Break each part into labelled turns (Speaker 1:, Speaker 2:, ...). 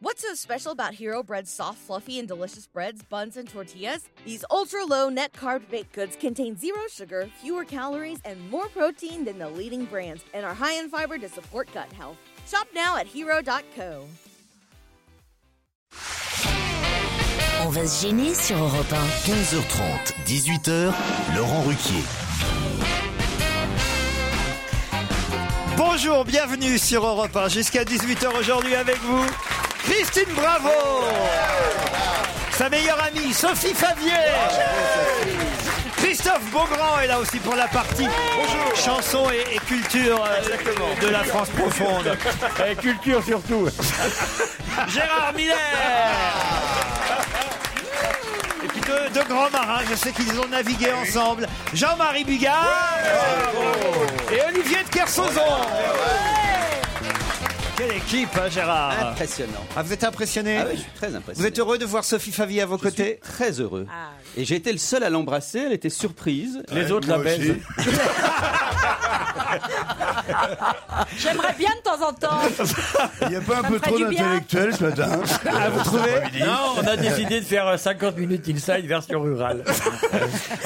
Speaker 1: What's so special about Hero Bread's soft, fluffy, and delicious breads, buns, and tortillas? These ultra low net carb baked goods contain zero sugar, fewer calories, and more protein than the leading brands, and are high in fiber to support gut health. Shop now at hero.co.
Speaker 2: On va se gêner sur Europe
Speaker 3: 15h30, 18h, Laurent Ruquier.
Speaker 4: Bonjour, bienvenue sur Europe 1 jusqu'à 18h aujourd'hui avec vous. Christine Bravo Sa meilleure amie, Sophie Favier Christophe Beaugrand est là aussi pour la partie chanson et, et culture euh, de la France profonde.
Speaker 5: Et culture surtout.
Speaker 4: Gérard Miller Et puis deux, deux grands marins, je sais qu'ils ont navigué ensemble. Jean-Marie Bigard et Olivier de Kersauzon Quelle équipe, hein, Gérard
Speaker 6: Impressionnant.
Speaker 4: Ah, vous êtes impressionné
Speaker 6: Ah oui, je suis très impressionné.
Speaker 4: Vous êtes heureux de voir Sophie Favier à vos côtés
Speaker 6: Très heureux.
Speaker 7: Ah
Speaker 6: Et j'ai été le seul à l'embrasser, elle était surprise. Les
Speaker 5: Ouais,
Speaker 6: autres
Speaker 5: Ah, moi
Speaker 6: la baisent.
Speaker 5: aussi.
Speaker 7: J'aimerais bien de temps en temps.
Speaker 5: Il n'y a pas un peu
Speaker 7: ferait
Speaker 5: trop
Speaker 7: du bien.
Speaker 5: d'intellectuel ce matin
Speaker 4: Ah, vous trouvez
Speaker 8: Non, on a décidé de faire euh, 50 minutes inside version rurale.
Speaker 4: Ah,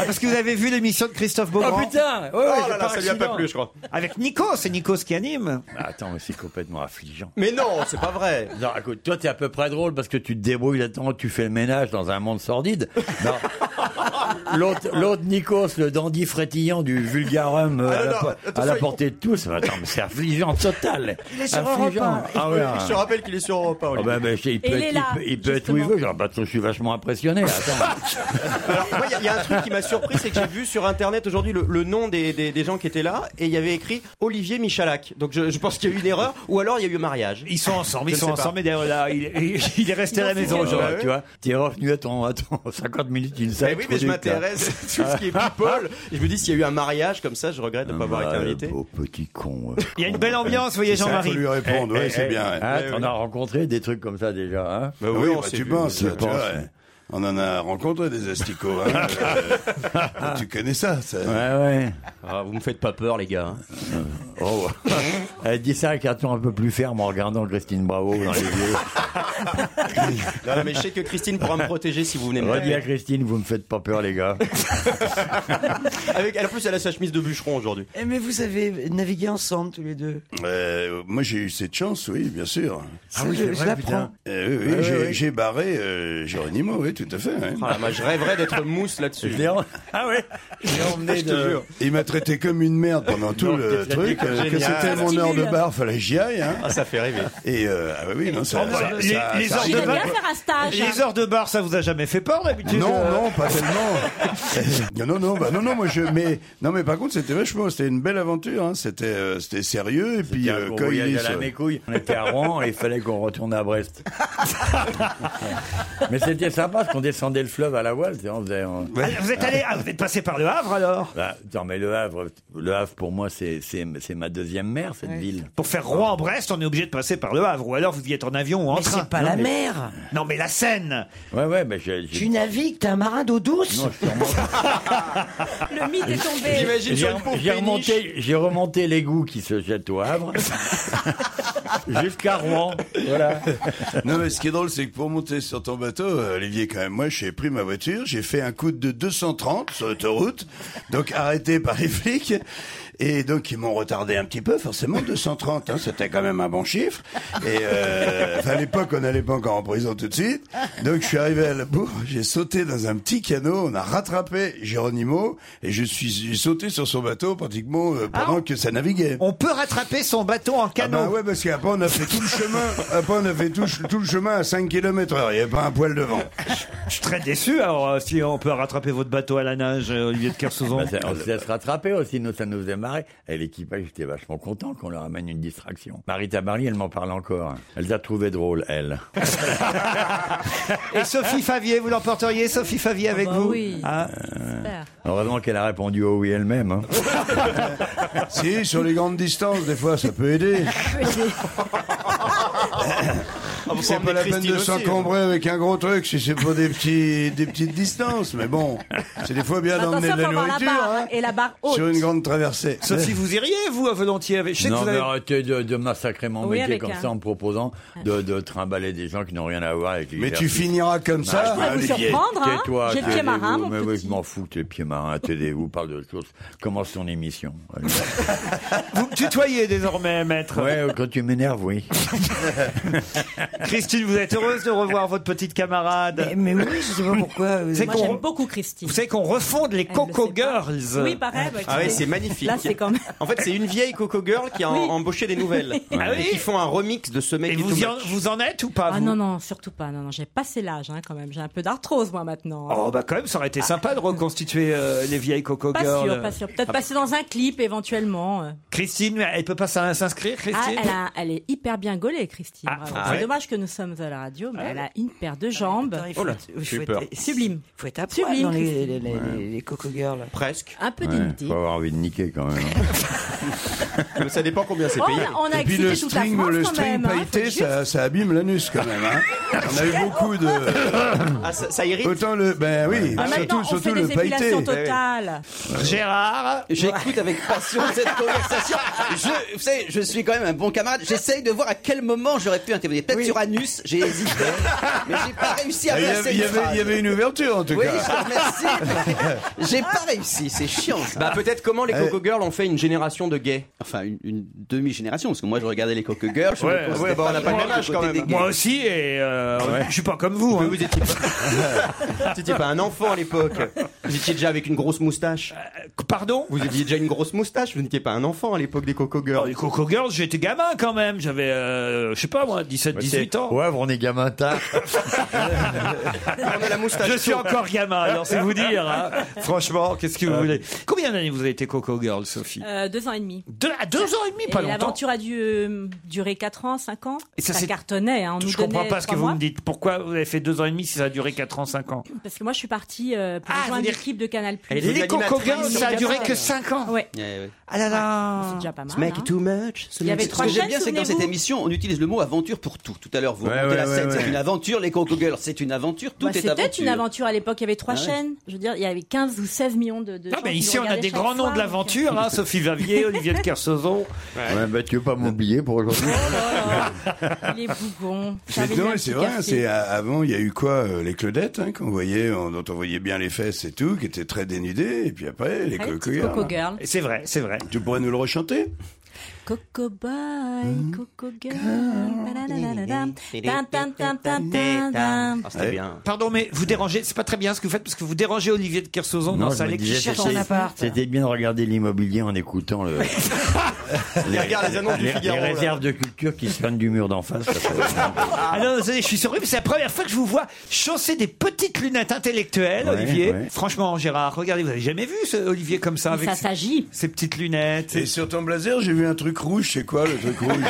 Speaker 4: Parce que vous avez vu l'émission de Christophe
Speaker 8: Oh
Speaker 4: Beaugrand
Speaker 8: putain ouais, ouais,
Speaker 6: Oh
Speaker 8: c'est
Speaker 6: là là,
Speaker 8: par
Speaker 6: ça lui a pas
Speaker 8: accident.
Speaker 6: plu, je crois.
Speaker 4: Avec Nico, c'est Nico qui anime.
Speaker 8: Ah, Attends, mais c'est complètement affligeant.
Speaker 6: Mais non, c'est pas vrai.
Speaker 8: Non, écoute, toi, t'es à peu près drôle parce que tu te débrouilles là-dedans, tu fais le ménage dans un monde sordide. Non. L'autre, l'autre Nikos, le dandy frétillant du vulgarum
Speaker 6: Ah,
Speaker 8: euh, à, la, po- à la portée de tous. Mais Attends, mais c'est affligeant total.
Speaker 4: Il est sur
Speaker 8: affligeant.
Speaker 4: Europe
Speaker 8: Ah ouais. hein.
Speaker 6: Je te rappelle qu'il est sur Europe 1,
Speaker 8: Ah
Speaker 6: Olivier.
Speaker 8: ben, ben, il peut,
Speaker 7: il
Speaker 8: être,
Speaker 7: est
Speaker 8: il
Speaker 7: là,
Speaker 8: peut- il peut être où il
Speaker 7: justement.
Speaker 8: veut. Genre, bah, je suis vachement impressionné. là, Attends.
Speaker 6: Alors, moi, il y, a- il y a un truc qui m'a surpris, c'est que j'ai vu sur internet aujourd'hui le, le nom des, des- des gens qui étaient là et il y avait écrit Olivier Michalak. Donc je, je pense qu'il y a eu une erreur ou alors il y a eu un mariage.
Speaker 4: Ils sont ensemble,
Speaker 6: Je
Speaker 4: ils
Speaker 6: ne
Speaker 4: sont
Speaker 6: sais pas.
Speaker 4: ensemble. Et d'ailleurs, là, il, il- il est resté à la maison
Speaker 8: Genre,
Speaker 4: aujourd'hui.
Speaker 8: tu vois, t'es revenu à ton, à ton 50 minutes inside.
Speaker 5: Eh
Speaker 6: Mais Eh oui, mais je
Speaker 8: product, là.
Speaker 6: m'intéresse à tout ce qui est people. Et je me dis s'il y a eu un mariage comme ça, je regrette de ne pas avoir été
Speaker 8: Ah,
Speaker 6: invité.
Speaker 8: Beau petit con.
Speaker 4: Il y a une belle ambiance, voyez
Speaker 5: Il faut
Speaker 4: Jean-Marie.
Speaker 5: lui répondre, oui, c'est bien. ouais.
Speaker 8: Hein,
Speaker 6: Ouais,
Speaker 8: T'en
Speaker 6: ouais.
Speaker 8: as rencontré des trucs comme ça déjà, hein
Speaker 6: Bah
Speaker 5: Ah oui, bah,
Speaker 6: on s'est
Speaker 5: tu
Speaker 6: vu,
Speaker 5: penses,
Speaker 8: je
Speaker 5: tu vois,
Speaker 8: pense.
Speaker 5: ouais. On en a rencontré des asticots. hein. Euh, tu connais ça, ça.
Speaker 8: Ouais, ouais.
Speaker 6: Ah, vous me faites pas peur, les gars. hein.
Speaker 8: Oh. Elle dit ça avec un ton un peu plus ferme en regardant Christine Bravo dans les yeux.
Speaker 6: Non, non, mais je sais que Christine pourra me protéger si vous venez me
Speaker 8: Redis à Christine, vous me faites pas peur, les gars.
Speaker 6: Avec, en plus, elle a sa chemise de bûcheron aujourd'hui.
Speaker 9: Eh, Mais vous avez navigué ensemble tous les deux.
Speaker 5: Euh, moi, j'ai eu cette chance, oui, bien sûr.
Speaker 9: Ça, je, je l'apprends.
Speaker 5: Euh, oui, oui, j'ai j'ai barré euh, Géronimo, oui, tout à fait. hein.
Speaker 6: Ah, moi, je rêverais d'être Ah, mousse
Speaker 8: Je
Speaker 6: là-dessus.
Speaker 8: l'ai en- Ah ouais Je l'ai emmené de...
Speaker 5: Il m'a traité comme une merde pendant tout
Speaker 8: Non,
Speaker 5: le
Speaker 8: t'es traité
Speaker 5: truc.
Speaker 8: comme
Speaker 5: euh, Que
Speaker 6: génial.
Speaker 5: c'était mon heure de bar, fallait que j'y aille. hein.
Speaker 6: Ah, ça fait rêver.
Speaker 5: Et euh, ah oui, non, ça,
Speaker 4: Oh,
Speaker 5: ça-
Speaker 4: les-
Speaker 5: ça-
Speaker 4: les
Speaker 5: ça-
Speaker 4: heures de
Speaker 7: J'aimerais
Speaker 4: bah,
Speaker 7: bien
Speaker 4: bah,
Speaker 7: faire un stage.
Speaker 4: Les heures de bar, ça vous a jamais fait peur d'habitude
Speaker 5: Non,
Speaker 4: euh,
Speaker 5: non, pas tellement. non, non, non, bah, non, non, moi je, mais, non, mais par contre, c'était vachement, c'était une belle aventure, hein. C'était, euh, c'était sérieux, et puis,
Speaker 8: Tiens,
Speaker 5: euh,
Speaker 8: gros
Speaker 5: quand il
Speaker 8: voyage
Speaker 5: est
Speaker 8: à la
Speaker 5: sur-
Speaker 8: mécouille. On était à Rouen et il fallait qu'on retourne à Brest. Mais c'était sympa parce qu'on descendait le fleuve à la voile. tu sais, On faisait, on-
Speaker 4: Ah, Vous êtes allé, ah, vous êtes passé par le Havre alors
Speaker 8: Bah, non, mais Le Havre, Le Havre pour moi, c'est c'est- c'est ma deuxième mère, cette ville.
Speaker 4: Pour faire Rouen-Brest, on est obligé de passer par le Havre. Ou alors vous y êtes en avion ou en
Speaker 9: Mais
Speaker 4: train.
Speaker 9: c'est pas la mer.
Speaker 4: Non mais la Seine
Speaker 8: Ouais, ouais, mais j'ai. j'ai-
Speaker 9: Tu navigues, t'es un marin d'eau douce.
Speaker 8: Non, je suis remonté-
Speaker 7: Le mythe est tombé.
Speaker 6: J'imagine
Speaker 8: j'ai
Speaker 6: sur une pompe
Speaker 8: j'ai
Speaker 6: péniche.
Speaker 8: remonté, j'ai remonté l'égout qui se jette au Havre jusqu'à Rouen. Voilà.
Speaker 5: Non, mais ce qui est drôle, c'est que pour monter sur ton bateau, euh, Olivier, quand même, moi, j'ai pris ma voiture, j'ai fait un coup de 230 sur l'autoroute, donc arrêté par les flics, et donc ils m'ont retardé un petit peu, forcément, 230, hein, c'était quand même un bon chiffre, et euh, enfin, à l'époque, on n'allait pas encore en prison tout de suite, donc je suis arrivé à la bourre, j'ai sauté dans un petit canot, on a rattrapé Géronimo, et je suis j'ai sauté sur son bateau pratiquement euh, pendant que ça naviguait.
Speaker 4: Ah, On peut rattraper son bateau en
Speaker 5: Ah
Speaker 4: canot.
Speaker 5: bah ouais, parce qu'après on a fait tout le chemin, après on a fait tout, tout le chemin à 5 km heure, il n'y avait pas un poil devant.
Speaker 4: Je suis très déçu alors euh, si on peut rattraper votre bateau à la nage, euh, Olivier de Kersauzon.
Speaker 8: Bah, ça- on se laisse rattraper aussi, nous, ça nous faisait marrer. Et l'équipage était vachement content qu'on leur amène une distraction. Marie Tabarly, elle m'en parle encore. Elle t'a trouvé drôle, elle.
Speaker 4: Ah, Et Sophie Favier, vous l'emporteriez Sophie Favier avec
Speaker 7: bah
Speaker 4: vous
Speaker 7: oui.
Speaker 4: Ah,
Speaker 8: Heureusement qu'elle a répondu oh oui elle-même. hein.
Speaker 5: si, sur les grandes distances, des fois ça peut aider.
Speaker 6: vous
Speaker 5: c'est
Speaker 6: emmenez
Speaker 5: pas la peine
Speaker 6: Christine
Speaker 5: de
Speaker 6: aussi,
Speaker 5: s'encombrer avec un gros truc si c'est pour des, petits, des petites distances. Mais bon, c'est des fois bien d'emmener
Speaker 7: Attention, faut
Speaker 5: de la
Speaker 7: avoir la
Speaker 5: nourriture
Speaker 7: barre
Speaker 5: hein,
Speaker 7: et la barre haute.
Speaker 5: sur une grande traversée.
Speaker 4: Sophie, vous iriez, vous, à volontiers avec... Je sais que
Speaker 8: Non,
Speaker 4: vous
Speaker 8: mais
Speaker 4: avez-
Speaker 8: arrêtez de, de massacrer mon
Speaker 7: Oui,
Speaker 8: métier
Speaker 7: avec
Speaker 8: comme
Speaker 7: un-
Speaker 8: ça en me proposant de, de trimballer des gens qui n'ont rien à voir avec
Speaker 5: Mais tu
Speaker 8: l'exercice.
Speaker 5: finiras comme ça.
Speaker 7: Je pourrais vous
Speaker 5: Olivier.
Speaker 7: surprendre, hein.
Speaker 8: Tais-toi,
Speaker 7: J'ai le
Speaker 8: taisez-vous.
Speaker 7: pied marin, mon
Speaker 8: Mais oui, je
Speaker 7: petit.
Speaker 8: m'en fous, tes pieds marins, taisez-vous, parle d'autre chose. Commence ton émission. Allez.
Speaker 4: Vous me tutoyez désormais, maître.
Speaker 8: ouais, quand tu m'énerves, oui.
Speaker 4: Christine, vous êtes heureuse de revoir votre petite camarade.
Speaker 9: Mais, mais oui, je sais pas pourquoi.
Speaker 4: C'est
Speaker 7: Moi,
Speaker 4: qu'on-
Speaker 7: j'aime beaucoup Christine.
Speaker 4: Vous savez qu'on refonde les
Speaker 7: Elle le
Speaker 4: Coco
Speaker 7: sait pas.
Speaker 4: Girls.
Speaker 7: Oui, pareil. bah,
Speaker 6: Ah
Speaker 7: écoutez,
Speaker 6: oui, c'est magnifique.
Speaker 7: Là, c'est quand même.
Speaker 6: En fait, c'est une vieille Coco Girl qui a
Speaker 7: Oui.
Speaker 6: embauché des nouvelles.
Speaker 4: Ah oui
Speaker 6: et qui font un remix de ce mec
Speaker 4: Et
Speaker 6: du
Speaker 4: vous,
Speaker 6: tout
Speaker 4: y en,
Speaker 6: match.
Speaker 4: vous en êtes ou pas
Speaker 7: Ah
Speaker 4: vous
Speaker 7: non, non, surtout pas. Non, non, j'ai passé l'âge hein, quand même. J'ai un peu d'arthrose, moi, maintenant.
Speaker 4: Oh bah quand même, ça aurait été sympa de reconstituer euh, les vieilles Coco
Speaker 7: Pas
Speaker 4: Girls. Ah, bah,
Speaker 7: sûr, pas sûr.
Speaker 5: Ah.
Speaker 7: Peut-être passer dans un clip éventuellement. euh.
Speaker 4: Christine, elle peut pas s'in- s'inscrire,
Speaker 7: Ah,
Speaker 4: Christine
Speaker 7: elle, a- elle est hyper bien gaulée, Christine.
Speaker 4: Ah,
Speaker 7: Bravo.
Speaker 4: ah
Speaker 7: C'est
Speaker 4: ouais. Ah
Speaker 7: dommage que nous sommes à la radio, mais elle a une paire de jambes.
Speaker 9: Attends, il faut,
Speaker 6: Oh là,
Speaker 9: il
Speaker 6: j'ai
Speaker 9: faut
Speaker 6: eu peur.
Speaker 9: être-
Speaker 7: Sublime.
Speaker 9: faut être à poil
Speaker 7: Sublime,
Speaker 9: dans les,
Speaker 7: Christine.
Speaker 9: les, les, les- les Coco Girls.
Speaker 6: Presque.
Speaker 7: Un peu
Speaker 8: Ouais,
Speaker 7: dignité.
Speaker 8: faut avoir envie de niquer quand même. hein.
Speaker 6: Mais ça dépend combien c'est
Speaker 7: Oh,
Speaker 6: payé.
Speaker 7: on a, on a
Speaker 5: Et puis
Speaker 7: excité
Speaker 5: le
Speaker 7: toute la
Speaker 5: string,
Speaker 7: France
Speaker 5: le
Speaker 7: quand
Speaker 5: string
Speaker 7: même. hein, faut
Speaker 5: pailleté,
Speaker 7: juste-
Speaker 5: ça, ça abîme l'anus quand même. Hein. On a eu beaucoup de.
Speaker 6: Ah, ça, ça irrite.
Speaker 5: Autant le. Ben oui,
Speaker 7: Ah, maintenant,
Speaker 5: surtout,
Speaker 7: on fait
Speaker 5: surtout le
Speaker 7: des
Speaker 5: pailleté.
Speaker 7: épilations totales.
Speaker 4: Gérard
Speaker 10: Eh J'écoute avec passion cette conversation. Je, vous savez, je suis quand même un bon camarade. J'essaye de voir à quel moment j'aurais pu intervenir. Peut-être sur Anus, j'ai hésité, mais j'ai pas Ah, réussi à
Speaker 5: Ah, Il y,
Speaker 10: placer
Speaker 5: avait, il
Speaker 10: une
Speaker 5: y avait- il y
Speaker 10: phrase.
Speaker 5: avait une ouverture en tout
Speaker 10: Oui,
Speaker 5: cas.
Speaker 10: je- merci. mais J'ai pas réussi, c'est chiant. ça. Euh,
Speaker 6: Bah peut-être comment les Coco Girls ont fait une génération de gays.
Speaker 10: Enfin, une, une demi-génération, parce que moi je regardais les Coco Girls. je me
Speaker 4: Ouais,
Speaker 10: considère
Speaker 6: ouais, bah, on n'a pas le
Speaker 10: du
Speaker 6: même âge,
Speaker 10: côté
Speaker 6: quand même.
Speaker 10: des gays.
Speaker 4: Moi aussi, et euh, je suis pas comme vous. hein.
Speaker 6: vous étiez pas... vous étiez pas un enfant à l'époque. Vous étiez déjà avec une grosse moustache.
Speaker 4: Euh, Pardon
Speaker 6: Vous aviez déjà une grosse moustache. Vous n'étiez pas un enfant à l'époque des Coco
Speaker 4: Oh,
Speaker 6: Girls.
Speaker 4: les Coco Girls, j'étais gamin quand même. J'avais, euh, je sais pas moi, 17, 18 ans.
Speaker 8: Au Havre, on est gamin tard.
Speaker 6: on a la moustache.
Speaker 4: Je suis encore gamin, alors c'est vous dire. hein. Euh. Franchement, qu'est-ce que vous voulez Combien d'années vous avez été Coco Girl, Sophie
Speaker 7: Euh, deux ans et demi.
Speaker 4: deux, à deux ans et demi,
Speaker 7: Et
Speaker 4: pas longtemps.
Speaker 7: L'aventure a dû euh, durer 4 ans, 5 ans.
Speaker 4: Et ça,
Speaker 7: ça,
Speaker 4: c'est-
Speaker 7: cartonnait. Hein. On
Speaker 4: Je
Speaker 7: nous
Speaker 4: comprends
Speaker 7: donnait
Speaker 4: pas ce que
Speaker 7: trois
Speaker 4: vous
Speaker 7: mois.
Speaker 4: me dites. Pourquoi vous avez fait deux ans et demi si ça a duré quatre ans, cinq ans
Speaker 7: Parce que moi, je suis partie euh, pour
Speaker 4: Ah,
Speaker 7: rejoindre
Speaker 4: vous dire-
Speaker 7: l'équipe de Canal+.
Speaker 6: Elle est-
Speaker 4: Les Coco Girls, ça a duré
Speaker 7: Quatre ans.
Speaker 4: que cinq ans.
Speaker 7: Ouais,
Speaker 10: Ouais, ouais.
Speaker 4: Ah là
Speaker 7: c'est
Speaker 4: là.
Speaker 7: déjà pas mal.
Speaker 6: Ce mec
Speaker 7: hein.
Speaker 6: est too much.
Speaker 7: Il y avait
Speaker 10: Ce
Speaker 7: trois
Speaker 10: que
Speaker 7: chaînes,
Speaker 10: j'aime bien, c'est que dans cette
Speaker 7: souvenez-vous.
Speaker 10: émission, on utilise le mot aventure pour tout. Tout à l'heure, vous
Speaker 8: Ouais,
Speaker 10: remontez
Speaker 8: ouais,
Speaker 10: la
Speaker 8: ouais,
Speaker 10: scène,
Speaker 8: ouais.
Speaker 10: c'est une aventure. Les Coco Girls, c'est une aventure. Tout
Speaker 7: Bah,
Speaker 10: est
Speaker 7: C'était
Speaker 10: aventure.
Speaker 7: une aventure à l'époque. Il y avait trois
Speaker 10: Ah ouais.
Speaker 7: chaînes. Je veux dire, il y avait 15 ou 16 millions de. de
Speaker 4: Non,
Speaker 7: gens
Speaker 4: mais
Speaker 7: qui
Speaker 4: ici,
Speaker 7: nous
Speaker 4: on a
Speaker 7: regardaient
Speaker 4: des
Speaker 7: chaque
Speaker 4: grands noms
Speaker 7: soir,
Speaker 4: de
Speaker 7: donc, euh.
Speaker 4: l'aventure. hein. Sophie Vavier, Olivier de Kersauzon.
Speaker 8: Ouais, bah, tu veux pas m'oublier pour aujourd'hui
Speaker 7: euh, Les bougons.
Speaker 5: Mais
Speaker 7: Charlie
Speaker 5: non,
Speaker 7: Nelson
Speaker 5: c'est vrai,
Speaker 7: Café.
Speaker 5: c'est euh, avant il y a eu quoi euh, les Claudettes hein, qu'on voyait, on- dont on voyait bien les fesses et tout, qui étaient très dénudées, et puis après les
Speaker 7: Ah, les
Speaker 5: Coco
Speaker 7: petites
Speaker 5: Girls. hein.
Speaker 7: Coco Girl.
Speaker 4: C'est vrai, c'est vrai.
Speaker 5: Tu pourrais nous le rechanter
Speaker 7: Coco Boy,
Speaker 10: Hein
Speaker 7: Coco Girl. ba-da-da-da-da-dam,
Speaker 8: Ah,
Speaker 7: tam, tam, tam, tam, tam, tam.
Speaker 6: Ah, c'était bien.
Speaker 4: Euh, Pardon, mais vous dérangez, c'est pas très bien ce que vous faites parce que vous dérangez Olivier de Kersauzon dans
Speaker 8: je
Speaker 4: sa
Speaker 8: me
Speaker 4: lecture.
Speaker 8: disais,
Speaker 9: cherche un appart.
Speaker 8: C'était bien de regarder l'immobilier en écoutant le,
Speaker 6: Il regarde les annonces du
Speaker 8: les, les
Speaker 6: Figaro. là.
Speaker 8: réserves de culture qui se prennent du mur d'en face. ça fait-
Speaker 4: Ah non, vous savez, je suis surpris, mais c'est la première fois que je vous vois chausser des petites lunettes intellectuelles,
Speaker 8: Ouais,
Speaker 4: Olivier.
Speaker 8: ouais.
Speaker 4: Franchement, Gérard, regardez, vous avez jamais vu ce Olivier comme ça avec
Speaker 7: Ça
Speaker 4: ses-
Speaker 7: s'agit.
Speaker 4: ses petites lunettes.
Speaker 5: Et sur ton blazer, j'ai vu un truc rouge. C'est quoi le truc rouge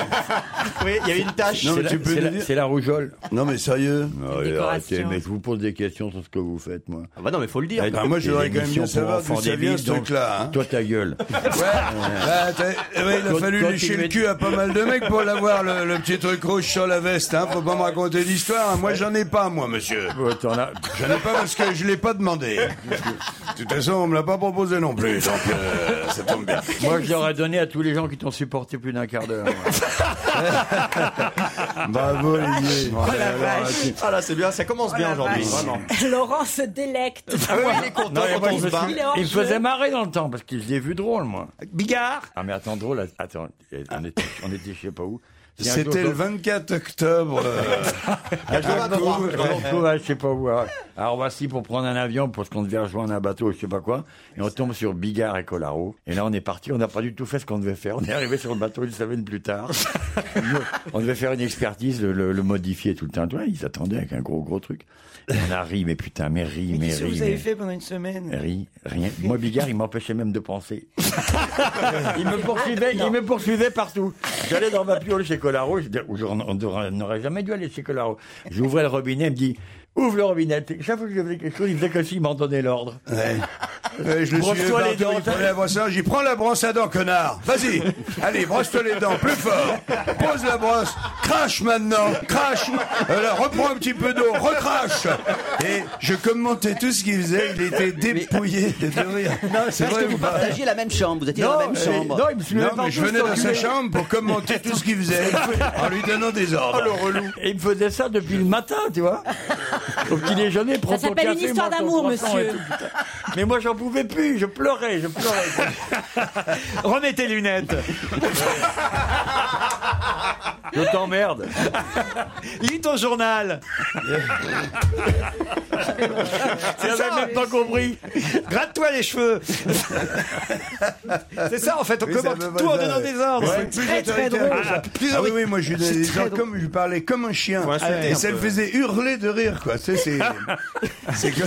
Speaker 6: Oui, il y avait une tache.
Speaker 5: Non
Speaker 8: C'est
Speaker 5: mais
Speaker 8: la-
Speaker 5: tu peux
Speaker 8: c'est
Speaker 5: nous
Speaker 8: la,
Speaker 5: dire
Speaker 8: c'est la rougeole.
Speaker 5: Non mais sérieux
Speaker 8: Allez,
Speaker 7: décoration.
Speaker 8: arrêtez, mais je vous pose des questions sur ce que vous faites, moi. Eh ben,
Speaker 6: Ah bah non, mais faut le dire.
Speaker 5: Ah, moi, je voudrais quand même bien savoir d'où ça vient, ce truc-là, hein.
Speaker 8: Toi, ta gueule.
Speaker 5: Ouais. Ah, t'as- eh ouais, il a
Speaker 8: Quand-
Speaker 5: fallu
Speaker 8: quand
Speaker 5: lécher
Speaker 8: il
Speaker 5: le
Speaker 8: met-
Speaker 5: cul à pas mal de mecs pour l'avoir le, le petit truc rouge sur la veste. Hein. Faut pas me raconter d'histoire. hein. Moi j'en ai pas, moi monsieur.
Speaker 8: Ouais, t'en as-
Speaker 5: J'en ai pas parce que je l'ai pas demandé. De toute façon, on me l'a pas proposé non plus, donc euh, ça tombe bien.
Speaker 8: Moi, je l'aurais donné à tous les gens qui t'ont supporté plus d'un quart d'heure.
Speaker 5: Bravo Olivier.
Speaker 4: Oh
Speaker 6: Ah là, c'est bien, ça
Speaker 8: Oh,
Speaker 6: commence bien aujourd'hui. Vraiment.
Speaker 7: Laurent se délecte.
Speaker 6: Il est content quand on se bat.
Speaker 7: Il est hors
Speaker 8: Il me
Speaker 7: jeu.
Speaker 8: faisait marrer dans le temps parce que je l'ai vu drôle, moi.
Speaker 4: Bigard
Speaker 8: Ah, mais attends, drôle. Attends, on était, on était je sais pas où. Si un jour,
Speaker 5: C'était
Speaker 8: je-
Speaker 5: le 24 octobre. euh,
Speaker 8: Un jour, Ah, je me retrouve- je me retrouve à je sais pas où, à, à Roissy pour prendre un avion parce qu'on devait rejoindre un bateau, je sais pas quoi. Et on tombe sur Bigard et Colaro. Et là, on est parti, on n'a pas du tout fait ce qu'on devait faire. On est arrivé sur le bateau une semaine plus tard. on devait faire une expertise, le, le- le modifier tout le temps. Ouais, ils attendaient avec un gros, gros truc. Et on a ri, mais putain, mais ri, mais,
Speaker 9: Qu'est-ce que
Speaker 8: ri.
Speaker 9: vous
Speaker 8: mais-
Speaker 9: avez fait pendant une semaine
Speaker 8: Ri, rien. Moi, Bigard, il m'empêchait même de penser. il me poursuivait, il me poursuivait partout. J'allais dans ma piole chez Colaro, je dis, Ou je- on n'aurait- on n'aurait jamais dû aller chez Colaro. J'ouvrais le robinet, il me dit, ouvre le robinet. Chaque fois que je faisais quelque chose, il faisait comme s'il m'en donnait l'ordre.
Speaker 5: ouais. Euh, je le
Speaker 8: Brosse-toi
Speaker 5: suivais
Speaker 8: les
Speaker 5: partout,
Speaker 8: dents.
Speaker 5: il prenait la brosse à dents. J'ai dit, prends la brosse à dents, connard. Vas-y. Allez, brosse-toi les dents, plus fort. Pose la brosse. Crache maintenant. Crache. Euh, là, reprends un petit peu d'eau. Recrache. Et je commentais tout ce qu'il faisait. Il était dépouillé de rire.
Speaker 10: C'est parce que vous partagiez la même chambre, vous étiez dans la même chambre.
Speaker 5: Non, mais je venais dans sa chambre pour commenter tout ce qu'il faisait en lui donnant des ordres.
Speaker 8: Oh, le relou. Et il me faisait ça depuis le matin, tu vois. Au petit déjeuner, prends ton
Speaker 7: s'appelle une
Speaker 8: café,
Speaker 7: histoire
Speaker 8: mange ton
Speaker 7: d'amour,
Speaker 8: croissant et
Speaker 7: monsieur.
Speaker 8: tout, putain. Mais moi, j'en pouvais plus. Je pleurais, je pleurais.
Speaker 4: Remets tes lunettes.
Speaker 8: Eh, Je t'emmerde.
Speaker 4: Lis ton journal.
Speaker 8: Tu n'avais même pas compris.
Speaker 4: Gratte-toi les cheveux. C'est ça, en fait, on
Speaker 5: Oui,
Speaker 4: commente
Speaker 5: ça me va
Speaker 4: tout en
Speaker 5: bien,
Speaker 4: donnant
Speaker 5: ouais.
Speaker 4: des ordres.
Speaker 5: Ouais, plus autoritaire. Ah, ah oui, oui, moi je lui donnais des ordres comme je parlais comme un chien.
Speaker 6: insulter
Speaker 5: et
Speaker 6: un
Speaker 5: ça
Speaker 6: peu.
Speaker 5: me faisait hurler de rire, quoi. Tu sais, c'est,
Speaker 4: Ah.
Speaker 5: c'est que...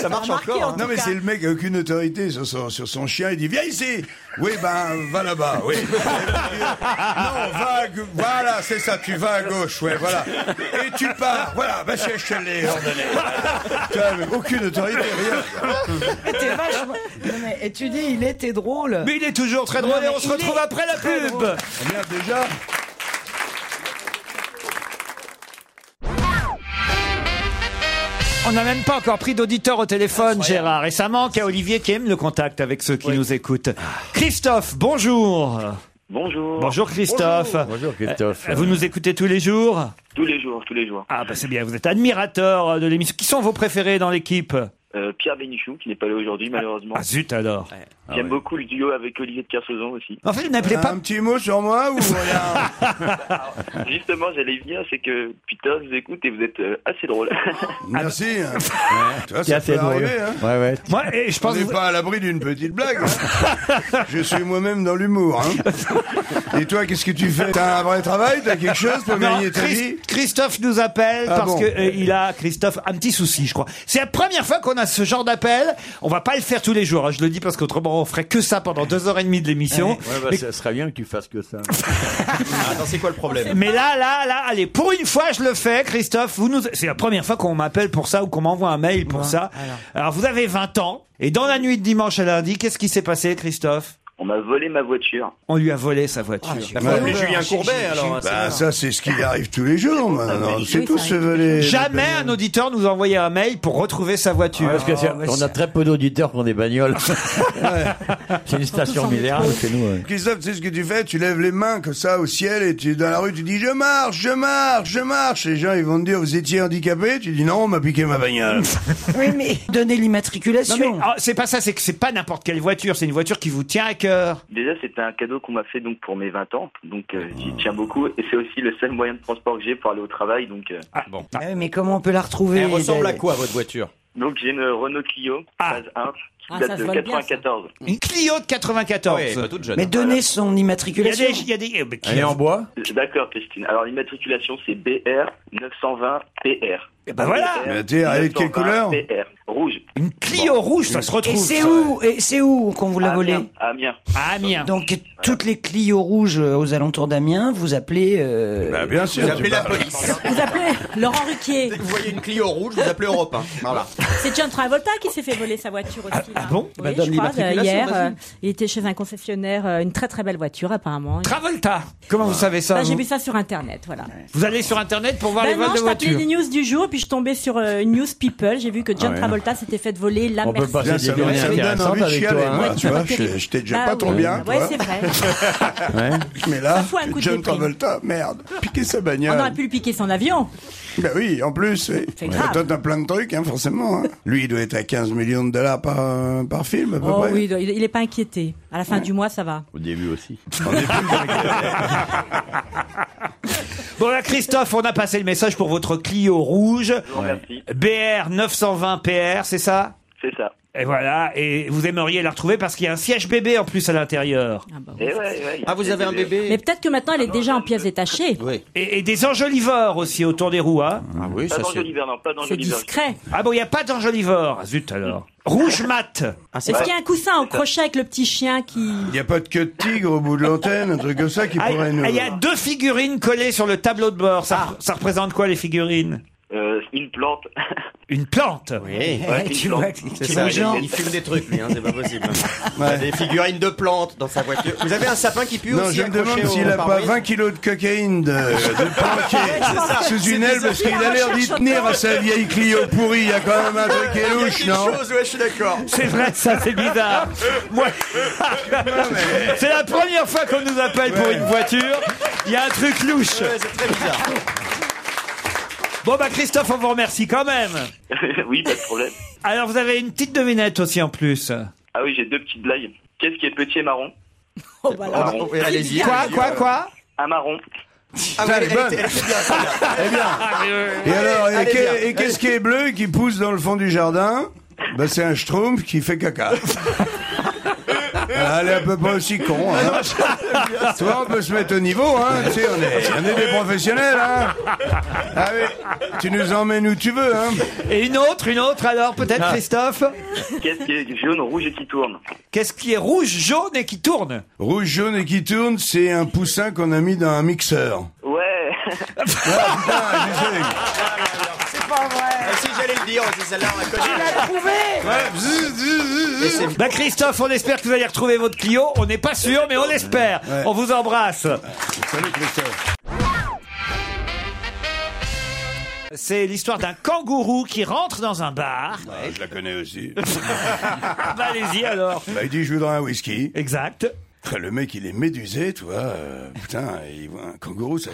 Speaker 6: Ça marche
Speaker 7: Remarquez, en
Speaker 6: encore. hein.
Speaker 5: Non, mais c'est le mec qui a aucune autorité sur son, sur son chien. Il dit Viens ici Oui, ben, va là-bas, oui. non, va à gau- Voilà, c'est ça, tu vas à gauche, ouais, voilà. Et tu pars, voilà, ben, je je te l'ai ordonné. tu vois, mais aucune autorité, rien.
Speaker 9: T'es vachement. Non, mais, et tu dis, il était drôle.
Speaker 4: Mais il est toujours très drôle
Speaker 9: Non,
Speaker 4: et
Speaker 9: mais
Speaker 4: on se
Speaker 9: il
Speaker 4: retrouve
Speaker 9: est
Speaker 4: après la
Speaker 9: très
Speaker 4: pub.
Speaker 9: drôle.
Speaker 5: Merde, Eh déjà.
Speaker 4: On n'a même pas encore pris d'auditeur au téléphone, Gérard. Et ça manque à Olivier qui aime le contact avec ceux qui nous écoutent.
Speaker 8: Ah.
Speaker 4: Christophe, bonjour.
Speaker 11: Bonjour.
Speaker 4: Bonjour Christophe. Euh,
Speaker 8: Bonjour, Christophe.
Speaker 4: Vous nous écoutez tous les jours
Speaker 11: Tous les jours, tous les jours.
Speaker 4: Ah bah c'est bien, vous êtes admirateur de l'émission. Qui sont vos préférés dans l'équipe
Speaker 11: Euh, Pierre Bénichou, qui n'est pas là aujourd'hui, malheureusement.
Speaker 4: Ah zut alors.
Speaker 11: J'aime beaucoup le duo avec Olivier de Kersauzon aussi.
Speaker 4: En fait, vous n'appelez Ah, pas... Ah,
Speaker 5: Un petit mot sur moi ou rien
Speaker 11: Justement, j'allais y venir, c'est que Peter je vous écoute et vous êtes euh, assez drôle.
Speaker 5: Merci. Tu vois,
Speaker 8: C'est
Speaker 5: ça
Speaker 8: assez
Speaker 5: peut
Speaker 8: drôle.
Speaker 5: arriver, hein.
Speaker 8: Ouais, ouais.
Speaker 4: Moi, et je
Speaker 5: On
Speaker 4: pense...
Speaker 5: n'est
Speaker 4: que vous-
Speaker 5: pas à l'abri d'une petite blague. hein. Je suis moi-même dans l'humour. hein. Et toi, qu'est-ce que tu fais T'as un vrai travail T'as quelque chose pour
Speaker 4: Non,
Speaker 5: gagner ta
Speaker 4: Chris-
Speaker 5: vie
Speaker 4: Christophe nous appelle
Speaker 5: Ah
Speaker 4: parce
Speaker 5: bon.
Speaker 4: que euh, il a Christophe un petit souci, je crois. C'est la première fois qu'on a ce genre d'appel. On va pas le faire tous les jours, hein, je le dis parce qu'autrement on ferait que ça pendant deux heures et demie de l'émission.
Speaker 8: Ouais, bah,
Speaker 4: Mais-
Speaker 8: ça serait bien que tu fasses que ça. Ah,
Speaker 6: Attends, c'est quoi le problème
Speaker 4: Mais là, là, là, allez, pour une fois, je le fais, Christophe. Vous nous, c'est la première fois qu'on m'appelle pour ça ou qu'on m'envoie un mail pour ça. Alors. vous avez 20 ans et dans la nuit de dimanche à lundi, qu'est-ce qui s'est passé, Christophe
Speaker 11: On m'a volé ma voiture.
Speaker 4: On lui a volé sa voiture.
Speaker 6: Ah, Mais
Speaker 5: Ah,
Speaker 6: Julien Courbet, alors. hein, c'est- Ah,
Speaker 5: Bah, ça, c'est ce qui arrive tous les jours. maintenant. C'est
Speaker 7: Oui,
Speaker 5: tout
Speaker 7: ça
Speaker 5: se
Speaker 7: arrive.
Speaker 5: voler.
Speaker 4: Jamais un auditeur nous a envoyé un mail pour retrouver sa voiture. Ah,
Speaker 8: Parce que c'est- on a très peu d'auditeurs qui ont des bagnoles. C'est une station millénaire chez nous. ouais.
Speaker 5: Christophe, tu sais ce que tu fais Tu lèves les mains comme ça au ciel et tu dans la rue, tu dis je marche, je marche, je marche. Les gens, ils vont te dire vous étiez handicapé. Tu dis non, on m'a piqué ma bagnole.
Speaker 9: Oui, mais donnez
Speaker 4: Non, mais,
Speaker 9: l'immatriculation.
Speaker 4: ah, c'est pas ça, c'est que c'est pas n'importe quelle voiture, c'est une voiture qui vous tient à cœur.
Speaker 11: Déjà, c'était un cadeau qu'on m'a fait donc pour mes 20 ans, donc euh,
Speaker 4: Ah.
Speaker 11: j'y tiens beaucoup. Et c'est aussi le seul moyen de transport que j'ai pour aller au travail. Donc, euh,
Speaker 9: Ah oui, mais comment on peut la retrouver
Speaker 6: Elle ressemble à
Speaker 9: Isabelle
Speaker 6: quoi, votre voiture
Speaker 11: donc j'ai une Renault Clio
Speaker 4: Ah.
Speaker 11: phase 1 qui
Speaker 7: Ah,
Speaker 11: date
Speaker 7: ça se
Speaker 11: de
Speaker 7: vole bien, ça.
Speaker 11: 94.
Speaker 4: Une Clio de 94.
Speaker 6: Ouais, pas toute jeune. hein.
Speaker 9: Mais donnez
Speaker 4: hein,
Speaker 9: son
Speaker 4: il y a
Speaker 9: immatriculation.
Speaker 4: des, il y a des, euh, mais
Speaker 8: Elle est
Speaker 4: Clio-
Speaker 8: en bois
Speaker 11: D'accord, Christine. Alors l'immatriculation c'est BR 920 PR.
Speaker 4: Eh ben voilà.
Speaker 5: Mais t'es- elle est de
Speaker 11: 920
Speaker 5: quelle couleur
Speaker 11: PR. Rouge.
Speaker 4: une Clio rouge, ça se retrouve.
Speaker 9: Et c'est
Speaker 4: ça.
Speaker 9: où Et c'est où qu'on vous l'a volée
Speaker 11: Amiens. Amiens.
Speaker 4: À Amiens.
Speaker 9: Donc toutes les Clio rouges euh, aux alentours d'Amiens, vous appelez. euh,
Speaker 5: Bah, bien sûr. tu
Speaker 6: Appelez la
Speaker 5: parles.
Speaker 6: police.
Speaker 7: Vous appelez Laurent Ruquier.
Speaker 6: Dès que vous voyez une Clio rouge, vous appelez Europe 1. Voilà.
Speaker 7: C'est John Travolta qui s'est fait voler sa voiture aussi. Ah,
Speaker 4: bon
Speaker 7: oui,
Speaker 6: Bah, donne
Speaker 7: je crois,
Speaker 6: l'immatriculation,
Speaker 7: euh, hier,
Speaker 6: vas-y.
Speaker 7: euh, il était chez un concessionnaire, euh, une très très belle voiture apparemment.
Speaker 4: Travolta. Comment vous savez ça
Speaker 7: Bah, j'ai
Speaker 4: vous,
Speaker 7: vu ça sur internet, voilà.
Speaker 4: Vous allez sur internet pour voir
Speaker 7: Bah
Speaker 4: les vols
Speaker 7: non,
Speaker 4: de
Speaker 7: je tapais
Speaker 4: voitures.
Speaker 7: les news du jour, puis je tombais sur euh, une News People. J'ai vu que John
Speaker 8: Ah ouais.
Speaker 7: Travolta s'était fait voler la
Speaker 8: On peut
Speaker 7: Mercedes.
Speaker 8: passer
Speaker 5: Tiens,
Speaker 8: des
Speaker 5: ça me
Speaker 8: journées
Speaker 5: ça me donne
Speaker 8: intéressantes
Speaker 5: envie de
Speaker 8: avec
Speaker 5: chialer,
Speaker 8: toi.
Speaker 5: moi,
Speaker 8: hein.
Speaker 5: tu vois, je, je t'ai déjà
Speaker 7: Bah
Speaker 5: pas trop
Speaker 7: oui.
Speaker 5: bien,
Speaker 7: Ouais,
Speaker 5: toi.
Speaker 7: c'est vrai.
Speaker 5: hein.
Speaker 8: Ouais.
Speaker 5: mais là,
Speaker 7: fout un coup de
Speaker 5: John
Speaker 7: déprime.
Speaker 5: Travolta, merde, piquer sa
Speaker 7: On
Speaker 5: bagnole.
Speaker 7: aurait pu le piquer son avion.
Speaker 5: Bah oui, en plus, oui.
Speaker 7: C'est
Speaker 5: Parce que
Speaker 7: grave.
Speaker 5: Toi, t'as plein de trucs, hein, forcément. hein. Lui, il doit être à 15 millions de dollars par, euh, par film, à peu
Speaker 7: Oh
Speaker 5: près.
Speaker 7: oui, il il est pas inquiété. À la fin du mois, ça va.
Speaker 8: Au début aussi.
Speaker 4: Bon là, Christophe, on a passé le message pour votre Clio rouge.
Speaker 11: Je vous remercie.
Speaker 4: BR 920 PR, c'est ça
Speaker 11: C'est ça.
Speaker 4: Et voilà, et vous aimeriez la retrouver parce qu'il y a un siège bébé en plus à l'intérieur.
Speaker 7: Ah, bah oui.
Speaker 11: Eh ouais, ouais, y a
Speaker 6: Ah, vous avez un
Speaker 11: bébé.
Speaker 7: Mais
Speaker 6: bébé
Speaker 7: peut-être que maintenant, elle est déjà en pièces détachées.
Speaker 6: Oui.
Speaker 4: Et, et des enjolivores aussi autour des roues, hein
Speaker 6: Ah oui,
Speaker 11: Pas d'enjoliveur, non, pas
Speaker 7: C'est
Speaker 11: d'enjoliveur.
Speaker 7: discret.
Speaker 4: Ah bon, il n'y a pas d'enjolivore. Ah, Zut alors. Rouge mat.
Speaker 7: Est-ce qu'il y a un coussin en crochet avec le petit chien qui...
Speaker 5: Il n'y a pas de queue de tigre au bout de l'antenne, un truc comme ça qui
Speaker 4: Ah,
Speaker 5: pourrait nous.
Speaker 7: Ah.
Speaker 4: Il y a deux figurines collées sur le tableau de bord. Ça, ça représente quoi les figurines
Speaker 11: Euh, une plante.
Speaker 4: Une plante
Speaker 6: Oui,
Speaker 11: Ouais, tu vois-
Speaker 6: Eh, C'est
Speaker 11: tu
Speaker 6: ça,
Speaker 11: vois,
Speaker 6: il-
Speaker 11: genre-
Speaker 6: il fume des trucs, lui, hein, c'est pas possible. Il a Des figurines de plantes dans sa voiture. Vous avez un sapin qui pue
Speaker 5: non,
Speaker 6: aussi
Speaker 5: je me
Speaker 6: accroché
Speaker 5: demande
Speaker 6: au
Speaker 5: s'il a pas
Speaker 6: pare-brise
Speaker 5: 20 kilos de cocaïne de, de planqué
Speaker 6: C'est ça.
Speaker 5: sous une
Speaker 6: C'est
Speaker 5: aile
Speaker 6: des
Speaker 5: parce qu'il a l'air d'y
Speaker 6: recherches
Speaker 5: tenir à sa vieille Clio pourrie. Il y a quand même un truc qui est
Speaker 6: Il y a
Speaker 5: louche,
Speaker 6: quelque
Speaker 5: non
Speaker 6: chose, ouais, je suis d'accord.
Speaker 4: C'est vrai, ça c'est bizarre. Moi- c'est la première fois qu'on nous appelle pour une voiture. Il y a un truc louche.
Speaker 6: c'est très bizarre.
Speaker 4: Bon bah Christophe, on vous remercie quand même.
Speaker 11: oui, pas de problème.
Speaker 4: Alors vous avez une petite devinette aussi en plus.
Speaker 11: Ah oui, j'ai deux petites blagues. Qu'est-ce qui est petit et marron
Speaker 1: Oh, bah,
Speaker 11: Un
Speaker 4: alors,
Speaker 11: marron.
Speaker 4: oui, allez-y, Quoi, allez-y, quoi, euh, quoi
Speaker 11: Un marron.
Speaker 5: Ah ouais, elle est bonne. Elle est bien, Eh
Speaker 9: Ah, euh,
Speaker 5: bien. Et alors, et qu'est- et qu'est-ce qui est bleu et qui pousse dans le fond du jardin ben, C'est un schtroumpf qui fait caca. Voilà, Elle est à peu près aussi con. Hein. Tu vois, on peut se mettre au niveau. Hein. Tu sais, on, est, on est des professionnels. Hein. Ah oui, tu nous emmènes où tu veux. Hein. Ah.
Speaker 4: Et une autre, une autre alors, peut-être Christophe
Speaker 11: Qu'est-ce qui est jaune, rouge et qui tourne
Speaker 4: Qu'est-ce qui est rouge, jaune et qui tourne
Speaker 5: Rouge, jaune et qui tourne, c'est un poussin qu'on a mis dans un mixeur.
Speaker 11: Ouais.
Speaker 6: C'est pas vrai. Ah, si j'allais le dire, c'est celle-là, on la connaît.
Speaker 4: Et c'est- Bah Christophe, on espère que vous allez retrouver votre Clio. On n'est pas sûr, mais on espère. On vous embrasse.
Speaker 5: Salut Christophe.
Speaker 4: C'est l'histoire d'un kangourou qui rentre dans un bar.
Speaker 5: Ah, je la connais aussi.
Speaker 4: Bah, allez-y alors.
Speaker 5: Bah, il dit je voudrais un whisky.
Speaker 4: Exact.
Speaker 5: Le mec il est médusé, tu vois. euh, putain, il voit un kangourou. ça-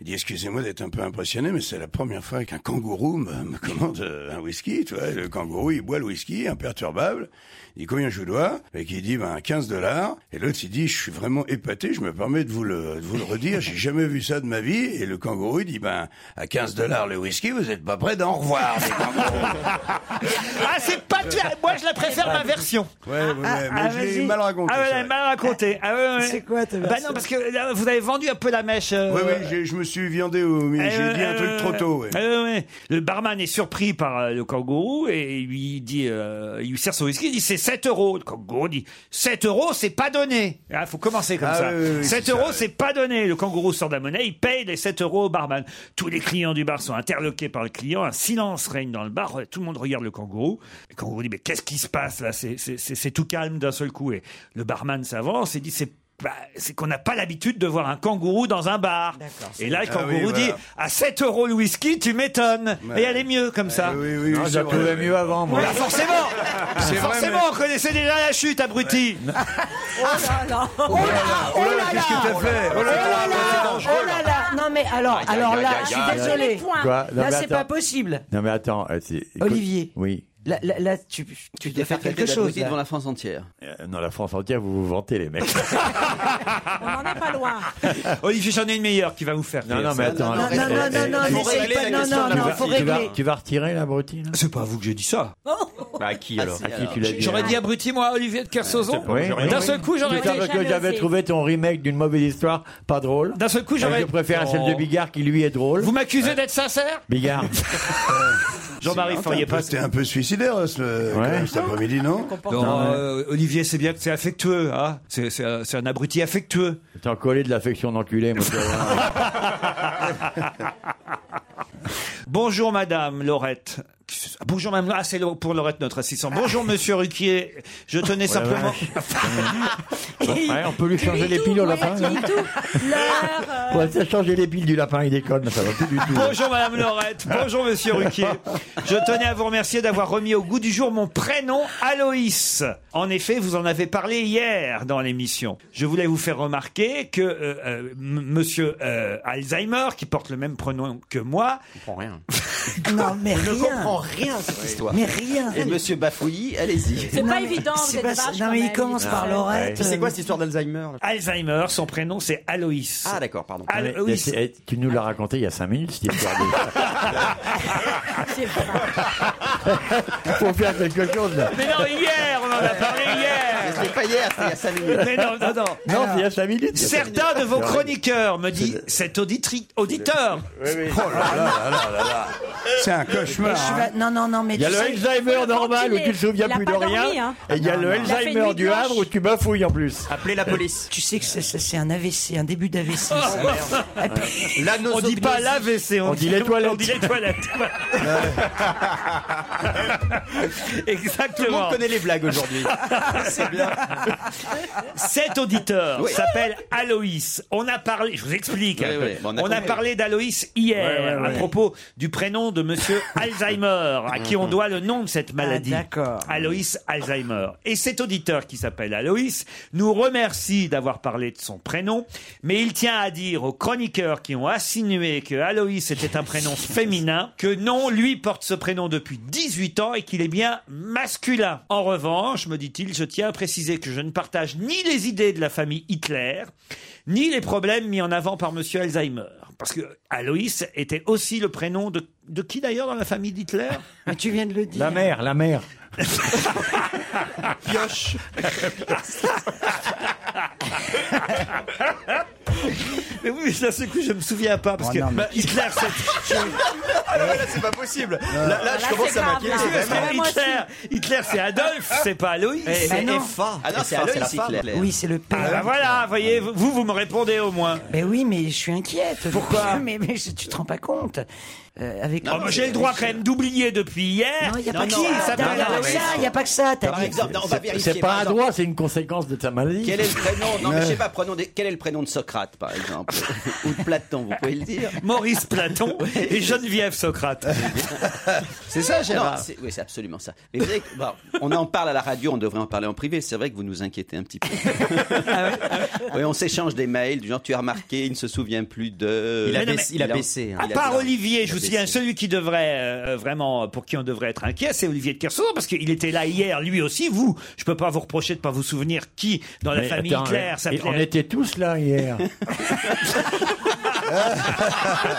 Speaker 5: il dit excusez-moi d'être un peu impressionné, mais c'est la première fois qu'un kangourou me, me commande euh, un whisky. Tu vois, le kangourou il boit le whisky, imperturbable. Il dit combien je vous dois Et qui dit ben 15 dollars. Et l'autre il dit je suis vraiment épaté, je me permets de vous le, de vous le redire, j'ai jamais vu ça de ma vie. Et le kangourou il dit ben à 15 dollars le whisky, vous êtes pas prêt d'en revoir. les kangourous.
Speaker 4: Ah, c'est pas. Moi, je la préfère ma version.
Speaker 5: ouais, ouais, mais
Speaker 4: Ah,
Speaker 5: je l'ai
Speaker 4: vas-y.
Speaker 5: mal raconté.
Speaker 4: Ah, ouais,
Speaker 5: ça.
Speaker 4: elle est mal raconté. Ah, ouais, ouais.
Speaker 12: C'est quoi ta
Speaker 4: Bah,
Speaker 12: version
Speaker 4: non, parce que là, vous avez vendu un peu la mèche. euh,
Speaker 5: Oui, oui, j'ai- je me suis viandé au milieu. J'ai
Speaker 4: Euh,
Speaker 5: dit un truc trop tôt. ouais.
Speaker 4: euh, ouais, ouais. Le barman est surpris par euh, le kangourou et il lui dit, euh, il lui sert son whisky, il dit c'est 7 euros. Le kangourou dit 7 euros, c'est pas donné. Il faut commencer comme
Speaker 5: Ah,
Speaker 4: ça.
Speaker 5: oui, oui, oui,
Speaker 4: 7
Speaker 5: c'est ça,
Speaker 4: euros,
Speaker 5: ouais.
Speaker 4: c'est pas donné. Le kangourou sort de la monnaie, il paye les 7 euros au barman. Tous les clients du bar sont interloqués par le client. Un silence règne dans le bar. Tout le monde regarde le kangourou. Le kangourou dit mais qu'est-ce qui se passe là C'est- C'est c'est- c'est tout calme d'un seul coup. Et le barman s'avance et dit c'est bah, c'est qu'on n'a pas l'habitude de voir un kangourou dans un bar. Et là, le
Speaker 5: Ah
Speaker 4: kangourou
Speaker 5: oui, voilà.
Speaker 4: dit à 7 euros le whisky, tu m'étonnes.
Speaker 5: Ouais.
Speaker 4: Et elle est mieux comme ça.
Speaker 5: Oui, oui,
Speaker 8: Non,
Speaker 5: oui,
Speaker 8: je
Speaker 5: c'est
Speaker 8: la trouvais
Speaker 5: vrai.
Speaker 8: mieux avant, moi.
Speaker 4: Bah, forcément
Speaker 5: C'est vrai,
Speaker 4: Forcément,
Speaker 5: mais-
Speaker 4: on connaissait déjà la chute, abruti
Speaker 5: Oh là là, qu'est-ce
Speaker 4: ah,
Speaker 5: que t'as fait Oh là là,
Speaker 12: Oh là là Non mais alors, alors là, je suis désolé.
Speaker 8: Quoi Non,
Speaker 12: Là,
Speaker 8: mais
Speaker 12: c'est
Speaker 8: attends.
Speaker 12: pas possible.
Speaker 8: Non, mais attends. euh, c'est- écoute-
Speaker 12: Olivier.
Speaker 8: Oui.
Speaker 12: Là, là, là, tu, tu dois faire quelque chose. là.
Speaker 10: devant la France entière.
Speaker 8: Euh, Non, la France entière, vous vous vantez, les mecs.
Speaker 12: On n'en est pas loin.
Speaker 4: Olivier, j'en ai une meilleure qui va vous faire.
Speaker 8: Non,
Speaker 4: rire,
Speaker 8: non, mais
Speaker 4: ça.
Speaker 8: attends.
Speaker 12: Non, non,
Speaker 8: alors,
Speaker 12: non,
Speaker 8: eh, eh,
Speaker 12: non,
Speaker 8: eh,
Speaker 12: non,
Speaker 8: tu
Speaker 12: non,
Speaker 8: vas-
Speaker 12: essaye pas. Non,
Speaker 8: tu
Speaker 12: non, non,
Speaker 8: vas-
Speaker 12: faut
Speaker 8: tu vas-
Speaker 12: régler.
Speaker 8: Tu vas retirer, l'abruti, là
Speaker 4: C'est pas à vous que j'ai dit ça.
Speaker 6: Bah, qui
Speaker 12: Ah,
Speaker 6: alors
Speaker 8: À qui tu l'as dit
Speaker 4: J'aurais dit abruti, moi, Olivier de Kersauzon.
Speaker 8: Oui.
Speaker 4: D'un seul coup, j'aurais
Speaker 8: Putain, parce
Speaker 4: été.
Speaker 8: que j'avais trouvé ton remake d'une mauvaise histoire, pas drôle.
Speaker 4: D'un seul coup,
Speaker 8: Je
Speaker 4: j'aurais.
Speaker 8: préfère
Speaker 4: Oh.
Speaker 8: celle de Bigard qui, lui, est drôle.
Speaker 4: Vous m'accusez d'être sincère
Speaker 8: Bigard.
Speaker 4: Jean-Marie, vous feriez pas.
Speaker 5: C'était un peu suicidaire ce, euh, quand même, cet après-midi, non
Speaker 4: Non, euh, Olivier, c'est bien que c'est affectueux, hein. C'est- C'est un- c'est un abruti affectueux.
Speaker 8: T'es collé de l'affection d'enculé, moi. tu vas voir.
Speaker 4: Bonjour Madame Laurette. Ah, Bonjour Madame. Ah, c'est pour Laurette notre assistant. Bonjour Monsieur Ruquier. Je tenais simplement.
Speaker 8: Oh Ouais, on peut lui changer les piles au lapin. là. On va changer les piles du lapin, il déconne, ça va plus du tout.
Speaker 4: Bonjour Madame Laurette. Bonjour Monsieur Ruquier. Je tenais à vous remercier d'avoir remis au goût du jour mon prénom Aloïs. En effet, vous en avez parlé hier dans l'émission. Je voulais vous faire remarquer que euh, euh, m- Monsieur euh, Alzheimer, qui porte le même prénom que moi,
Speaker 10: rien.
Speaker 12: Non, mais
Speaker 10: Je ne
Speaker 12: rien.
Speaker 10: comprends rien à cette histoire.
Speaker 12: Mais rien.
Speaker 10: Et monsieur Bafouilli, allez-y.
Speaker 7: C'est
Speaker 12: Non,
Speaker 7: pas
Speaker 12: mais
Speaker 7: évident, vous
Speaker 12: c'est
Speaker 7: êtes
Speaker 12: pas- Non,
Speaker 7: vache quand
Speaker 12: mais il
Speaker 7: même,
Speaker 12: commence
Speaker 7: il
Speaker 12: par
Speaker 4: Ah,
Speaker 7: faut-
Speaker 12: Lorette.
Speaker 6: C'est quoi cette histoire d'Alzheimer là
Speaker 4: Alzheimer, son prénom c'est Aloïs.
Speaker 10: Ah d'accord, pardon.
Speaker 8: Ah, mais- mais
Speaker 4: Aloïs.
Speaker 8: c'est- eh, tu nous l'as raconté il y a 5 minutes, cette histoire. Faut faire quelque chose, là.
Speaker 4: Mais non, hier, on en a parlé hier.
Speaker 10: Je l'ai pas hier, c'était il y a cinq minutes.
Speaker 4: Mais non, non, non.
Speaker 10: Non, c'est il y a cinq minutes.
Speaker 4: Certains de vos chroniqueurs me disent cet auditri- auditeur.
Speaker 5: Oh là là là là là là. C'est un cauchemar.
Speaker 9: Je suis
Speaker 5: hein.
Speaker 9: va- Non, non, non, mais
Speaker 8: Il y a
Speaker 9: tu
Speaker 8: le
Speaker 9: sais-
Speaker 8: Alzheimer normal où tu ne te souviens plus de rien.
Speaker 9: hein.
Speaker 8: et hein. il y a le Alzheimer du Havre où tu bafouilles en plus.
Speaker 6: Appelez la police.
Speaker 9: Tu sais que c'est- c'est c'est un AVC, un début d'AVC.
Speaker 8: Ah,
Speaker 4: on dit pas l'AVC,
Speaker 9: On dit les toilettes.
Speaker 4: On dit les toilettes. Exactement.
Speaker 6: Tout le monde connaît les blagues aujourd'hui. C'est bien.
Speaker 4: Cet auditeur
Speaker 6: Oui.
Speaker 4: s'appelle Aloïs. On a parlé, je vous explique. un
Speaker 10: Oui,
Speaker 4: peu.
Speaker 10: oui, bon, on
Speaker 4: on
Speaker 10: a
Speaker 4: a,
Speaker 10: compris.
Speaker 4: parlé d'Aloïs hier
Speaker 10: Ouais, ouais, ouais.
Speaker 4: à propos du prénom de monsieur Alzheimer, à qui
Speaker 10: Mm-hmm.
Speaker 4: on doit le nom de cette maladie.
Speaker 9: d'accord.
Speaker 4: Aloïs Alzheimer. Et cet auditeur qui s'appelle Aloïs nous remercie d'avoir parlé de son prénom, mais il tient à dire aux chroniqueurs qui ont insinué que Aloïs était un prénom féminin que non, lui porte ce prénom depuis 18 ans et qu'il est bien masculin. En revanche, me dit-il, je tiens à préciser que je ne partage ni les idées de la famille Hitler, ni les problèmes mis en avant par monsieur Alzheimer. Parce que Aloïs était aussi le prénom de, de qui d'ailleurs dans la famille d'Hitler
Speaker 9: Mais tu viens de le dire.
Speaker 8: La mère, la mère.
Speaker 6: Pioche.
Speaker 4: Mais oui, mais d'un seul coup, je me souviens pas parce
Speaker 9: Oh
Speaker 4: que
Speaker 9: non, mais-
Speaker 4: bah, Hitler, c'est.
Speaker 6: Ah non, mais là, c'est pas possible. Là, là, je commence à m'inquiéter.
Speaker 4: Parce que
Speaker 6: vraiment.
Speaker 4: Hitler, Hitler, c'est Adolphe, c'est pas Aloïs.
Speaker 6: Eh,
Speaker 9: Ah non.
Speaker 6: Effa.
Speaker 10: Ah non, c'est
Speaker 6: Effa,
Speaker 10: Aloïs
Speaker 6: la femme.
Speaker 10: Hitler.
Speaker 9: Oui, c'est le père.
Speaker 4: Ah bah voilà, voyez, vous, vous me répondez au moins.
Speaker 9: Ben oui, mais je suis inquiète.
Speaker 4: Pourquoi
Speaker 9: mais, mais je- tu te rends pas compte. Euh, avec
Speaker 4: Oh, mais J'ai le droit quand même d'oublier depuis hier.
Speaker 9: Non, il n'y a
Speaker 4: Non,
Speaker 9: pas que
Speaker 4: non,
Speaker 9: ça.
Speaker 4: s'appelle
Speaker 9: Il n'y a pas que
Speaker 4: Aloïs.
Speaker 9: Ah, ça. Il n'y a pas que ça. t'as
Speaker 10: Par
Speaker 9: dit.
Speaker 10: exemple, non, on va vérifier.
Speaker 8: C'est pas
Speaker 10: par
Speaker 8: un
Speaker 10: exemple,
Speaker 8: droit, c'est une conséquence de ta maladie.
Speaker 10: Quel est le prénom Non, mais je sais pas, prenons des- quel est le prénom de Socrate, par exemple Ou de Platon, vous pouvez le dire
Speaker 4: Maurice Platon et Geneviève Socrate.
Speaker 10: C'est ça, Gérard Oui, c'est absolument ça. Mais vous savez, que- bon, on en parle à la radio, on devrait en parler en privé. C'est vrai que vous nous inquiétez un petit peu.
Speaker 7: Ah
Speaker 10: oui, on s'échange des mails du genre tu as remarqué, il ne se souvient plus de.
Speaker 6: Il
Speaker 4: Euh,
Speaker 6: a
Speaker 4: Mais non,
Speaker 6: baissé- il a baissé, hein.
Speaker 4: À
Speaker 10: il a-
Speaker 4: part
Speaker 10: il a-
Speaker 4: Olivier,
Speaker 10: il
Speaker 4: je
Speaker 10: a
Speaker 4: vous souviens,
Speaker 10: baissé.
Speaker 4: celui qui devrait euh, vraiment, pour qui on devrait être inquiet, c'est Olivier de Kersauzon, parce qu'il était là hier, lui aussi, vous. Je peux pas vous reprocher de pas vous souvenir qui, dans la
Speaker 8: Mais
Speaker 4: famille
Speaker 8: attends,
Speaker 4: Hitler,
Speaker 8: et On
Speaker 4: s'appelait.
Speaker 8: était tous là hier.
Speaker 6: Ah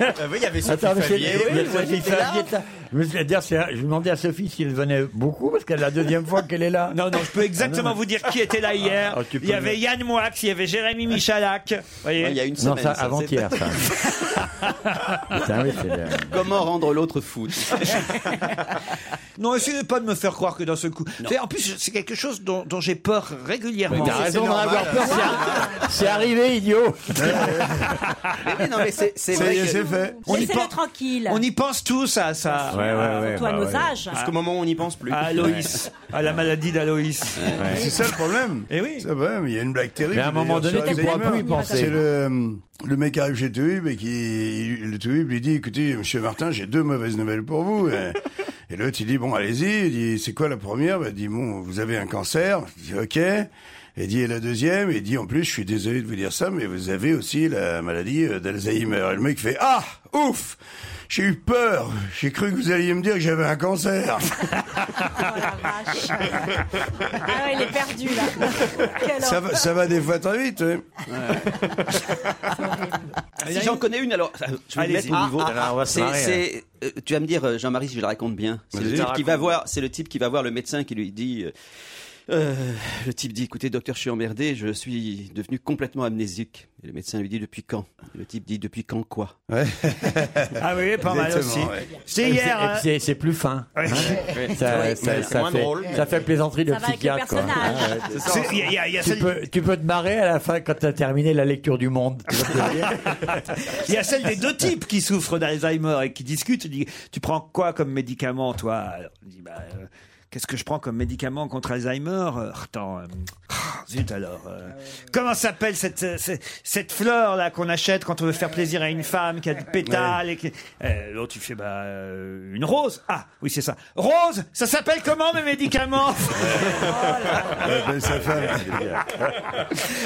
Speaker 4: Euh,
Speaker 6: oui, il y avait Sophie
Speaker 8: Attends, mais c'est-
Speaker 6: Favier.
Speaker 8: mais Sophie Favier est là. Je me suis- d'ailleurs, c'est- je demandais à Sophie si elle venait beaucoup parce que c'est la deuxième fois qu'elle est là.
Speaker 4: Non, non, je peux exactement vous dire qui était là hier.
Speaker 8: Ah, tu peux
Speaker 4: il y avait
Speaker 8: le- Ah.
Speaker 4: Yann Moix, il y avait Jérémy Michalak. voyez.
Speaker 10: Ouais, Il y a une
Speaker 8: Non,
Speaker 10: semaine.
Speaker 8: ça
Speaker 10: ça,
Speaker 8: avant-hier. Ça. Putain, oui, c'est, euh,
Speaker 10: c'est- Comment rendre l'autre fou
Speaker 4: Non, essayez pas de me faire croire que d'un seul coup. C'est- En plus, c'est quelque chose dont, dont j'ai peur régulièrement.
Speaker 8: T'as raison d'en avoir peur. c'est arri- C'est arrivé, idiot.
Speaker 10: Mais oui, non, mais c'est c'est
Speaker 5: Ça
Speaker 10: vrai.
Speaker 5: y est,
Speaker 10: que-
Speaker 5: c'est fait.
Speaker 4: pen-
Speaker 7: Laissez-le tranquille.
Speaker 4: on y pense tous à ça.
Speaker 8: Ouais, ouais, ouais.
Speaker 7: Surtout à
Speaker 8: bah
Speaker 7: nos
Speaker 8: ouais.
Speaker 7: âges.
Speaker 6: Parce qu'au moment où on n'y pense plus.
Speaker 4: À Aloïs, à la maladie d'Aloïs.
Speaker 5: C'est ça le problème.
Speaker 4: Eh oui.
Speaker 5: C'est le problème. Il y a une blague terrible.
Speaker 8: Mais à un moment donné, tu
Speaker 5: Sur
Speaker 8: pourras
Speaker 5: Alzheimer.
Speaker 8: plus y penser.
Speaker 5: C'est le, le mec qui arrive chez Toubib et qui, le Toubib lui dit, écoutez, monsieur Martin, j'ai deux mauvaises nouvelles pour vous. Et, et l'autre, il dit, bon, allez-y. Il dit, c'est quoi la première? Bah, il dit, bon, vous avez un cancer. Je dis, ok. Et dit, et la deuxième? Et dit, en plus, je suis désolé de vous dire ça, mais vous avez aussi la maladie euh, d'Alzheimer. Et le mec fait, ah, ouf! J'ai eu peur. J'ai cru que vous alliez me dire que j'avais un cancer.
Speaker 7: Oh la vache. Ah ouais, il est perdu là. Quel
Speaker 5: Ça va, ça va des fois très vite, oui.
Speaker 10: Si j'en connais Ah, une, alors je vais le
Speaker 4: Allez-y.
Speaker 10: mettre au niveau.
Speaker 8: Ah, ah, on va se
Speaker 10: C'est-
Speaker 8: marrer,
Speaker 10: c'est- euh, tu vas me dire, euh, Jean-Marie, si je la raconte bien. C'est le
Speaker 8: Vas-y.
Speaker 10: type qui va
Speaker 8: Raconte.
Speaker 10: voir. C'est le type qui va voir le médecin qui lui dit. euh, euh, le type dit, écoutez, docteur, je suis emmerdé, je suis devenu complètement amnésique. Et le médecin lui dit, depuis quand Le type dit, depuis quand quoi
Speaker 4: Ah oui, pas mal aussi.
Speaker 5: Exactement, ouais.
Speaker 4: C'est
Speaker 8: Et
Speaker 4: hier.
Speaker 10: euh,
Speaker 8: c'est- et
Speaker 4: hein.
Speaker 8: c'est- c'est plus fin.
Speaker 6: Ouais.
Speaker 8: Ça, ça-
Speaker 6: c'est
Speaker 8: ça
Speaker 6: moins
Speaker 8: fait,
Speaker 6: drôle, mais-
Speaker 8: ça fait plaisanterie de
Speaker 7: Ça va avec le
Speaker 8: psychiatre. quoi.
Speaker 7: personnage.
Speaker 8: Ah, ouais.
Speaker 6: C'est ça.
Speaker 4: C'est- il y a- il y a- il y a
Speaker 8: Tu
Speaker 4: celle-
Speaker 8: peux, tu peux te marrer à la fin quand t'as terminé la lecture du monde. Tu vois ce que je veux dire
Speaker 4: il y a celle des deux types qui souffrent d'Alzheimer et qui discutent. Tu dis, tu prends quoi comme médicament, toi Alors, On dit, bah, euh, qu'est-ce que je prends comme médicament contre Alzheimer Euh, Attends, euh, ah, zut alors. euh, comment s'appelle cette, euh, cette, cette fleur là qu'on achète quand on veut faire plaisir à une femme qui a du pétale et qui... Euh, L'autre, tu fais bah, euh, une rose. Ah, oui, c'est ça. Rose, ça s'appelle comment mes médicaments
Speaker 5: Ouais,
Speaker 4: Euh,
Speaker 5: ben, sa femme.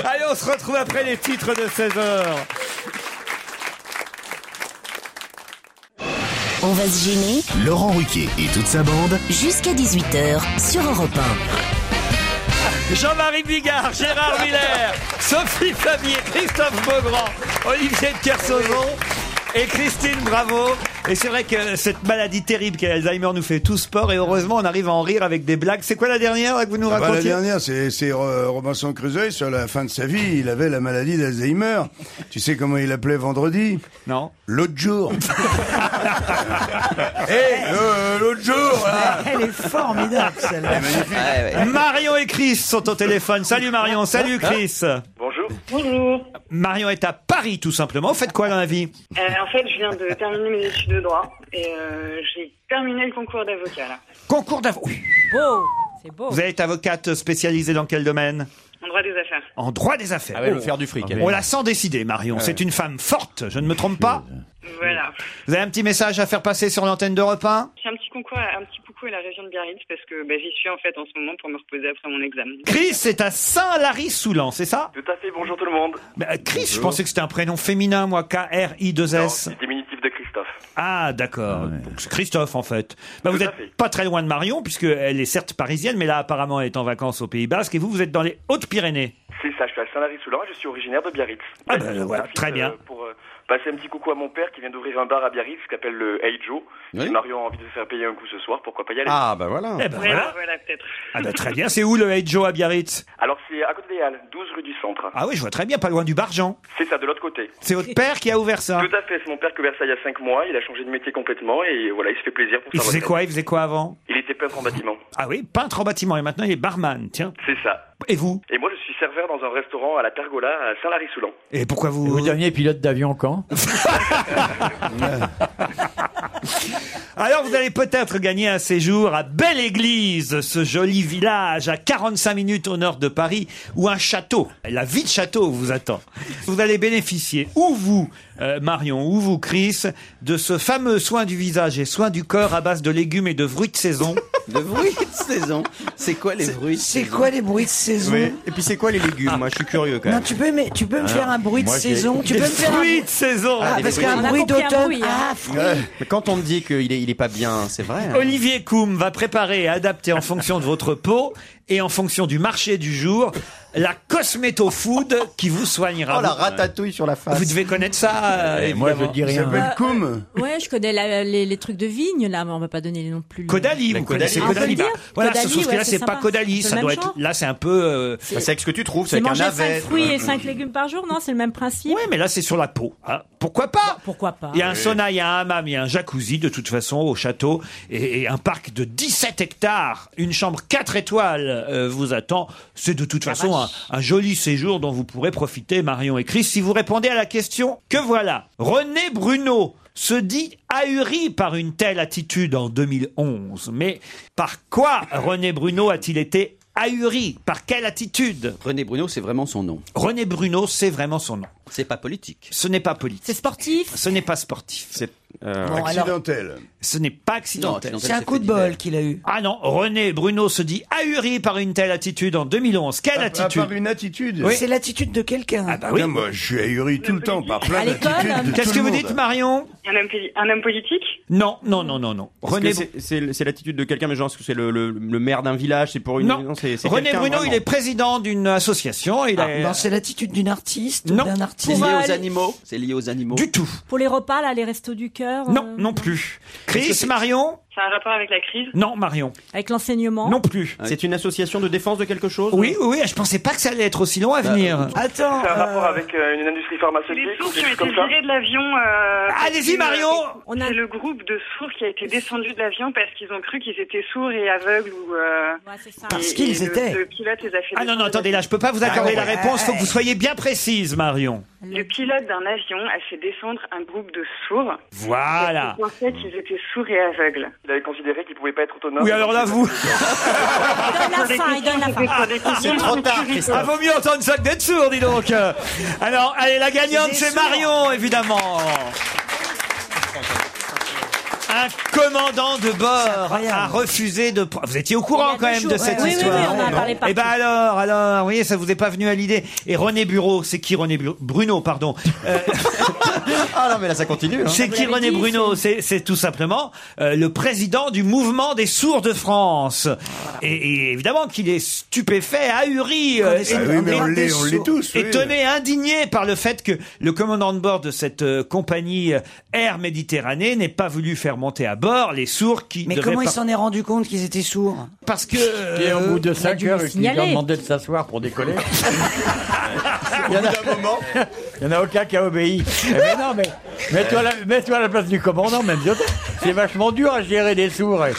Speaker 4: Allez, on se retrouve après les titres de 16h.
Speaker 2: On va se gêner
Speaker 3: Laurent Ruquier et toute sa bande.
Speaker 2: jusqu'à 18h sur Europe
Speaker 4: Jean-Marie Bigard, Gérard Miller, Sophie Fabier, Christophe Beaugrand, Olivier de Kersauzon, et Christine Bravo. Et c'est vrai que cette maladie terrible qu'est l'Alzheimer nous fait tous peur et heureusement on arrive à en rire avec des blagues. C'est quoi la dernière là, que vous nous
Speaker 5: Ah bah,
Speaker 4: racontiez
Speaker 5: la dernière, c'est c'est, euh, Robinson Crusoe. Sur la fin de sa vie, il avait la maladie d'Alzheimer. Tu sais comment il appelait vendredi
Speaker 4: Non.
Speaker 5: L'autre jour. Hé, euh, l'autre jour là.
Speaker 9: Elle est formidable celle-là.
Speaker 4: Marion et Chris sont au téléphone. Salut Marion, salut Chris.
Speaker 13: Bonjour.
Speaker 14: Bonjour.
Speaker 4: Marion est à Paris tout simplement. Vous faites quoi dans la vie
Speaker 14: Euh, en fait, je viens de terminer mes études de droit et euh, j'ai terminé le concours d'avocat là.
Speaker 4: Concours d'avocat.
Speaker 14: Beau, c'est beau.
Speaker 4: Vous êtes avocate spécialisée dans quel domaine
Speaker 14: En droit des affaires.
Speaker 4: En droit des affaires.
Speaker 6: Ah ouais, le faire du fric, elle.
Speaker 4: On la sent décidée, Marion. C'est une femme forte, je ne me trompe pas.
Speaker 14: Voilà.
Speaker 4: Vous avez un petit message à faire passer sur l'antenne de repas
Speaker 14: C'est un petit concours, à- un petit coucou à la région de Biarritz parce que bah, j'y suis en fait en ce moment pour me reposer après mon examen.
Speaker 4: Chris est à Saint-Lary-Soulan, c'est ça
Speaker 13: Tout à fait, bonjour tout le monde.
Speaker 4: Bah, Chris, je pensais que c'était un prénom féminin, moi, K-R-I-2-S.
Speaker 13: C'est diminutif de Christophe.
Speaker 4: Ah, d'accord. Donc, c'est Christophe, en fait. Bah, vous n'êtes pas très loin de Marion, puisqu'elle est certes parisienne, mais là, apparemment, elle est en vacances au Pays Basque, et vous, vous êtes dans les Hautes-Pyrénées.
Speaker 13: C'est ça, je suis à Saint-Lary-Soulan je suis originaire de Biarritz.
Speaker 4: Ah, bah, ouais, très bien.
Speaker 13: Euh, pour euh, passer un petit coucou à mon père qui vient d'ouvrir un bar à Biarritz qui s'appelle le Hey Joe.
Speaker 4: Oui.
Speaker 13: Si Mario a envie de se faire payer un coup ce soir, pourquoi pas y aller
Speaker 4: Ah, bah voilà. Eh ben
Speaker 13: Ouais,
Speaker 4: voilà.
Speaker 13: peut-être.
Speaker 4: Ah, bah, très bien. C'est où le Heijo à Biarritz
Speaker 13: Alors c'est à côté des Halles, 12 rue du Centre.
Speaker 4: Ah oui, je vois très bien, pas loin du Bargeant.
Speaker 13: C'est ça, de l'autre côté.
Speaker 4: C'est votre père qui a ouvert ça
Speaker 13: Tout à fait, c'est mon père qui a ouvert ça il y a 5 mois, il a changé de métier complètement et voilà, il se fait plaisir pour
Speaker 4: Il
Speaker 13: sa
Speaker 4: faisait
Speaker 13: retraite.
Speaker 4: quoi Il faisait quoi avant
Speaker 13: Il était peintre en bâtiment.
Speaker 4: Ah oui, peintre en bâtiment, et maintenant, il est barman, tiens.
Speaker 13: C'est ça.
Speaker 4: Et vous
Speaker 13: Et moi, je suis serveur dans un restaurant à la Pergola à Saint-Lary-Soulan.
Speaker 4: Et pourquoi vous...
Speaker 8: Vous deveniez pilote d'avion quand
Speaker 4: Alors vous allez peut-être gagner un séjour à Belle Église, ce joli village à 45 minutes au nord de Paris, où un château, la vie de château vous attend. Vous allez bénéficier, ou vous, euh, Marion, ou vous, Chris, de ce fameux soin du visage et soin du corps à base de légumes et de fruits de saison. De fruits de saison C'est quoi les fruits
Speaker 9: C'est quoi les bruits de saison
Speaker 6: Et puis c'est quoi les légumes Moi je suis curieux quand même.
Speaker 9: Non, tu peux, mais, tu peux me faire un bruit de saison. Tu peux me faire un- Ah, parce qu'un bruit d'automne. Ah, fruits.
Speaker 6: Mais quand on me dit qu'il est, il est pas bien, c'est vrai. hein.
Speaker 4: Olivier Koum va préparer et adapter en fonction de votre peau et en fonction du marché du jour la Cosmeto Food qui vous soignera.
Speaker 6: Oh, la
Speaker 4: Vous-
Speaker 6: ratatouille sur la face.
Speaker 4: Vous devez connaître ça.
Speaker 8: Et Euh, moi, je dis rien. Ça s'appelle
Speaker 4: Koum.
Speaker 7: Ouais, je connais la- les, les trucs de vigne là, mais on va pas donner les noms plus.
Speaker 4: Caudalie, vous connaissez
Speaker 7: Ah, on peut
Speaker 4: Caudalie.
Speaker 7: le dire
Speaker 4: bah, Voilà,
Speaker 7: Caudalie,
Speaker 4: sauf que
Speaker 7: ouais,
Speaker 4: là,
Speaker 7: c'est
Speaker 4: c'est
Speaker 7: sympa.
Speaker 4: pas Caudalie.
Speaker 7: C'est
Speaker 4: Ça
Speaker 7: le
Speaker 4: doit
Speaker 7: même
Speaker 4: être.
Speaker 7: genre
Speaker 4: Là, c'est un peu. euh,
Speaker 6: C'est avec euh, ce que tu trouves,
Speaker 7: C'est manger 5 fruits et 5 légumes par jour, non C'est le même principe.
Speaker 4: Ouais, mais là, c'est sur la peau. hein. Pourquoi pas
Speaker 7: Bah, Pourquoi pas
Speaker 4: Il y a un sauna, il y a un hammam, il y a un jacuzzi, de toute façon, au château, et, et un parc de 17 hectares, une chambre 4 étoiles euh, vous attend. C'est de toute façon un, un joli séjour dont vous pourrez profiter, Marion et Chris, si vous répondez à la question que voilà. René Bruno se dit ahuri par une telle attitude en 2011. Mais par quoi René Bruno a-t-il été ahuri Par quelle attitude
Speaker 10: René Bruno, c'est vraiment son nom.
Speaker 4: René Bruno, c'est vraiment son nom.
Speaker 10: C'est pas politique.
Speaker 4: Ce n'est pas politique.
Speaker 7: C'est sportif
Speaker 4: Ce n'est pas sportif.
Speaker 6: C'est
Speaker 4: Bon, accidentel. Ce n'est pas accidentel.
Speaker 10: Non, accidentel, C'est un c'est coup de
Speaker 4: bol qu'il a eu. Ah non, René Bruno se dit ahuri par une telle attitude en 2011. Quelle
Speaker 6: Ah,
Speaker 5: À- à
Speaker 4: attitude
Speaker 5: part une attitude.
Speaker 4: Oui.
Speaker 9: C'est l'attitude de quelqu'un.
Speaker 4: Ah oui.
Speaker 5: Putain, moi, je suis ahuri tout le temps par plein
Speaker 9: À l'école,
Speaker 5: d'attitudes. de
Speaker 9: Qu'est-ce
Speaker 5: tout
Speaker 4: que
Speaker 5: le
Speaker 4: vous
Speaker 5: monde.
Speaker 4: dites, Marion
Speaker 14: Un homme, poli- un homme politique
Speaker 4: Non, non, non, non, non.
Speaker 6: Est-ce
Speaker 4: René
Speaker 6: que c'est- C'est c'est l'attitude de quelqu'un, mais genre, est-ce que c'est le, le- le maire d'un village, c'est pour une.
Speaker 4: Non.
Speaker 6: c'est c'est
Speaker 4: René
Speaker 6: quelqu'un,
Speaker 4: Bruno,
Speaker 6: vraiment.
Speaker 4: il est président d'une association. Il
Speaker 9: Ah,
Speaker 4: est-
Speaker 9: non, c'est l'attitude d'une artiste ou
Speaker 4: Non.
Speaker 9: d'un
Speaker 10: C'est
Speaker 9: artiste.
Speaker 10: lié aux
Speaker 7: aller-
Speaker 10: animaux C'est lié aux animaux
Speaker 4: Du tout.
Speaker 7: Pour les repas là, les restos du cœur. euh,
Speaker 4: Non, non plus. Chris, Marion
Speaker 14: C'est un rapport avec la crise
Speaker 4: Non, Marion.
Speaker 7: Avec l'enseignement.
Speaker 4: Non plus.
Speaker 10: Ah
Speaker 6: C'est une association de défense de quelque chose
Speaker 4: Oui, oui, oui, je pensais pas que ça allait être aussi long à
Speaker 10: Bah, euh,
Speaker 4: venir.
Speaker 9: Attends.
Speaker 13: C'est un rapport avec euh, une industrie pharmaceutique
Speaker 14: Les sourds
Speaker 13: quelque chose
Speaker 14: qui ont été
Speaker 13: comme ça
Speaker 14: virés de l'avion. euh, parce
Speaker 4: Allez-y,
Speaker 14: que-
Speaker 4: Marion
Speaker 14: C'est le groupe de sourds qui a été descendu de l'avion parce qu'ils ont cru qu'ils étaient sourds et aveugles ou. euh,
Speaker 9: Parce
Speaker 14: et-
Speaker 9: qu'ils
Speaker 14: et le-
Speaker 9: étaient.
Speaker 14: Le pilote les a fait
Speaker 4: Ah non, non,
Speaker 14: descendre.
Speaker 4: attendez, là, je peux pas vous
Speaker 7: Ah,
Speaker 4: accorder la
Speaker 14: ouais.
Speaker 4: réponse. Faut que vous soyez bien précise, Marion.
Speaker 14: Le pilote d'un avion a fait descendre un groupe de sourds.
Speaker 4: Voilà.
Speaker 14: En fait, ils étaient sourds et aveugles.
Speaker 13: Il avait considéré qu'il pouvait pas être autonome.
Speaker 4: Oui, alors là, vous.
Speaker 14: Sur des questions, c'était sur des questions de sécurité.
Speaker 4: Ah, vaut mieux entendre ça que d'être sourd, dis donc. Euh, Alors, allez, la gagnante, c'est Marion, évidemment. Un commandant de bord a refusé de. pr- Vous étiez au courant quand
Speaker 7: deux
Speaker 4: même
Speaker 7: jours,
Speaker 4: de cette
Speaker 7: ouais. Oui, oui,
Speaker 4: histoire.
Speaker 7: oui, on en a parlé
Speaker 4: Eh ben alors, alors, vous voyez, ça vous est pas venu à l'idée. Et René Bureau, c'est qui René Bu- Bruno, pardon. Euh,
Speaker 6: Ah non, mais là, ça continue. hein.
Speaker 4: C'est qui René Bruno C'est c'est tout simplement euh, le président du mouvement des sourds de France. Et, et évidemment qu'il est stupéfait, ahuri, euh,
Speaker 5: Ah oui, mais on
Speaker 4: et-
Speaker 5: l'est, on l'est tous, oui.
Speaker 4: étonné, indigné par le fait que le commandant de bord de cette euh, compagnie euh, Air Méditerranée n'ait pas voulu faire monter à bord les sourds qui.
Speaker 9: Mais
Speaker 4: devaient
Speaker 9: comment il
Speaker 4: par-
Speaker 9: s'en est rendu compte qu'ils étaient sourds
Speaker 4: Parce que.
Speaker 8: Et au
Speaker 4: euh,
Speaker 8: bout de
Speaker 4: on a
Speaker 8: 5
Speaker 4: dû
Speaker 8: heures,
Speaker 4: le
Speaker 8: il finit par
Speaker 4: signaler.
Speaker 8: demander de s'asseoir pour décoller. il y en a Il n'y en a aucun qui a obéi. Eh, Mais non, mais mets-toi à, la- mets-toi à la place du commandant, même d'autres. C'est vachement dur à gérer des sourds. eh.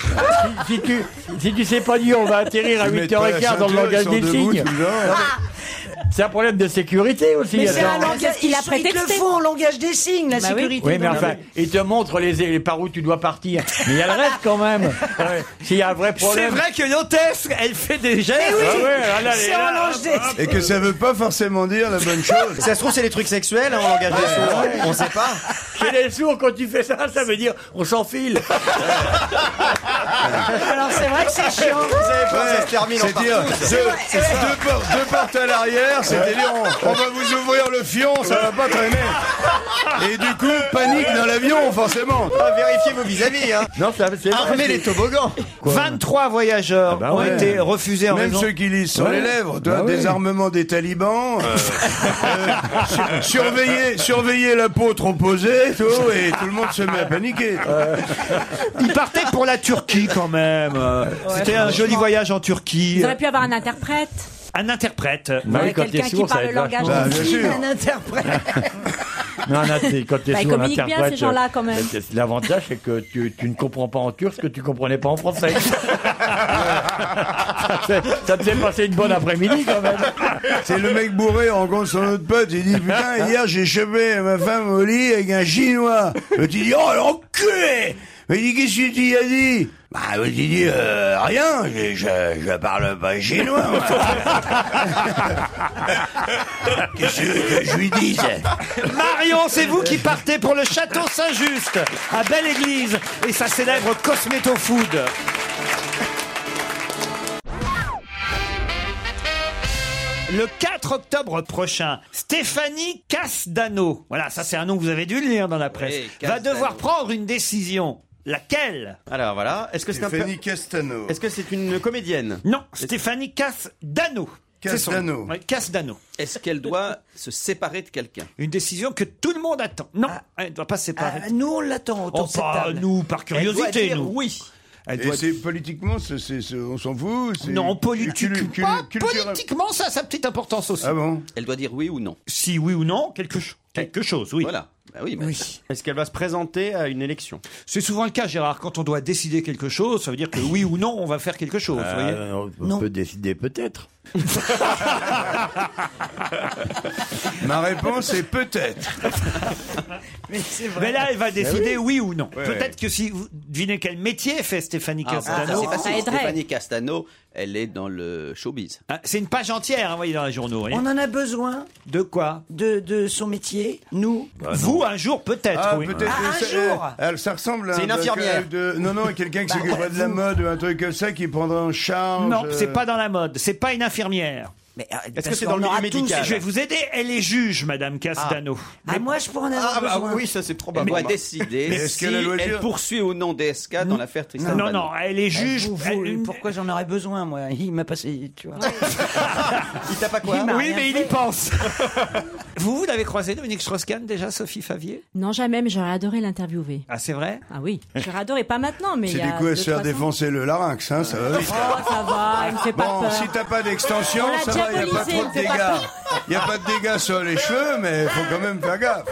Speaker 8: Si, si tu, si tu sais pas dire, on va atterrir à
Speaker 5: Ils mettent pas la
Speaker 8: 8h15 dans le
Speaker 5: ceinture,
Speaker 8: langage
Speaker 5: ils sont
Speaker 8: des
Speaker 5: debout,
Speaker 8: signes. Ah,
Speaker 5: tout le genre.
Speaker 8: Non, mais C'est un problème de sécurité aussi.
Speaker 9: Ah, Mais c'est
Speaker 8: attends.
Speaker 9: un langage.
Speaker 7: Il a
Speaker 9: ils- ils te le
Speaker 7: prétexté.
Speaker 9: font en langage des signes, la
Speaker 7: Bah oui.
Speaker 9: sécurité.
Speaker 8: Oui, mais
Speaker 9: dans la
Speaker 8: enfin,
Speaker 9: rue.
Speaker 8: il te montre les, les par où tu dois partir. Mais il y a le reste quand même. Ouais. S'il y a un vrai
Speaker 4: C'est
Speaker 8: problème.
Speaker 4: vrai que l'hôtesse, elle fait des gestes.
Speaker 6: Eh
Speaker 8: Ah ouais, ah là, les- là,
Speaker 5: Et que ça veut pas forcément dire la bonne chose.
Speaker 6: Ça se trouve, c'est les trucs sexuels hein, en langage des sourds. On sait pas.
Speaker 8: Chez les sourds, quand tu fais ça, ça veut dire on s'enfile.
Speaker 9: Alors c'est vrai que c'est chiant.
Speaker 5: Ouais,
Speaker 6: ça se termine en
Speaker 5: c'est dire
Speaker 6: partouze.
Speaker 5: deux, deux portes, deux portes à l'arrière, c'était dire on, on va vous ouvrir le fion, ça va pas traîner. Et du coup, panique dans l'avion, forcément.
Speaker 6: Vérifiez vos vis-à-vis. Hein.
Speaker 8: Non, ça, c'est vrai,
Speaker 6: Armez
Speaker 8: c'est-
Speaker 6: les toboggans.
Speaker 4: 23 voyageurs ont
Speaker 8: ouais.
Speaker 4: été refusés en
Speaker 5: Ah bah Même
Speaker 4: raison.
Speaker 5: ceux qui lisent sur
Speaker 8: Ouais.
Speaker 5: les lèvres,
Speaker 8: Bah ouais.
Speaker 5: désarmement des talibans, euh, euh, sur- surveiller, surveiller la peau trop posée, tout, et tout le monde se met à paniquer.
Speaker 4: Ils partaient pour la Turquie quand même. Euh, C'était un joli voyage en Turquie.
Speaker 7: Ils auraient pu avoir un interprète.
Speaker 4: Un interprète.
Speaker 8: Bah oui,
Speaker 7: Ouais,
Speaker 8: quand t'es
Speaker 7: quelqu'un qui
Speaker 8: sourd, ça
Speaker 7: parle
Speaker 8: va être
Speaker 7: le langage
Speaker 8: vachement-
Speaker 5: Bah,
Speaker 7: des
Speaker 5: bien
Speaker 7: signes.
Speaker 5: sûr.
Speaker 9: Un interprète.
Speaker 8: Non, non, t'es- quand t'es
Speaker 7: Bah, ils
Speaker 8: sourd,
Speaker 7: communiquent bien,
Speaker 8: l'interprète,
Speaker 7: ces gens-là,
Speaker 8: euh,
Speaker 7: quand même.
Speaker 8: c'est- L'avantage, c'est que tu, tu ne comprends pas en turc ce que tu comprenais pas en français. ça, te fait, ça te fait passer une bonne après-midi, quand même.
Speaker 5: C'est le mec bourré, on rencontre son autre pote, il dit Putain, hier j'ai chopé ma femme au lit avec un chinois. Le petit dit Oh l'enculé Mais il dit Qu'est-ce que tu y as dit Bah, le petit dit euh, Rien, je, je, je parle pas chinois. moi. Qu'est-ce que je lui dis ça
Speaker 4: Marion, c'est vous qui partez pour le château Saint-Just à Belle Église et sa célèbre Cosmeto Food. Le 4 octobre prochain, Stéphanie Casdano, voilà, ça c'est un nom que vous avez dû lire dans la presse,
Speaker 10: Oui,
Speaker 4: va
Speaker 10: Casdano.
Speaker 4: devoir prendre une décision. Laquelle
Speaker 6: Alors voilà. Est-ce que c'est un peu-
Speaker 5: Castano.
Speaker 6: Est-ce que c'est une comédienne
Speaker 4: Non, Stéphanie Casdano. C'est son nom.
Speaker 5: Casdano.
Speaker 4: Ouais, Casdano.
Speaker 10: Est-ce qu'elle doit se séparer de quelqu'un
Speaker 4: Une décision que tout le monde attend. Non, elle ne doit pas se séparer.
Speaker 9: Ah, Nous on l'attend
Speaker 4: Oh,
Speaker 9: autour de cette
Speaker 4: pas
Speaker 9: table.
Speaker 4: nous, par
Speaker 10: doit
Speaker 4: curiosité,
Speaker 10: dire
Speaker 4: nous.
Speaker 10: oui.
Speaker 4: Elle
Speaker 5: Et
Speaker 4: doit-
Speaker 5: c'est politiquement, c'est- c'est- c'est- on s'en fout c'est-
Speaker 4: Non,
Speaker 5: cul-
Speaker 4: politiquement,
Speaker 5: cul- culturel.
Speaker 4: politiquement, ça a sa petite importance aussi.
Speaker 5: Ah bon
Speaker 10: Elle doit dire oui ou non.
Speaker 4: Si oui ou non, quelque, cho- quelque chose, oui.
Speaker 10: Voilà. Bah oui, mais
Speaker 6: Est-ce qu'elle va se présenter à une élection
Speaker 4: C'est souvent le cas, Gérard. Quand on doit décider quelque chose, ça veut dire que oui ou non, on va faire quelque chose. vous voyez.
Speaker 8: Euh, on peut décider peut-être.
Speaker 5: Ma réponse est peut-être.
Speaker 9: Mais c'est vrai.
Speaker 4: Mais là, elle va décider oui. ou non.
Speaker 5: Ouais,
Speaker 4: Peut-être que si vous devinez quel métier fait Stéphanie
Speaker 10: Ah, ça,
Speaker 4: Castano,
Speaker 10: c'est facile.
Speaker 7: Ça aiderait.
Speaker 10: Stéphanie Castano, elle est dans le showbiz.
Speaker 4: Ah, c'est une page entière, hein, vous voyez, dans les journaux. vous voyez.
Speaker 9: On en a besoin
Speaker 4: De quoi
Speaker 9: de, de son métier, nous.
Speaker 4: Vous, un jour, peut-être,
Speaker 5: Bah, Ah,
Speaker 4: oui.
Speaker 5: peut-être
Speaker 9: Ah,
Speaker 5: que
Speaker 9: un
Speaker 5: ça,
Speaker 9: jour. Bah,
Speaker 5: euh, elle- ça ressemble à
Speaker 6: C'est une
Speaker 5: un-
Speaker 6: infirmière. Bah,
Speaker 5: de- non, non, quelqu'un qui s'occupe pas de la mode ou un truc comme ça qui prendrait en charge.
Speaker 4: Non,
Speaker 5: euh,
Speaker 4: c'est pas dans la mode. C'est pas une infirmière.
Speaker 9: Mais euh,
Speaker 6: Est-ce que
Speaker 9: parce
Speaker 6: c'est dans
Speaker 9: qu'on
Speaker 6: le
Speaker 9: aura
Speaker 6: milieu
Speaker 9: tous-
Speaker 6: médical
Speaker 4: Je vais vous aider. Elle est juge, Madame Castano.
Speaker 9: Ah, moi je pourrais en avoir
Speaker 6: Ah, bah
Speaker 9: besoin.
Speaker 6: oui, ça c'est
Speaker 10: Elle
Speaker 6: probablement.
Speaker 10: doit décider
Speaker 5: Mais est-ce
Speaker 10: si
Speaker 5: qu'elle a le droit de
Speaker 10: elle
Speaker 5: dire
Speaker 10: poursuit ou non DSK dans l'affaire Tristan
Speaker 4: Non,
Speaker 10: Bannon.
Speaker 4: non, elle est juge.
Speaker 9: Bah, Vous, vous,
Speaker 4: elle- une-
Speaker 9: Pourquoi j'en aurais besoin, moi Il m'a passé, tu vois.
Speaker 6: Il t'a pas quoi
Speaker 9: Il m'a-
Speaker 4: Oui,
Speaker 9: rien
Speaker 4: mais il y
Speaker 9: fait.
Speaker 4: pense. vous, vous l'avez croisé, Dominique Strauss-Kahn, déjà, Sophie Favier
Speaker 7: Non, jamais, mais j'aurais adoré l'interviewer.
Speaker 4: Ah, c'est vrai
Speaker 7: Ah oui, j'aurais adoré, pas maintenant, mais il
Speaker 5: Eh. C'est
Speaker 7: y a
Speaker 5: du coup à
Speaker 7: deux,
Speaker 5: se faire
Speaker 7: trois ans.
Speaker 5: défoncer le larynx, hein, ça va vite.
Speaker 7: Oh, ça va, il me fait pas
Speaker 5: Bon,
Speaker 7: peur.
Speaker 5: si t'as pas d'extension,
Speaker 7: On l'a
Speaker 5: ça va, il n'y a pas
Speaker 7: diabolisé,
Speaker 5: trop de
Speaker 7: il fait pas
Speaker 5: dégâts. Il n'y a pas de dégâts sur les cheveux, mais faut quand même faire gaffe.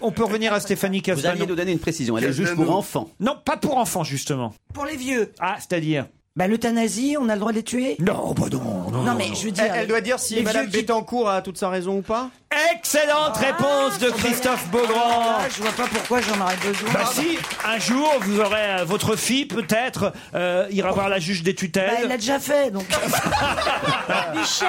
Speaker 4: On peut revenir à Stéphanie
Speaker 10: Vous alliez
Speaker 4: Castano.
Speaker 10: nous donner une précision. Elle est juge
Speaker 5: Castano.
Speaker 10: pour enfants.
Speaker 4: Non, pas pour enfants, justement.
Speaker 9: Pour les vieux,
Speaker 4: Ah, c'est-à-dire
Speaker 9: bah, l'euthanasie, on a le droit de les tuer
Speaker 4: Non, bah non,
Speaker 9: Non, mais je veux dire.
Speaker 6: Elle, elle doit dire si
Speaker 9: les
Speaker 6: Madame
Speaker 9: vieux qui-
Speaker 6: Bettencourt a toute sa raison ou pas.
Speaker 4: Excellente réponse de Christophe Beaugrand.
Speaker 9: Ah, je vois pas pourquoi j'en aurais besoin.
Speaker 4: Bah si, un jour, vous aurez euh, votre fille, peut-être, euh, ira voir la juge des
Speaker 9: Oh. Bah, il l'a
Speaker 4: tutelles.
Speaker 9: déjà fait, donc.
Speaker 7: Bichette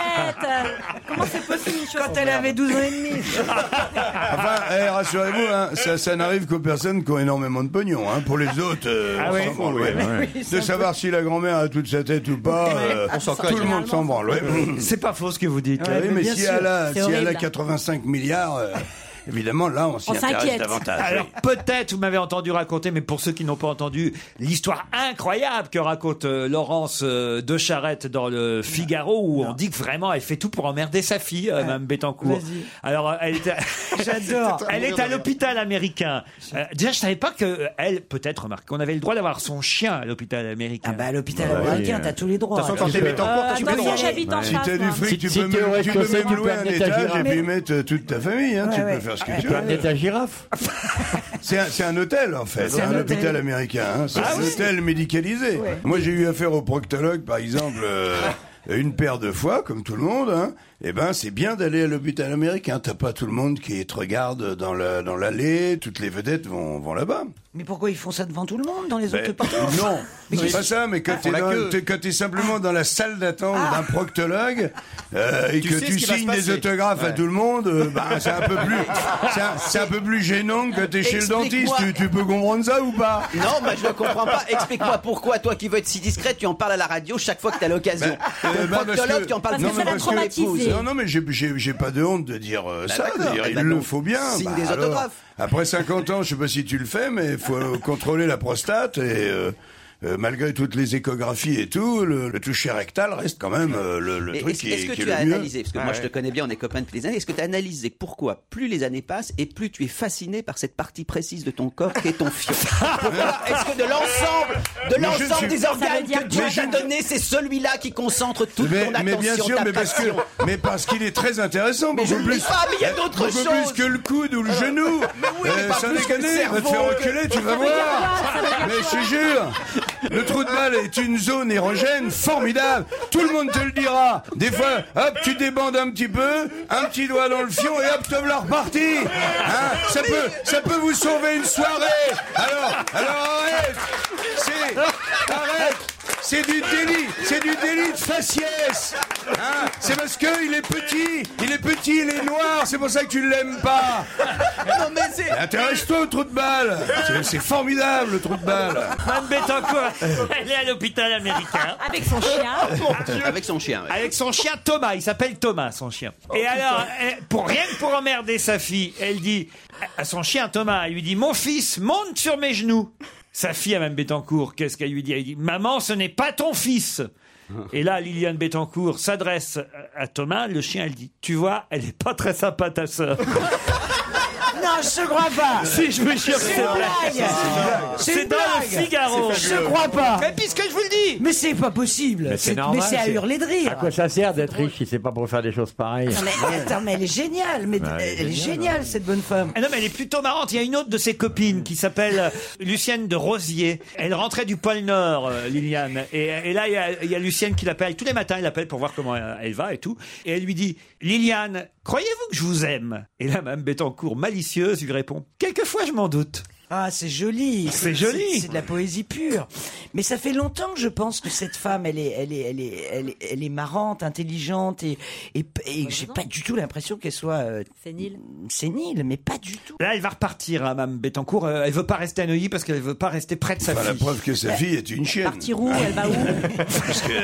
Speaker 7: Comment c'est possible, une chose
Speaker 9: Quand elle avait 12 ans et demi.
Speaker 5: Enfin, eh, rassurez-vous, hein, ça, ça n'arrive qu'aux personnes qui ont énormément de pognon. hein. Pour les autres, euh,
Speaker 4: Ah
Speaker 5: on
Speaker 4: oui.
Speaker 5: s'en branle, ouais. De savoir si la grand-mère a toute sa tête ou pas, euh, tout le monde s'en branle. ouais.
Speaker 4: C'est pas faux ce que vous dites.
Speaker 5: Ah oui, mais
Speaker 9: bien
Speaker 5: si
Speaker 9: sûr,
Speaker 5: elle a,
Speaker 7: c'est
Speaker 5: si elle a
Speaker 7: horrible.
Speaker 5: 85 milliards, euh, Évidemment, là, on s'y
Speaker 4: On
Speaker 5: intéresse
Speaker 4: s'inquiète.
Speaker 5: davantage.
Speaker 4: Alors peut-être vous m'avez entendu raconter, mais pour ceux qui n'ont pas entendu l'histoire incroyable que raconte euh, Laurence euh, de Charette dans le Figaro, où on dit que vraiment elle fait tout pour emmerder sa fille, euh, Mme Bettencourt.
Speaker 9: Vas-y.
Speaker 4: Alors euh, elle est, à...
Speaker 9: J'adore.
Speaker 4: elle est à l'hôpital américain. Euh, déjà, je savais pas que euh, elle, peut-être, remarque, qu'on avait le droit d'avoir son chien à l'hôpital américain. Ah bah à
Speaker 9: l'hôpital américain, t'as tous les droits.
Speaker 5: euh, Si t'as
Speaker 9: hein.
Speaker 5: du fric, tu peux même, tu peux même louer un étage et puis mettre euh, toute ta famille. hein,
Speaker 9: Ouais,
Speaker 5: tu
Speaker 9: ouais.
Speaker 5: peux faire ce que
Speaker 9: Ah,
Speaker 5: tu
Speaker 9: tu
Speaker 5: veux.
Speaker 9: peux amener ta
Speaker 5: girafe. C'est un, c'est un hôtel en fait,
Speaker 9: C'est
Speaker 5: c'est
Speaker 9: un
Speaker 5: un,
Speaker 9: hôtel.
Speaker 5: hôpital américain. hein. C'est
Speaker 9: Ah
Speaker 5: un
Speaker 9: oui
Speaker 5: hôtel médicalisé.
Speaker 9: Ouais.
Speaker 5: Moi j'ai eu affaire au proctologue par exemple. euh, Une paire de fois, comme tout le monde, hein, eh ben c'est bien d'aller à l'hôpital américain. T'as pas tout le monde qui te regarde dans la dans l'allée. Toutes les vedettes vont vont là-bas.
Speaker 9: Mais pourquoi ils font ça devant tout le monde dans les
Speaker 5: Ben,
Speaker 9: autres parties
Speaker 5: non, c'est pas ça, mais quand
Speaker 9: Ah, Pour
Speaker 5: t'es
Speaker 9: la
Speaker 5: dans-
Speaker 9: queue. Ah.
Speaker 5: t'es- quand t'es simplement dans la salle d'attente d'un proctologue euh, et
Speaker 9: Tu
Speaker 5: que
Speaker 9: sais ce
Speaker 5: tu
Speaker 9: qui va se
Speaker 5: signes des
Speaker 9: passer.
Speaker 5: autographes à
Speaker 9: Ouais.
Speaker 5: tout le monde, euh, bah, c'est un peu plus, c'est un- c'est un, peu plus gênant que quand t'es chez le dentiste.
Speaker 10: Explique-moi.
Speaker 5: Tu, tu peux comprendre ça ou pas
Speaker 10: Non, mais je ne comprends pas. Explique-moi pourquoi, toi qui veux être si discret, tu en parles à la radio chaque fois que tu as l'occasion.
Speaker 5: Euh,
Speaker 10: Le
Speaker 5: bah, parce
Speaker 10: proctologue,
Speaker 5: que-
Speaker 10: tu en parles
Speaker 5: non, mais parce que- Non, non, mais j'ai- j'ai j'ai pas de honte de dire euh,
Speaker 10: Bah,
Speaker 5: ça.
Speaker 10: d'accord.
Speaker 5: d'ailleurs,
Speaker 10: Eh
Speaker 5: il
Speaker 10: ben,
Speaker 5: le
Speaker 10: donc,
Speaker 5: faut bien.
Speaker 10: signe
Speaker 5: Bah,
Speaker 10: des
Speaker 5: alors,
Speaker 10: autographes.
Speaker 5: après 50 ans, je sais pas si tu le fais, mais il faut euh, contrôler la prostate et. euh, euh, malgré toutes les échographies et tout, le, le toucher rectal reste quand même euh, le, le
Speaker 10: Mais
Speaker 5: truc
Speaker 10: est-ce,
Speaker 5: qui est,
Speaker 10: est-ce que
Speaker 5: qui est
Speaker 10: tu as
Speaker 5: le mieux.
Speaker 10: analysé, parce que
Speaker 5: Ah
Speaker 10: moi
Speaker 5: ouais.
Speaker 10: je te connais bien, on est copains depuis les années, est-ce que tu as analysé pourquoi plus les années passent et plus tu es fasciné par cette partie précise de ton corps qu'est ton fion Pourquoi Est-ce que de l'ensemble,
Speaker 5: Mais
Speaker 10: de
Speaker 5: je
Speaker 10: l'ensemble
Speaker 5: suis-
Speaker 10: des
Speaker 5: Ça
Speaker 10: organes
Speaker 5: veut dire
Speaker 10: que Dieu
Speaker 5: quoi
Speaker 10: t'a donné, c'est celui-là qui concentre toute
Speaker 5: mais,
Speaker 10: ton attention,
Speaker 5: mais bien sûr,
Speaker 10: ta
Speaker 5: mais parce que,
Speaker 10: passion
Speaker 5: mais parce qu'il est très intéressant.
Speaker 10: Mais je
Speaker 5: beaucoup
Speaker 10: le dis
Speaker 5: plus, Euh,
Speaker 10: pas, mais il y a d'autres
Speaker 5: beaucoup
Speaker 10: choses.
Speaker 5: plus que le coude ou le genou.
Speaker 10: oui, mais pas
Speaker 5: sans
Speaker 10: plus que le
Speaker 5: déconner, va te
Speaker 10: cerveau,
Speaker 5: faire
Speaker 10: que-
Speaker 5: reculer, tu
Speaker 10: Ça
Speaker 5: vas
Speaker 10: veut dire
Speaker 5: voir.
Speaker 10: quoi Ça veut dire
Speaker 5: Mais je te jure, le trou de balle est une zone érogène formidable. Tout le monde te le dira. Des fois, hop, tu débandes un petit peu, un petit doigt dans le fion et hop, te voilà reparti. Hein, ça peut, ça peut vous sauver une soirée. Alors, alors arrête. C'est, arrête. C'est du délit, c'est du délit de faciès. Hein c'est parce que il est petit, il est petit, il est noir, c'est pour ça que tu l'aimes pas.
Speaker 10: Non mais c'est.
Speaker 5: Intéresse-toi au trou de balle. C'est- C'est formidable le trou de balle.
Speaker 4: Mme Bettencourt, elle est à l'hôpital américain.
Speaker 10: Avec son chien.
Speaker 15: Ah.
Speaker 10: Avec son chien. ouais.
Speaker 4: Ah, Avec son chien Thomas, il s'appelle Thomas son chien.
Speaker 15: Oh,
Speaker 6: Oh,
Speaker 4: Et alors, elle- pour rien que pour emmerder sa fille, elle dit à son chien Thomas, elle lui dit Mon fils, monte sur mes genoux. Sa fille, à même Bettencourt, qu'est-ce qu'elle lui dit Elle dit Maman, ce n'est pas ton fils. Et là, Liliane Bettencourt s'adresse à à Thomas, le chien, elle dit Tu vois, elle n'est pas très sympa ta sœur.
Speaker 9: Non, je crois pas.
Speaker 4: Si, je vous jure que
Speaker 9: C'est
Speaker 4: c'est
Speaker 9: une
Speaker 4: vrai.
Speaker 9: blague.
Speaker 4: C'est
Speaker 9: C'est une
Speaker 4: dans le
Speaker 9: blague.
Speaker 4: Figaro.
Speaker 9: Je crois pas.
Speaker 4: Mais puisque je vous le dis.
Speaker 9: Mais c'est pas possible. C'est- Mais c'est à hurler de rire.
Speaker 8: À quoi ça sert d'être riche si c'est pas pour faire des choses pareilles
Speaker 9: Non, mais attends, mais elle est géniale. Mais
Speaker 8: Ouais, elle est
Speaker 9: elle est
Speaker 8: géniale,
Speaker 9: géniale cette bonne femme.
Speaker 4: Ah non, mais elle est plutôt marrante. Il y a une autre de ses copines qui s'appelle euh, Lucienne de Rosier. Elle rentrait du pôle Nord, euh, Liliane. Et, et là, il y a- il y, a Lucienne qui l'appelle. Tous les matins, elle l'appelle pour voir comment euh, elle va et tout. Et elle lui dit Liliane, croyez-vous que je vous aime Et là, Mme Bettencourt, malicieuse, lui répond Quelquefois, je m'en doute.
Speaker 9: Ah, c'est joli.
Speaker 4: C'est joli.
Speaker 9: C'est de la poésie pure. Mais ça fait longtemps que je pense que cette femme, elle est, elle est, elle est, elle est, elle est marrante, intelligente et, et, et j'ai pas du tout l'impression qu'elle soit euh,
Speaker 15: Sénile.
Speaker 9: sénile, mais pas du tout.
Speaker 4: Là, elle va repartir, hein, Mme Bettencourt. Euh, Elle veut pas rester à Neuilly parce qu'elle veut pas rester près de sa
Speaker 5: Enfin, la
Speaker 4: fille.
Speaker 5: preuve que sa fille est une chienne. Ah
Speaker 9: Partir où Elle va où
Speaker 5: Parce que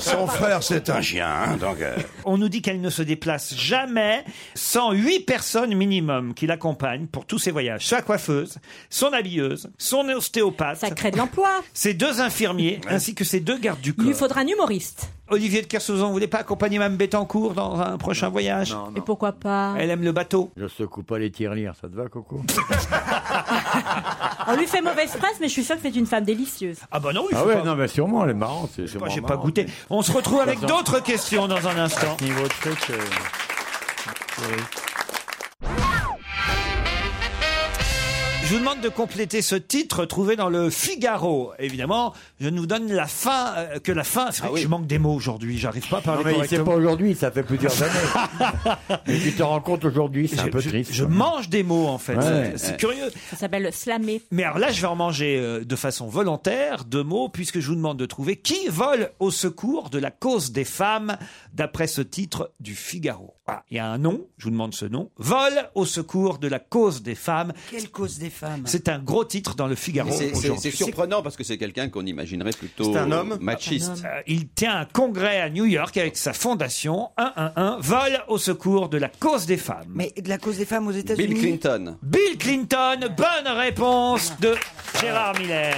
Speaker 5: son frère, c'est un chien. hein, donc, euh,
Speaker 4: On nous dit qu'elle ne se déplace jamais sans huit personnes minimum qui l'accompagnent pour tous ses voyages. Sa coiffeuse, son habilleuse, son ostéopathe. Ça
Speaker 15: crée de l'emploi.
Speaker 4: Ses deux infirmiers ainsi que ses deux gardes du corps.
Speaker 15: Il lui faudra un humoriste.
Speaker 4: Olivier de Kersauzon, vous voulez pas accompagner Mme Bettencourt dans un prochain voyage
Speaker 15: Et pourquoi pas
Speaker 4: Elle aime le bateau.
Speaker 8: Je secoue pas les tirelires, ça te va, Coco
Speaker 4: Ah
Speaker 15: On lui fait mauvaise presse, mais je suis sûre que c'est une femme délicieuse.
Speaker 4: Ah bah non, il
Speaker 8: Ah
Speaker 4: faut
Speaker 8: ouais,
Speaker 4: pas.
Speaker 8: non, mais sûrement, elle est marrante. c'est
Speaker 4: Moi,
Speaker 8: sûrement
Speaker 4: j'ai pas
Speaker 8: marrante.
Speaker 4: goûté. On se retrouve avec
Speaker 8: Attends.
Speaker 4: d'autres questions dans un instant.
Speaker 8: Niveau de truc, euh, oui.
Speaker 4: Je vous demande de compléter ce titre trouvé dans le Figaro. Évidemment, je nous donne la fin, euh, que la fin. C'est vrai que je manque des mots aujourd'hui, j'arrive pas à parler
Speaker 8: Ah Non, mais il- c'est
Speaker 4: correctement.
Speaker 8: pas aujourd'hui, ça fait plusieurs années. Et tu te rends compte aujourd'hui, c'est un peu triste. hein.
Speaker 4: Je mange des mots en fait.
Speaker 8: Ouais.
Speaker 4: C'est- C'est
Speaker 8: Ouais.
Speaker 4: curieux.
Speaker 15: Ça s'appelle slammer.
Speaker 4: Mais alors là, je vais en manger euh, de façon volontaire deux mots, puisque je vous demande de trouver qui vole au secours de la cause des femmes, d'après ce titre du Figaro. Voilà. Il y a un nom, je vous demande ce nom. Vole au secours de la cause des femmes.
Speaker 9: Quelle cause des femme.
Speaker 4: C'est un gros titre dans le Figaro.
Speaker 10: Mais c'est- C'est
Speaker 4: aujourd'hui.
Speaker 10: c'est surprenant parce que c'est quelqu'un qu'on imaginerait plutôt machiste.
Speaker 4: Euh, Il tient un congrès à New York avec sa fondation 111 Vol au secours de la cause des femmes.
Speaker 9: Mais de la cause des femmes aux États-Unis.
Speaker 10: Bill Clinton.
Speaker 4: Bill Clinton, bonne réponse de Gérard Miller.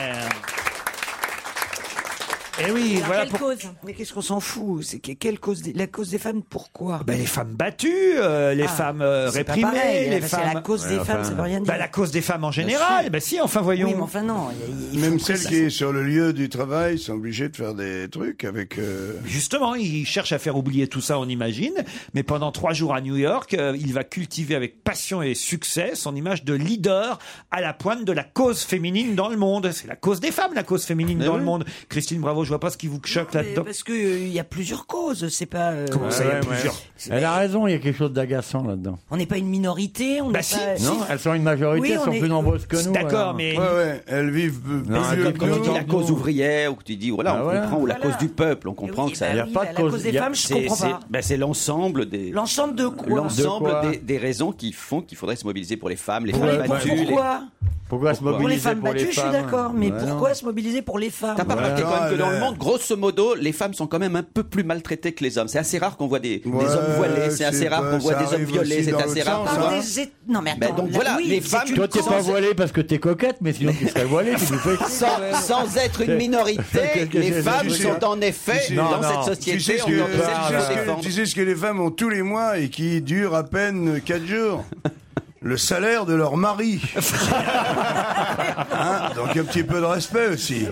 Speaker 4: Eh oui, voilà pour-
Speaker 9: Mais qu'est-ce qu'on s'en fout C'est que- quelle cause des- la cause des femmes Pourquoi
Speaker 4: Ben, les femmes battues, euh, les
Speaker 9: Ah,
Speaker 4: femmes euh,
Speaker 9: c'est pas
Speaker 4: réprimées,
Speaker 9: pareil,
Speaker 4: les
Speaker 9: c'est
Speaker 4: femmes.
Speaker 9: la cause des Ouais, femmes, enfin, ça veut rien dire.
Speaker 4: Ben, la cause des femmes en
Speaker 9: Bien
Speaker 4: général.
Speaker 9: sûr.
Speaker 4: Ben si, enfin voyons.
Speaker 9: Oui, mais enfin non. il- il- il
Speaker 5: Même
Speaker 9: faut que
Speaker 5: celle
Speaker 9: ça-
Speaker 5: qui est sur le lieu du travail sont obligées de faire des trucs avec. euh,
Speaker 4: Justement, il cherche à faire oublier tout ça, on imagine. Mais pendant trois jours à New York, euh, il va cultiver avec passion et succès son image de leader à la pointe de la cause féminine dans le monde. C'est la cause des femmes, la cause féminine dans le monde. Christine Bravo, je vois pas ce qui vous choque
Speaker 9: Mais
Speaker 4: là-dedans.
Speaker 9: Parce euh, qu'il y a plusieurs causes, c'est pas. euh,
Speaker 4: Comment ça, il y a plusieurs
Speaker 8: Elle a raison, il y a quelque chose d'agaçant là-dedans.
Speaker 9: On n'est pas une minorité,
Speaker 4: Bah
Speaker 9: on n'est pas.
Speaker 8: Non, elles sont une majorité,
Speaker 9: Oui,
Speaker 8: elles
Speaker 9: on
Speaker 8: sont
Speaker 9: est-
Speaker 8: plus nombreuses que nous. alors.
Speaker 10: Ouais,
Speaker 5: ouais, elles vivent.
Speaker 10: Mais
Speaker 8: Non,
Speaker 10: c'est
Speaker 8: elles
Speaker 10: comme
Speaker 8: vivent
Speaker 10: quand tu
Speaker 8: plus
Speaker 10: dis la
Speaker 8: longtemps
Speaker 10: cause
Speaker 8: que nous.
Speaker 10: ouvrière ou que tu dis voilà,
Speaker 8: Bah
Speaker 10: on
Speaker 8: voilà.
Speaker 10: comprend ou la cause du peuple, on comprend que ça.
Speaker 9: bah oui, la- la cause des
Speaker 10: il y a-
Speaker 9: femmes, je
Speaker 10: c'est-
Speaker 9: comprends
Speaker 10: c'est-
Speaker 9: pas.
Speaker 10: ben, c'est l'ensemble des
Speaker 9: L'ensemble de quoi
Speaker 10: l'ensemble
Speaker 9: De quoi
Speaker 10: des, des raisons qui font qu'il faudrait se mobiliser pour les femmes, les
Speaker 9: Pour
Speaker 10: femmes
Speaker 9: les-
Speaker 10: battues. les-
Speaker 9: pourquoi
Speaker 8: Pourquoi se
Speaker 9: Pour les
Speaker 8: mobiliser
Speaker 9: femmes
Speaker 10: pour les
Speaker 9: battues, je suis
Speaker 10: femmes,
Speaker 9: d'accord, mais
Speaker 10: ouais,
Speaker 9: pourquoi se mobiliser pour les femmes
Speaker 10: T'as pas remarqué quand même que dans le monde, grosso modo, les femmes sont quand même un peu plus maltraitées que les hommes. C'est assez rare qu'on voit des, des
Speaker 9: Ouais,
Speaker 10: hommes voilés, c'est assez
Speaker 9: c'est
Speaker 10: rare
Speaker 9: pas-
Speaker 10: qu'on voit
Speaker 9: ça
Speaker 10: des hommes
Speaker 9: arrive
Speaker 10: violés,
Speaker 9: aussi
Speaker 10: c'est
Speaker 9: dans
Speaker 10: assez
Speaker 9: l'autre
Speaker 10: rare
Speaker 9: sens,
Speaker 10: qu'on voit.
Speaker 9: hein. Des é- Non, mais
Speaker 10: Ben
Speaker 9: attends,
Speaker 10: donc
Speaker 9: là,
Speaker 10: voilà,
Speaker 9: oui,
Speaker 10: les
Speaker 9: c'est
Speaker 10: femmes.
Speaker 9: une
Speaker 8: Toi, t'es pas
Speaker 10: cause-
Speaker 8: voilée parce que t'es coquette, mais sinon tu serais voilée, tu nous fais
Speaker 10: Sans, sans être une minorité, les femmes sont en effet dans cette
Speaker 5: Tu sais
Speaker 10: société
Speaker 5: ce
Speaker 10: en
Speaker 5: que-
Speaker 10: dehors de
Speaker 5: tu sais
Speaker 10: celle
Speaker 5: ce
Speaker 10: qu'il faut
Speaker 5: que-
Speaker 10: défendre.
Speaker 5: tu sais ce que les femmes ont tous les mois et qui dure à peine 4 jours Le salaire de leur mari. Hein Donc un petit peu de respect aussi.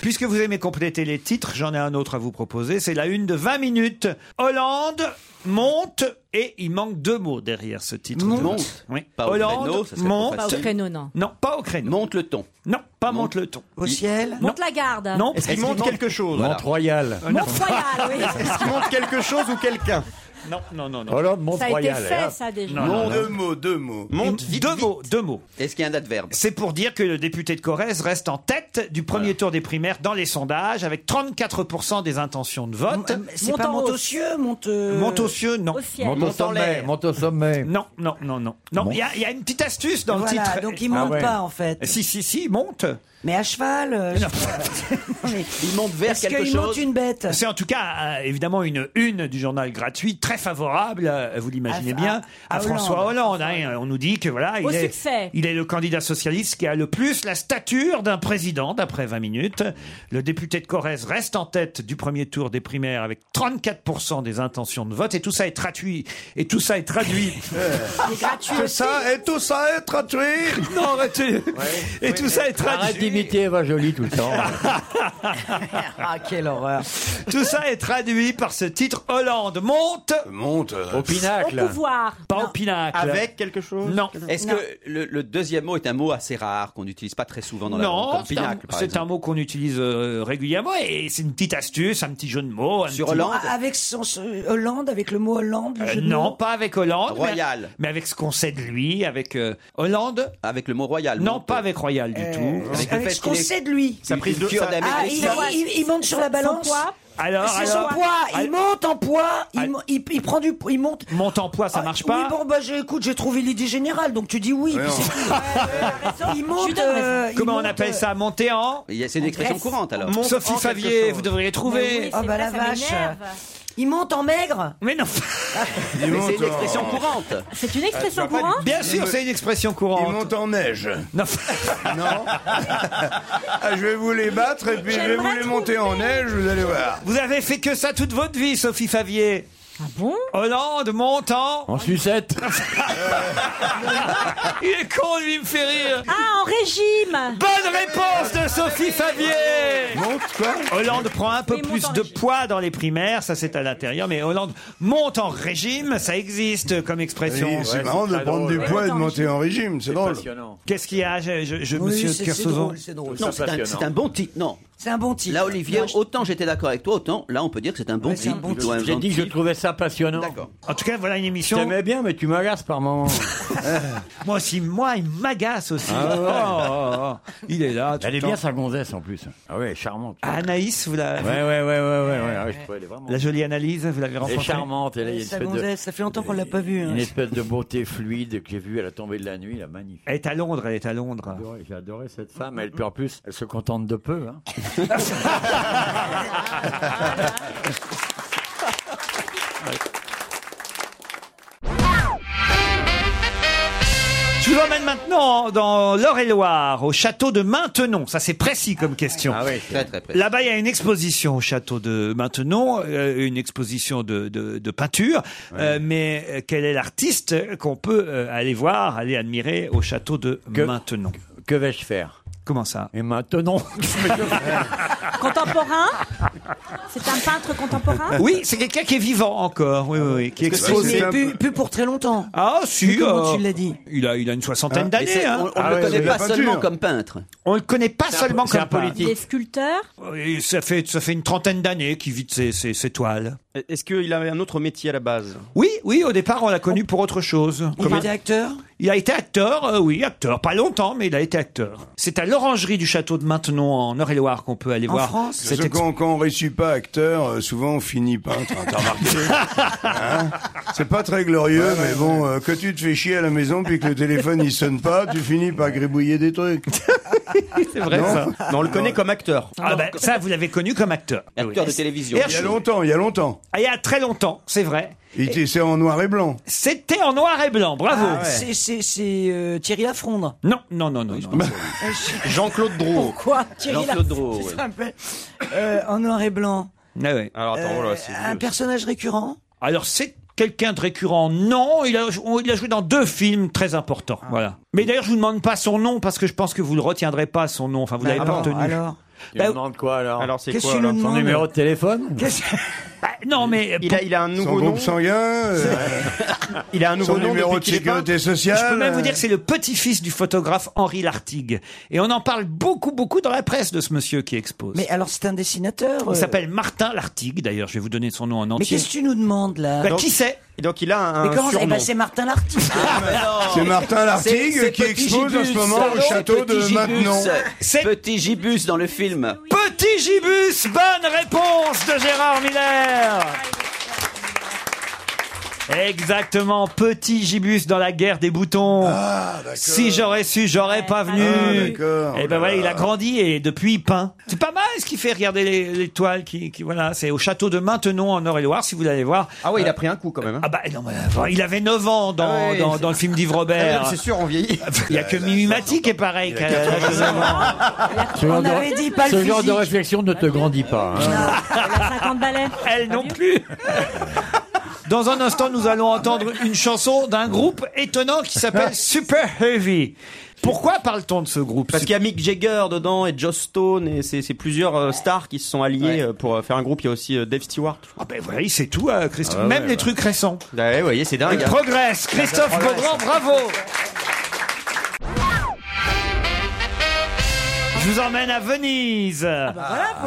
Speaker 4: Puisque vous aimez compléter les titres, j'en ai un autre à vous proposer. C'est la une de 20 minutes. Hollande monte et il manque deux mots derrière ce titre.
Speaker 10: Monte.
Speaker 4: Oui.
Speaker 10: Pas au
Speaker 4: Hollande
Speaker 10: créneau, ça serait trop
Speaker 4: monte.
Speaker 10: facile. Pas au
Speaker 15: créneau, non.
Speaker 4: Non, pas au créneau.
Speaker 10: Monte le ton.
Speaker 4: Non, pas monte, le ton.
Speaker 9: Au ciel
Speaker 15: Monte la garde.
Speaker 4: Non, parce qu'il monte quelque chose.
Speaker 8: Voilà. Monte royal.
Speaker 15: Monte royal, oui.
Speaker 8: Est-ce qu'il monte
Speaker 4: quelque chose ou quelqu'un Non, non, non, non.
Speaker 8: Hollande monte
Speaker 15: Ça a été royal, fait, hein. ça, déjà.
Speaker 4: Non, non,
Speaker 5: Deux
Speaker 4: non.
Speaker 5: mots, deux mots.
Speaker 4: Monte deux mots, deux mots.
Speaker 10: Est-ce qu'il y a un adverbe
Speaker 4: C'est pour dire que le député de Corrèze reste en tête du premier tour des primaires dans les sondages avec 34% des intentions de vote.
Speaker 9: C'est pas monte aux cieux, monte. euh,
Speaker 4: Monte aux cieux, non.
Speaker 9: Au ciel. Monte au sommet,
Speaker 8: monte au sommet.
Speaker 4: Non, non, non, non. Non,
Speaker 9: Bon.
Speaker 4: il y, a- il y a une petite astuce dans
Speaker 9: Voilà,
Speaker 4: le titre.
Speaker 9: donc il monte Ah ouais. pas, en fait.
Speaker 4: Si, si, si, il monte.
Speaker 9: Mais à cheval. euh, je-
Speaker 10: Il monte
Speaker 9: vers Est-ce quelque qu'il monte chose une bête
Speaker 4: C'est en tout cas, euh, évidemment, une une du journal gratuit très favorable, euh, vous l'imaginez
Speaker 9: À-
Speaker 4: bien, à,
Speaker 9: Ah, à- à
Speaker 4: François Hollande. hein. on nous dit que voilà,
Speaker 15: Au
Speaker 4: il,
Speaker 15: succès.
Speaker 4: est, il est le candidat socialiste qui a le plus la stature d'un président, d'après 20 minutes. Le député de Corrèze reste en tête du premier tour des primaires avec 34% des intentions de vote et tout ça est traduit. Et tout ça est traduit.
Speaker 10: Euh.
Speaker 5: Tout ça, et tout ça est gratuit.
Speaker 4: non, arrêtez. et tout ça est traduit.
Speaker 8: Arrête d'imiter Eva Jolie tout le temps.
Speaker 9: Ah, quelle horreur.
Speaker 4: Tout ça est traduit par ce titre Hollande monte
Speaker 5: monte
Speaker 8: Au pinacle.
Speaker 15: Au pouvoir.
Speaker 4: Pas au pinacle.
Speaker 6: Avec quelque chose
Speaker 4: Non.
Speaker 10: Est-ce que le, le deuxième mot est un mot assez rare qu'on n'utilise pas très souvent dans la langue,
Speaker 4: non,
Speaker 10: comme
Speaker 4: c'est un-
Speaker 10: pinacle, par
Speaker 4: c'est un,
Speaker 10: exemple.
Speaker 4: mot qu'on utilise euh, régulièrement et c'est une petite astuce, un petit jeu de mots. un
Speaker 10: Sur
Speaker 4: petit-
Speaker 10: Hollande
Speaker 9: Ah, Avec son, ce- Hollande, avec le mot Hollande, le
Speaker 4: Euh,
Speaker 9: jeu de
Speaker 4: non,
Speaker 9: mots.
Speaker 4: pas avec Hollande. mais-
Speaker 10: Royal.
Speaker 4: Mais, avec ce qu'on sait de lui, avec euh, Hollande.
Speaker 10: Avec le mot royal.
Speaker 4: Non, pas avec royal du tout.
Speaker 10: Avec
Speaker 9: Euh, Avec ce qu'on sait de lui.
Speaker 10: Sa prise de
Speaker 4: Culture
Speaker 10: ça-
Speaker 4: d'Amérique
Speaker 9: Ah,
Speaker 4: du
Speaker 9: il,
Speaker 4: Sud.
Speaker 9: il- il- il monte sur la balance.
Speaker 15: Son poids.
Speaker 4: Alors,
Speaker 9: C'est son
Speaker 4: alors-
Speaker 9: poids. Il
Speaker 4: alors-
Speaker 9: monte en poids.
Speaker 4: Ah,
Speaker 9: Il, mo- il- il prend du, il monte.
Speaker 4: monte en poids, ça marche
Speaker 9: Oui,
Speaker 4: pas.
Speaker 9: bon, bah, j'ai- écoute, j'ai trouvé l'idée générale, donc tu dis oui. puis c'est tout. il monte. euh, il
Speaker 4: Comment on
Speaker 9: monte,
Speaker 4: appelle
Speaker 9: euh,
Speaker 4: ça Monter en.
Speaker 10: Il y a- C'est une expression
Speaker 9: Bref.
Speaker 10: courante alors.
Speaker 9: Monte
Speaker 4: Sophie
Speaker 9: en quelque
Speaker 4: Favier,
Speaker 9: chose.
Speaker 4: vous devriez
Speaker 15: Mais
Speaker 4: trouver.
Speaker 15: oui,
Speaker 9: Ah,
Speaker 15: c'est
Speaker 9: bah,
Speaker 15: vrai,
Speaker 9: la
Speaker 15: ça
Speaker 9: vache.
Speaker 15: m'énerve.
Speaker 9: Il monte en maigre.
Speaker 4: Mais non.
Speaker 5: Il
Speaker 10: Mais
Speaker 5: monte
Speaker 10: C'est une
Speaker 5: en-
Speaker 10: expression courante.
Speaker 15: C'est une expression
Speaker 5: Ah, tu vas pas
Speaker 15: courante
Speaker 4: Bien sûr, c'est une expression courante.
Speaker 5: Il monte en neige.
Speaker 4: Non.
Speaker 5: Non Ah, Je vais vous les battre et puis je vais vous les monter en neige, vous allez voir.
Speaker 4: Vous avez fait que ça toute votre vie, Sophie Favier. Oh
Speaker 15: Ah bon
Speaker 4: Hollande monte en.
Speaker 8: En sucette.
Speaker 4: Il est con, lui, il me fait rire.
Speaker 15: Ah, en régime
Speaker 4: Bonne réponse de Sophie Favier
Speaker 5: Monte quoi
Speaker 4: Hollande prend un peu
Speaker 15: Oui, monte
Speaker 4: plus
Speaker 15: en
Speaker 4: de
Speaker 15: régime.
Speaker 4: poids dans les primaires, ça c'est à l'intérieur, mais Hollande monte en régime, ça existe comme expression.
Speaker 5: Oui, C'est marrant de prendre du poids et de monter en régime, c'est drôle.
Speaker 4: Qu'est-ce qu'il y a, je, je- je- monsieur
Speaker 9: c'est- c'est
Speaker 4: Kersauzon
Speaker 9: drôle, c'est drôle.
Speaker 10: Non, c'est un, c'est un bon titre. Non,
Speaker 9: C'est un bon titre.
Speaker 10: Là, Olivier, autant j'étais d'accord avec toi, autant là, on peut dire que c'est un bon titre. plutôt un
Speaker 8: J'ai dit que je
Speaker 10: gentil.
Speaker 8: trouvais ça passionnant. D'accord.
Speaker 4: En tout cas, voilà une émission.
Speaker 8: T'aimais bien, mais tu m'agaces par moments.
Speaker 4: moi aussi, moi, il m'agace aussi. Oh, Il est là. tout
Speaker 8: Ah, Elle
Speaker 4: le
Speaker 8: est
Speaker 4: temps. Ah,
Speaker 8: bien sa gonzesse en plus. Ah ouais, charmante.
Speaker 4: Anaïs, vous la.
Speaker 8: Ouais, ouais, ouais, ouais, ouais, ouais, ouais, je trouvais, elle est vraiment-
Speaker 4: La jolie analyse, vous l'avez
Speaker 8: Elle est
Speaker 4: rencontrée.
Speaker 8: charmante. Elle a une espèce, de,
Speaker 9: ça hein. fait longtemps qu'on l'a pas vu.
Speaker 8: une espèce de beauté fluide que j'ai vue à la tombée de la nuit, la magnifique.
Speaker 4: Elle est à Londres, elle est à Londres.
Speaker 8: J'ai adoré- J'ai adoré cette femme. Elle, puis en plus, elle se contente de peu. hein.
Speaker 4: Je vous emmène maintenant dans l'Eure-et-Loire, au château de Maintenon. Ça, c'est précis
Speaker 10: Ah
Speaker 4: comme question.
Speaker 10: Très, très près.
Speaker 4: Là-bas, il y a une exposition au château de Maintenon, euh, une exposition de, de- de peinture. Euh, mais euh, quel est l'artiste qu'on peut euh, aller voir, aller admirer au château de Maintenon
Speaker 8: Que vais-je faire
Speaker 4: Comment ça
Speaker 8: Et maintenant
Speaker 15: Contemporain C'est un peintre contemporain
Speaker 4: Ah. Oui, c'est quelqu'un qui est vivant encore, oui, oui, oui, qui
Speaker 9: Parce que
Speaker 4: expose.
Speaker 9: c'est- mais plus- plus pour très longtemps.
Speaker 4: Ah, si.
Speaker 9: Mais comment
Speaker 4: euh,
Speaker 9: tu l'as dit
Speaker 4: il a, il a une soixantaine
Speaker 10: Hein Mais
Speaker 4: d'années.
Speaker 10: c'est-
Speaker 4: hein.
Speaker 10: On ne le connaît pas seulement comme peintre.
Speaker 4: On le connaît pas
Speaker 10: C'est un-
Speaker 4: seulement
Speaker 10: c'est
Speaker 4: comme
Speaker 10: un politique.
Speaker 15: Des sculpteurs
Speaker 4: Et ça fait, ça fait une trentaine d'années qu'il vide ses, ses- ses toiles.
Speaker 6: Euh, Est-ce qu'il avait un autre métier à la base
Speaker 4: Oui, oui, au départ, on l'a connu pour autre chose.
Speaker 6: Il était
Speaker 4: Oh. acteur Il a été acteur, euh, oui, acteur. Pas longtemps, mais il a été acteur. C'est à l'orangerie du château de Maintenon, en Eure-et-Loire, qu'on peut aller voir. cette
Speaker 5: Parce que
Speaker 4: expo.
Speaker 5: quand, quand on réussit pas acteur, euh, souvent on finit peintre. hein, T'as remarqué Hein C'est pas très glorieux, mais bon, euh, que tu te fais chier à la maison puis que le téléphone il sonne pas, tu finis par gribouiller des trucs.
Speaker 4: C'est vrai,
Speaker 5: Non
Speaker 4: ça.
Speaker 5: Non, on le
Speaker 6: connaît comme acteur.
Speaker 4: Ah, ben, ça, vous l'avez connu comme acteur.
Speaker 10: Acteur de télévision.
Speaker 4: Et
Speaker 5: Il y a longtemps, il y a longtemps.
Speaker 4: Ah, il y a très longtemps, c'est vrai.
Speaker 5: Il était- C'est en noir et blanc.
Speaker 4: C'était en noir et blanc, bravo.
Speaker 9: Ah, c'est- C'est c'est, euh, Thierry Lafronde.
Speaker 4: Non, non, non, non.
Speaker 6: Jean-Claude Drouot.
Speaker 9: Pourquoi Thierry
Speaker 6: Jean-Claude
Speaker 9: Lafronde,
Speaker 6: Drouot,
Speaker 9: c'est
Speaker 6: ouais.
Speaker 9: ça, un peu. Euh, en noir et blanc.
Speaker 4: Ah ouais.
Speaker 6: Alors attends,
Speaker 9: Euh,
Speaker 6: voilà, c'est
Speaker 9: un personnage récurrent.
Speaker 4: Alors, c'est quelqu'un de récurrent Non, il a, on- il a joué dans deux films très importants.
Speaker 6: Ah.
Speaker 4: Voilà. Mais d'ailleurs, je vous demande pas son nom parce que je pense que vous le retiendrez pas son nom. Enfin, vous
Speaker 8: Ah
Speaker 6: Ah
Speaker 4: l'avez pas retenu.
Speaker 8: Tu me demandes quoi Bah, alors
Speaker 6: Alors, c'est
Speaker 8: Qu'est-ce
Speaker 6: quoi,
Speaker 8: que tu
Speaker 6: alors
Speaker 8: nous Son numéro de téléphone
Speaker 4: Bah, non, mais
Speaker 6: Il a, il a un
Speaker 5: Son
Speaker 6: nouveau nom.
Speaker 5: groupe sanguin, euh,
Speaker 6: Il a un nouveau
Speaker 5: son
Speaker 6: nom
Speaker 5: numéro
Speaker 6: depuis
Speaker 5: de
Speaker 6: qu'il est
Speaker 5: sécurité
Speaker 6: peintre
Speaker 5: sociale.
Speaker 4: Je peux même vous
Speaker 5: euh,
Speaker 4: dire que c'est le petit-fils du photographe Henri Lartigue. Et on en parle beaucoup, beaucoup dans la presse de ce monsieur qui expose.
Speaker 9: Mais alors c'est un dessinateur. euh,
Speaker 4: Il s'appelle Martin Lartigue, d'ailleurs. Je vais vous donner son nom en
Speaker 9: Mais
Speaker 4: entier.
Speaker 9: qu'est-ce que tu nous demandes là
Speaker 4: Bah, qui c'est
Speaker 6: Donc il a un
Speaker 9: Mais comment ça Eh
Speaker 6: surnom.
Speaker 9: ben, c'est Martin Lartigue.
Speaker 5: C'est Martin Lartigue qui expose en ce moment au château de Maintenon.
Speaker 10: C'est Petit Gibus dans le film.
Speaker 4: Petit Gibus, bonne réponse de Gérard Miller. Exactement, petit gibus dans la guerre des boutons. si j'aurais su, j'aurais pas venu.
Speaker 5: Ah, d'accord.
Speaker 4: et ben voilà, il a grandi et depuis il peint. C'est pas mal ce qu'il fait. Regardez les, les toiles qui, qui- voilà, c'est au château de Maintenon en Eure-et-Loire si vous allez voir.
Speaker 6: Ah ouais, il a pris un coup quand même. hein.
Speaker 4: Ah bah non, mais avant, il avait 9 ans dans,
Speaker 6: Ah oui,
Speaker 4: dans,
Speaker 6: c'est-
Speaker 4: dans le film d'Yves Robert.
Speaker 6: Ah, C'est sûr, on vieillit.
Speaker 4: Il y a que Mimimati qui est pareil. qu'à l'âge de 9 ans.
Speaker 8: Ce genre,
Speaker 9: On
Speaker 8: de,
Speaker 9: avait dit pas
Speaker 8: ce
Speaker 9: le
Speaker 8: genre de
Speaker 9: physique.
Speaker 8: réflexion ne te grandit pas. hein.
Speaker 15: Elle a 50 balais.
Speaker 4: Elle non plus. Dans un instant, nous allons entendre une chanson d'un groupe étonnant qui s'appelle Super Heavy. Pourquoi parle-t-on de ce groupe
Speaker 6: Parce qu'il y a Mick Jagger dedans et Joss Stone et c'est c'est plusieurs euh, stars qui se sont alliés euh, pour euh, faire un groupe. Il y a aussi euh, Dave Stewart.
Speaker 4: Ah ben voilà, il sait tout, euh, Christophe.
Speaker 6: Ah ouais,
Speaker 4: Même les
Speaker 6: ouais.
Speaker 4: trucs récents.
Speaker 6: Ah ouais, vous voyez, c'est
Speaker 4: Il
Speaker 6: dingue. hein.
Speaker 4: progresse. Christophe
Speaker 6: progresse.
Speaker 4: Beaugrand, bravo. Je vous emmène à Venise.
Speaker 5: À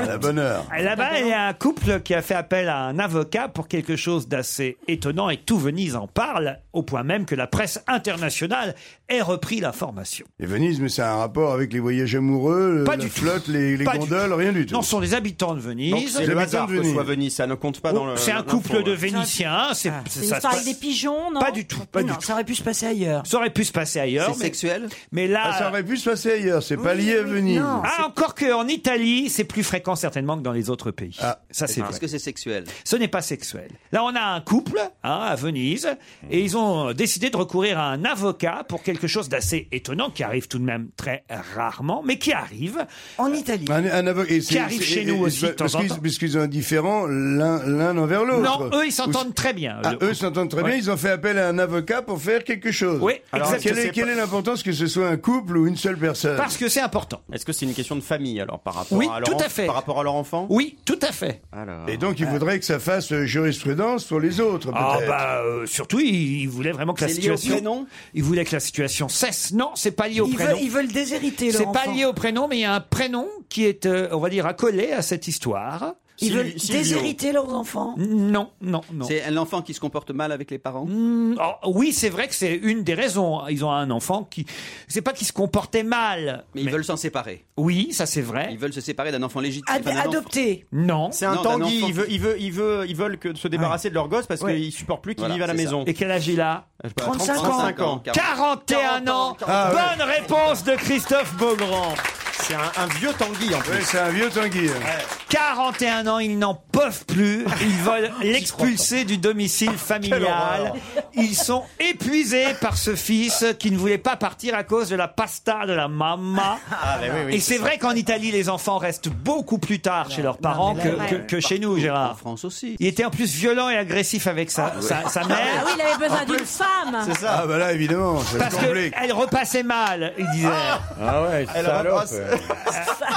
Speaker 5: la bonne heure.
Speaker 4: Et Là-bas, il y a un couple qui a fait appel à un avocat pour quelque chose d'assez étonnant et tout Venise en parle, au point même que la presse internationale ait repris l'information.
Speaker 5: Et Venise, mais ça a un rapport avec les voyages amoureux,
Speaker 4: Pas
Speaker 5: la
Speaker 4: du tout.
Speaker 5: flotte, les, les
Speaker 4: Pas du
Speaker 5: gondoles, rien du tout.
Speaker 4: Non, ce sont des habitants de
Speaker 6: Donc
Speaker 4: Venise.
Speaker 6: c'est
Speaker 5: Les
Speaker 6: le hasard
Speaker 5: habitants de
Speaker 6: que ce soit
Speaker 5: Venise.
Speaker 6: Venise, ça ne compte pas dans le.
Speaker 4: Oh, C'est un
Speaker 6: l'info,
Speaker 4: couple de
Speaker 6: ouais.
Speaker 10: Ah.
Speaker 4: Vénitiens. C'est
Speaker 15: C'est une
Speaker 4: ça se
Speaker 15: histoire avec
Speaker 4: passe-
Speaker 15: des pigeons, non
Speaker 4: Pas du tout, pas du
Speaker 9: Non,
Speaker 4: tout.
Speaker 9: ça aurait pu se passer ailleurs.
Speaker 4: Ça aurait pu se passer ailleurs,
Speaker 10: C'est
Speaker 4: mais,
Speaker 10: sexuel
Speaker 4: mais
Speaker 5: Ah, ça
Speaker 4: là.
Speaker 5: aurait pu se passer ailleurs, c'est pas lié à Venise.
Speaker 4: Ah, encore qu'en Italie, c'est plus fréquent certainement que dans les autres pays.
Speaker 5: Ah,
Speaker 4: ça, c'est vrai.
Speaker 10: Est-ce que c'est sexuel
Speaker 4: Ce n'est pas sexuel. Là, on a un couple hein, à Venise et ils ont décidé de recourir à un avocat pour quelque chose d'assez étonnant qui arrive tout de même très rarement, mais qui arrive.
Speaker 9: En Italie.
Speaker 5: Un, un avocat- et c'est-
Speaker 4: arrive
Speaker 5: c'est-
Speaker 4: chez
Speaker 5: et-
Speaker 4: nous
Speaker 5: et-
Speaker 4: aussi de temps
Speaker 5: parce
Speaker 4: en
Speaker 5: qu'ils-
Speaker 4: temps.
Speaker 5: Parce qu'ils ont indifférents l'un l'un envers l'autre.
Speaker 4: Non, eux, ils
Speaker 5: Ou-
Speaker 4: s'entendent très bien.
Speaker 5: Ah,
Speaker 4: Le-
Speaker 5: eux s'entendent très
Speaker 4: Ouais.
Speaker 5: bien, ils ont fait appel à un avocat pour faire quelque chose.
Speaker 4: Oui,
Speaker 5: Alors,
Speaker 4: exactement.
Speaker 5: quelle est, quelle est l'importance que ce soit un couple ou une seule personne
Speaker 4: Parce que c'est important.
Speaker 6: Est-ce que c'est une question de famille alors par rapport
Speaker 4: Oui,
Speaker 6: à leur
Speaker 4: tout à
Speaker 6: enf-
Speaker 4: fait.
Speaker 6: par rapport à leur enfant
Speaker 4: Oui, tout à fait.
Speaker 6: Alors.
Speaker 5: Et donc, il faudrait que ça fasse euh, jurisprudence sur les autres,
Speaker 4: Ah
Speaker 5: peut-être.
Speaker 4: bah euh, surtout, il, il voulait vraiment que la
Speaker 10: C'est lié au
Speaker 4: situation.
Speaker 10: prénom
Speaker 4: Il voulait que la situation cesse. Non, c'est pas lié au
Speaker 9: Ils
Speaker 4: prénom.
Speaker 9: veulent, ils veulent déshériter leur
Speaker 4: C'est pas
Speaker 9: enfant.
Speaker 4: lié au prénom, mais il y a un prénom qui est, euh, on va dire, accolé à cette histoire.
Speaker 9: Ils veulent déshériter leurs enfants.
Speaker 4: Non, non, non.
Speaker 10: C'est l'enfant qui se comporte mal avec les parents
Speaker 4: Oh, oui, c'est vrai que c'est une des raisons. Ils ont un enfant qui, c'est pas qu'il se comportait mal.
Speaker 10: Mais ils veulent s'en séparer.
Speaker 4: Oui, ça c'est vrai.
Speaker 10: Ils veulent se séparer d'un enfant légitime.
Speaker 6: Ad-
Speaker 10: d'un enfant-
Speaker 6: adopté.
Speaker 4: Non.
Speaker 6: C'est un
Speaker 10: Non, d'un
Speaker 6: tanguy,
Speaker 10: enfant
Speaker 6: il veut, il veut, il veut, ils veulent que se débarrasser de leur gosse parce
Speaker 10: Ouais.
Speaker 6: qu'ils supportent plus qu'ils
Speaker 10: Voilà,
Speaker 6: vivent à la
Speaker 10: c'est ça.
Speaker 6: maison. Euh,
Speaker 4: Et quel âge il a
Speaker 6: Je sais pas, 35 ans.
Speaker 4: 35 ans. 41 ans.
Speaker 6: Ah, ouais.
Speaker 4: Bonne réponse de Christophe Beaugrand.
Speaker 6: C'est un, un vieux tanguy en plus.
Speaker 5: c'est un vieux tanguy. hein.
Speaker 4: 41 ans, ils n'en peuvent plus. Ils veulent l'expulser du domicile
Speaker 6: Quelle
Speaker 4: familial.
Speaker 6: horreur.
Speaker 4: Ils sont épuisés par ce fils qui ne voulait pas partir à cause de la pasta de la maman.
Speaker 6: Ah, bah oui, oui,
Speaker 4: Et c'est
Speaker 6: c'est
Speaker 4: vrai qu'en Italie, les enfants restent beaucoup plus tard chez leurs parents
Speaker 10: mais
Speaker 4: que,
Speaker 10: là,
Speaker 4: que-
Speaker 10: ouais.
Speaker 4: que chez nous, Gérard. En
Speaker 10: France aussi.
Speaker 4: Il était en plus violent et agressif avec sa,
Speaker 10: Ah, ouais.
Speaker 4: sa, sa
Speaker 15: Ah
Speaker 4: mère.
Speaker 6: bah
Speaker 15: oui, il avait besoin d'une femme.
Speaker 5: Ah bah là, évidemment, c'est
Speaker 4: Parce
Speaker 5: compliqué.
Speaker 4: qu'elle repassait mal, il disait.
Speaker 8: Ah ouais,
Speaker 5: Elle salope. repasse.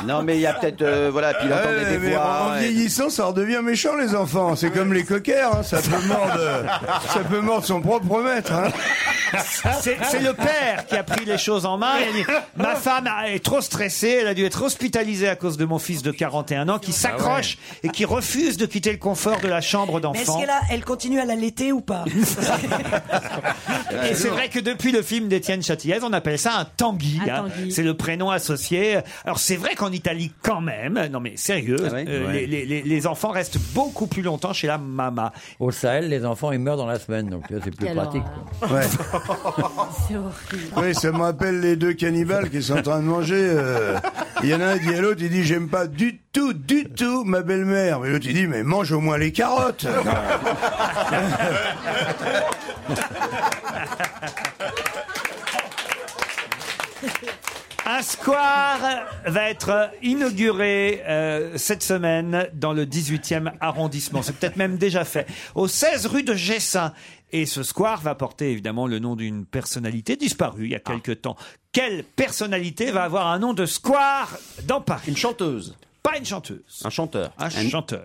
Speaker 10: Non, mais il y a peut-être. euh, voilà, puis il
Speaker 8: Ah
Speaker 10: entendait
Speaker 5: Ouais,
Speaker 10: des
Speaker 5: mais
Speaker 10: voix.
Speaker 5: En
Speaker 10: et-
Speaker 5: vieillissant, ça redevient méchant, les enfants. C'est comme les coquères, hein, ça, peut mordre, ça peut mordre son propre maître. hein.
Speaker 4: C'est c'est le père qui a pris les choses en main. Il a dit, Ma femme a- est trop stressée, elle a dû être hospitalisée à cause de mon fils de 41
Speaker 9: Ah
Speaker 4: ans qui s'accroche et qui refuse de quitter le confort de la chambre
Speaker 9: Mais est-ce
Speaker 4: d'enfant.
Speaker 9: qu'elle a- elle continue à l'allaiter ou pas
Speaker 4: Et c'est vrai que depuis le film d'Étienne Châtillès, on appelle ça un tanguy.
Speaker 9: Un
Speaker 4: hein.
Speaker 9: tanguy.
Speaker 4: C'est le prénom associé. Alors c'est vrai qu'en Italie, quand même, non mais sérieux,
Speaker 9: Ah
Speaker 4: euh,
Speaker 8: Ouais.
Speaker 4: les- les- les- les enfants restent beaucoup plus longtemps chez la mama.
Speaker 8: Ah. Au Sahel, les enfants, ils meurent dans la semaine, donc là, c'est plus
Speaker 4: Alors,
Speaker 8: pratique.
Speaker 15: C'est horrible.
Speaker 5: Oui, ça me rappelle les deux cannibales qui sont en train de manger. euh. Il y en a un qui dit à l'autre, il dit j'aime pas du tout, du tout ma belle-mère. Mais l'autre il dit mais mange au moins les carottes.
Speaker 4: Un square va être inauguré euh, cette semaine dans le 18e arrondissement. C'est peut-être même déjà fait. Au 16 rue de Gessin. Et ce square va porter évidemment le nom d'une personnalité disparue il y a quelque temps. Quelle personnalité va avoir un nom de square dans Paris Une chanteuse. Pas une chanteuse.
Speaker 6: Un chanteur.
Speaker 4: Un chanteur.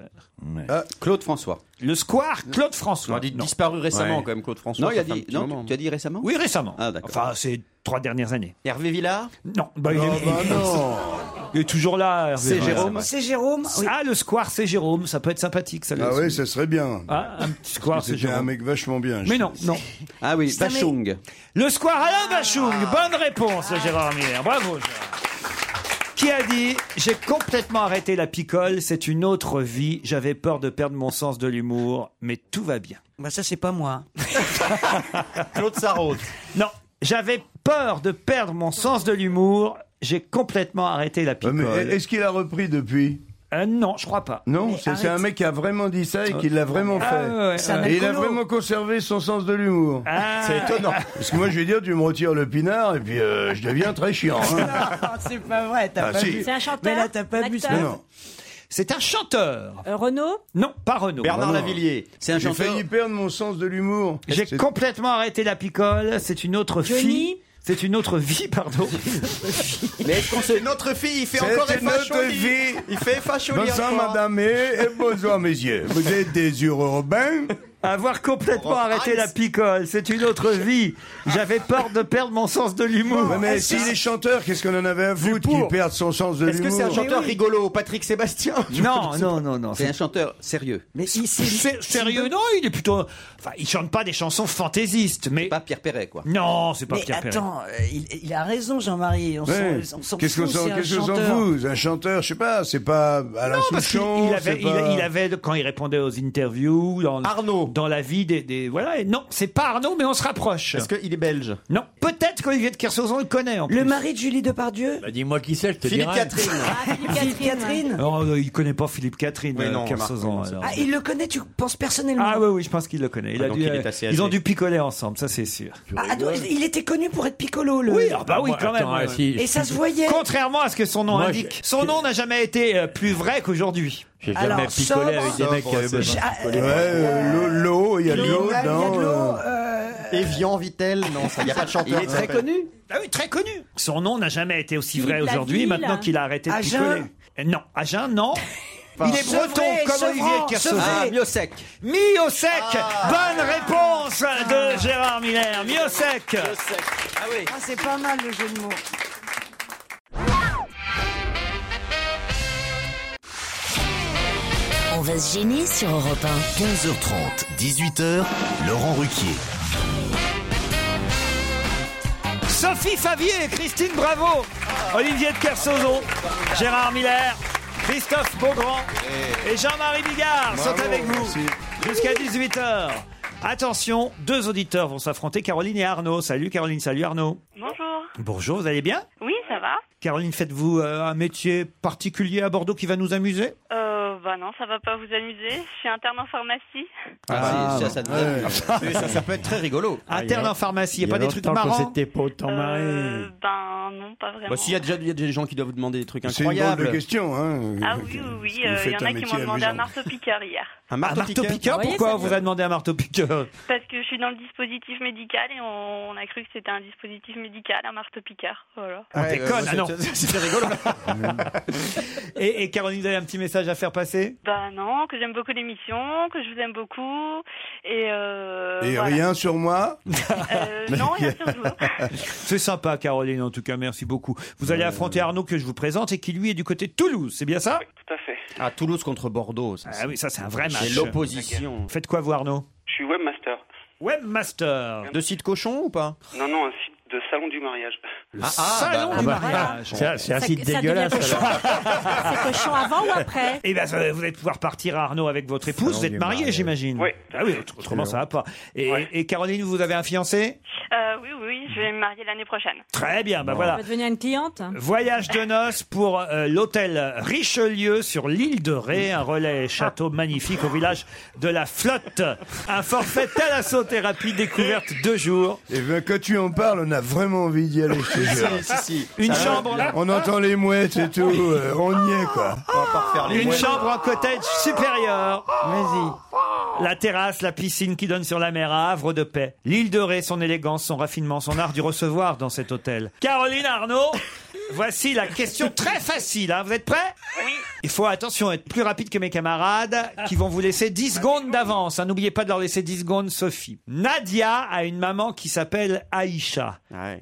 Speaker 10: Claude François.
Speaker 4: Le square Claude François.
Speaker 10: On dit
Speaker 4: Non.
Speaker 10: disparu récemment, quand même, Claude François,
Speaker 4: Non, il
Speaker 10: ça
Speaker 4: a
Speaker 10: fait un
Speaker 4: dit.
Speaker 10: petit
Speaker 4: non,
Speaker 10: moment.
Speaker 4: tu-
Speaker 10: tu as dit récemment
Speaker 4: Oui, récemment. Enfin, ces trois dernières années.
Speaker 6: Ah, Hervé Villard
Speaker 4: Non. Bah,
Speaker 6: Non, bah non.
Speaker 4: Il est toujours là. Hervé
Speaker 6: C'est
Speaker 4: Villard.
Speaker 6: Jérôme
Speaker 9: C'est Jérôme oui.
Speaker 4: Ah, le square, c'est Jérôme. Ça peut être sympathique, ça. là,
Speaker 5: Ah
Speaker 4: aussi.
Speaker 5: oui, ça serait bien.
Speaker 4: Ah, un petit square, c'est
Speaker 5: C'était un
Speaker 4: Jérôme.
Speaker 5: mec vachement bien.
Speaker 4: Mais non, non.
Speaker 10: Ah oui,
Speaker 4: C'est un mec- Bachung. Le square Alain Bachung. Bonne réponse, de Gérard Miller. Bravo, Gérard. Qui a dit J'ai complètement arrêté la picole, c'est une autre vie, j'avais peur de perdre mon sens de l'humour, mais tout va bien.
Speaker 9: Bah ça c'est pas moi.
Speaker 4: Claude Sarraute. Non, j'avais peur de perdre mon sens de l'humour, j'ai complètement arrêté la
Speaker 5: Ouais,
Speaker 4: picole. Euh,
Speaker 5: mais Est-ce qu'il a repris depuis
Speaker 4: Non, je crois pas.
Speaker 5: Non, c'est c'est un mec qui a vraiment dit ça et qui l'a vraiment
Speaker 4: Ah,
Speaker 5: fait.
Speaker 4: ouais, ouais, C'est un
Speaker 5: et il a
Speaker 4: alcoolo.
Speaker 5: vraiment conservé son sens de l'humour.
Speaker 8: Ah.
Speaker 4: C'est étonnant.
Speaker 8: Bah,
Speaker 5: Parce que moi, je vais dire, tu me retires le pinard et puis euh, je deviens très chiant. hein.
Speaker 9: c'est pas vrai, t'as
Speaker 5: Ah,
Speaker 9: pas
Speaker 5: si.
Speaker 9: vu.
Speaker 5: C'est un
Speaker 9: chanteur. Mais là t'as pas vu ça.
Speaker 5: Mais non.
Speaker 4: C'est un chanteur.
Speaker 7: Euh,
Speaker 15: Renaud
Speaker 4: Non, pas Renaud.
Speaker 5: Bernard Lavillier.
Speaker 10: C'est un
Speaker 5: J'ai
Speaker 10: chanteur.
Speaker 5: failli perdre mon sens de l'humour.
Speaker 4: J'ai
Speaker 5: C'est-
Speaker 4: complètement arrêté la picole. C'est une autre
Speaker 5: Johnny
Speaker 4: fille. C'est une autre vie, pardon.
Speaker 10: Mais est-ce qu'on se.
Speaker 6: Notre fille, il fait
Speaker 5: C'est
Speaker 6: encore
Speaker 5: une
Speaker 6: effache au
Speaker 5: autre
Speaker 6: lit.
Speaker 5: vie.
Speaker 6: Il fait effache au lit
Speaker 5: Bonsoir
Speaker 6: encore.
Speaker 5: madame et, et bonsoir messieurs. Vous êtes des urbains
Speaker 4: Avoir complètement arrêté la picole, c'est une autre vie. J'avais peur de perdre mon sens de l'humour.
Speaker 5: Ouais, Mais si les chanteurs, qu'est-ce qu'on en avait à foutre qu'ils perdent son sens de
Speaker 6: Est-ce
Speaker 5: l'humour
Speaker 6: que c'est un chanteur rigolo, Patrick Sébastien
Speaker 4: Non, non, non, non.
Speaker 10: C'est un chanteur sérieux.
Speaker 9: Mais
Speaker 4: C'est- Sérieux, non, il est plutôt. Enfin, il chante pas des chansons fantaisistes, mais.
Speaker 10: Pas Pierre Perret, quoi.
Speaker 4: Non, c'est pas
Speaker 9: Mais
Speaker 4: Pierre Perret.
Speaker 9: attends, euh, il, il a raison Jean-Marie. On s'en-
Speaker 5: Ouais.
Speaker 9: on s'en
Speaker 5: Qu'est-ce qu'on
Speaker 9: fout,
Speaker 5: s'en
Speaker 9: c'est un
Speaker 5: qu'est-ce qu'on s'en
Speaker 9: chanteur.
Speaker 5: fout Un chanteur, je sais pas, c'est pas Alain
Speaker 4: Non, parce qu'il
Speaker 5: Souchon.
Speaker 4: il avait,
Speaker 5: c'est
Speaker 4: il-
Speaker 5: pas-
Speaker 4: il avait, quand il répondait aux interviews, dans, dans la vie des, des- voilà. Et non, c'est pas Arnaud, mais on se rapproche.
Speaker 6: Est-ce qu'il est belge
Speaker 4: Non, peut-être qu'Olivier de Kersauzon le connaît. En
Speaker 9: Le
Speaker 4: plus.
Speaker 9: mari de Julie Depardieu
Speaker 8: Bah, dis-moi qui c'est, je te
Speaker 4: Philippe
Speaker 8: dirai. Ah,
Speaker 4: Catherine.
Speaker 9: Philippe Catherine
Speaker 4: Oh, euh, il connaît pas Philippe Catherine,
Speaker 8: Oui,
Speaker 4: euh,
Speaker 8: non,
Speaker 4: Kersauzon,
Speaker 8: Marc,
Speaker 4: alors.
Speaker 9: Ah, il le connaît, tu penses personnellement
Speaker 4: Ah oui, oui, je pense qu'il le connaît. Il
Speaker 6: Ah,
Speaker 4: a
Speaker 6: donc
Speaker 4: dû,
Speaker 6: il est
Speaker 4: euh,
Speaker 6: assez
Speaker 4: ils ont
Speaker 6: âgé.
Speaker 4: dû picoler ensemble, ça c'est sûr.
Speaker 9: Ah, donc, il- il était connu pour être piccolo, le.
Speaker 4: Oui, ah bah oui,
Speaker 8: Moi,
Speaker 4: quand même.
Speaker 8: attends, ah, si,
Speaker 9: Et ça se voyait.
Speaker 4: Contrairement à ce que son nom
Speaker 8: Moi,
Speaker 4: indique, son nom n'a jamais été euh, plus vrai qu'aujourd'hui.
Speaker 8: J'ai
Speaker 9: Alors,
Speaker 8: jamais picolé
Speaker 9: sobre,
Speaker 8: avec des mecs qui avaient besoin
Speaker 9: Ah,
Speaker 8: de
Speaker 9: euh,
Speaker 8: picoler.
Speaker 5: Ouais, l'eau- l'eau, il y a de l'eau,
Speaker 9: il y a de
Speaker 5: dedans,
Speaker 9: l'eau,
Speaker 5: euh.
Speaker 9: euh,
Speaker 6: Evian, Vitel Non, ça, il n'y a pas de chanteur.
Speaker 10: Il est
Speaker 6: qui
Speaker 10: très
Speaker 6: s'appelle.
Speaker 10: connu.
Speaker 4: Ah oui, très connu. Son nom n'a jamais été aussi
Speaker 15: Philippe
Speaker 4: vrai aujourd'hui,
Speaker 15: Laville.
Speaker 4: maintenant qu'il a arrêté de
Speaker 9: Agen
Speaker 4: picoler. Euh, Non, Agen, non.
Speaker 6: pas.
Speaker 4: Il est
Speaker 6: Sevray,
Speaker 4: breton comme
Speaker 6: Sevran,
Speaker 4: Olivier Kersauzon.
Speaker 6: Sevray. Ah,
Speaker 4: Miosec. Miosec.
Speaker 9: Ah.
Speaker 4: Bonne réponse de Gérard Miller. Miosec.
Speaker 12: Ah oui. c'est pas mal le jeu de mots.
Speaker 2: On va se gêner sur Europe 1.
Speaker 3: 15h30, 18h, Laurent Ruquier.
Speaker 4: Sophie Favier et Christine Bravo. Olivier de Kersauzon. Gérard Miller. Christophe Beaugrand. Et Jean-Marie Bigard sont
Speaker 5: Bravo,
Speaker 4: avec vous
Speaker 5: merci.
Speaker 4: jusqu'à 18h. Attention, deux auditeurs vont s'affronter, Caroline et Arnaud. Salut Caroline, salut Arnaud.
Speaker 16: Bonjour.
Speaker 4: Bonjour, vous allez bien
Speaker 16: Oui, ça va
Speaker 4: Caroline, faites-vous euh, un métier particulier à Bordeaux qui va nous amuser
Speaker 16: euh, Bah non, ça va pas vous amuser. Je suis interne en pharmacie.
Speaker 4: Ah,
Speaker 10: si, ça,
Speaker 4: bon.
Speaker 10: ça,
Speaker 4: Ouais.
Speaker 10: ça, ça peut être très rigolo.
Speaker 6: Ah,
Speaker 4: Interne en pharmacie, il n'y a pas des trucs Ah.
Speaker 10: marrants
Speaker 8: c'était pas autant marré.
Speaker 16: Ben non, pas vraiment.
Speaker 6: Bah, S'il y a déjà il y a des gens qui doivent vous demander des trucs
Speaker 5: C'est une
Speaker 6: incroyables.
Speaker 5: drôle de question, hein.
Speaker 16: Ah oui, oui, oui.
Speaker 5: Vous
Speaker 16: euh, Il y
Speaker 5: faites
Speaker 16: en a
Speaker 5: un
Speaker 16: qui
Speaker 5: métier
Speaker 16: m'ont demandé
Speaker 5: amusant.
Speaker 16: un marteau piqueur hier.
Speaker 4: Un
Speaker 5: marteau piqueur
Speaker 4: piqueur
Speaker 16: Vous voyez,
Speaker 4: Pourquoi
Speaker 16: ça
Speaker 4: on
Speaker 16: me-
Speaker 4: vous a demandé un marteau piqueur
Speaker 16: Parce que je suis dans le dispositif médical et on, on a cru que c'était un dispositif médical, un marteau piqueur. Voilà.
Speaker 4: On
Speaker 6: euh,
Speaker 4: déconne, ah non.
Speaker 6: C'était rigolo.
Speaker 4: et, et Caroline, vous avez un petit message à faire passer
Speaker 16: Bah non, que j'aime beaucoup l'émission, que je vous aime beaucoup. Et, euh,
Speaker 5: Et
Speaker 16: voilà. Euh,
Speaker 5: rien sur moi
Speaker 16: non, rien sur vous.
Speaker 4: C'est sympa, Caroline, en tout cas, merci beaucoup. Vous allez affronter
Speaker 5: Euh.
Speaker 4: Arnaud que je vous présente et qui, lui, est du côté de Toulouse, c'est bien ça
Speaker 13: Tout à fait.
Speaker 4: Ah, Toulouse contre Bordeaux. ah oui, ça, c'est un vrai match.
Speaker 6: C'est l'opposition.
Speaker 4: Faites quoi, vous, Arnaud
Speaker 13: Je suis webmaster.
Speaker 4: Webmaster.
Speaker 6: De site cochon ou pas
Speaker 13: Non, non, un site de salon du mariage.
Speaker 8: Ah, bah,
Speaker 4: salon du mariage.
Speaker 8: C'est c'est un
Speaker 4: Ça-
Speaker 8: site
Speaker 4: ça devient
Speaker 8: dégueulasse.
Speaker 4: cochon.
Speaker 8: alors. ben.
Speaker 15: C'est cochon avant ou après
Speaker 4: Eh bien, vous allez pouvoir partir, Arnaud, avec votre épouse.
Speaker 8: Salon
Speaker 4: Vous êtes
Speaker 8: du
Speaker 4: marié,
Speaker 8: mariage.
Speaker 4: j'imagine.
Speaker 8: Oui.
Speaker 4: Ah oui, autre- autrement, ça va pas. Et, et Caroline, vous avez un fiancé
Speaker 16: Euh, oui, oui, oui, je vais me marier l'année prochaine.
Speaker 4: Très bien, bah
Speaker 15: On
Speaker 4: voilà.
Speaker 15: va devenir une cliente
Speaker 4: Voyage de noces pour euh, l'hôtel Richelieu sur l'île de Ré, un relais château magnifique au village de la Flotte. Un forfait thalassothérapie découverte deux jours.
Speaker 5: Et ben, quand tu en parles, on a vraiment envie d'y aller, je te
Speaker 4: Si,
Speaker 5: jure.
Speaker 4: si, si. Une
Speaker 5: Ça va,
Speaker 4: chambre.
Speaker 5: On entend les mouettes et tout, euh, on y est, quoi.
Speaker 4: Une chambre en cottage supérieure. Vas-y. La terrasse, la piscine qui donne sur la mer à Havre de Paix. L'île de Ré, son élégance, son raffinement, son art du recevoir dans cet hôtel. Caroline Arnaud, voici la question très facile. hein. Vous êtes prêts Oui. Il faut, attention, être plus rapide que mes camarades qui vont vous laisser 10 secondes d'avance. hein. N'oubliez pas de leur laisser 10 secondes, Sophie. Nadia a une maman qui s'appelle Aïcha.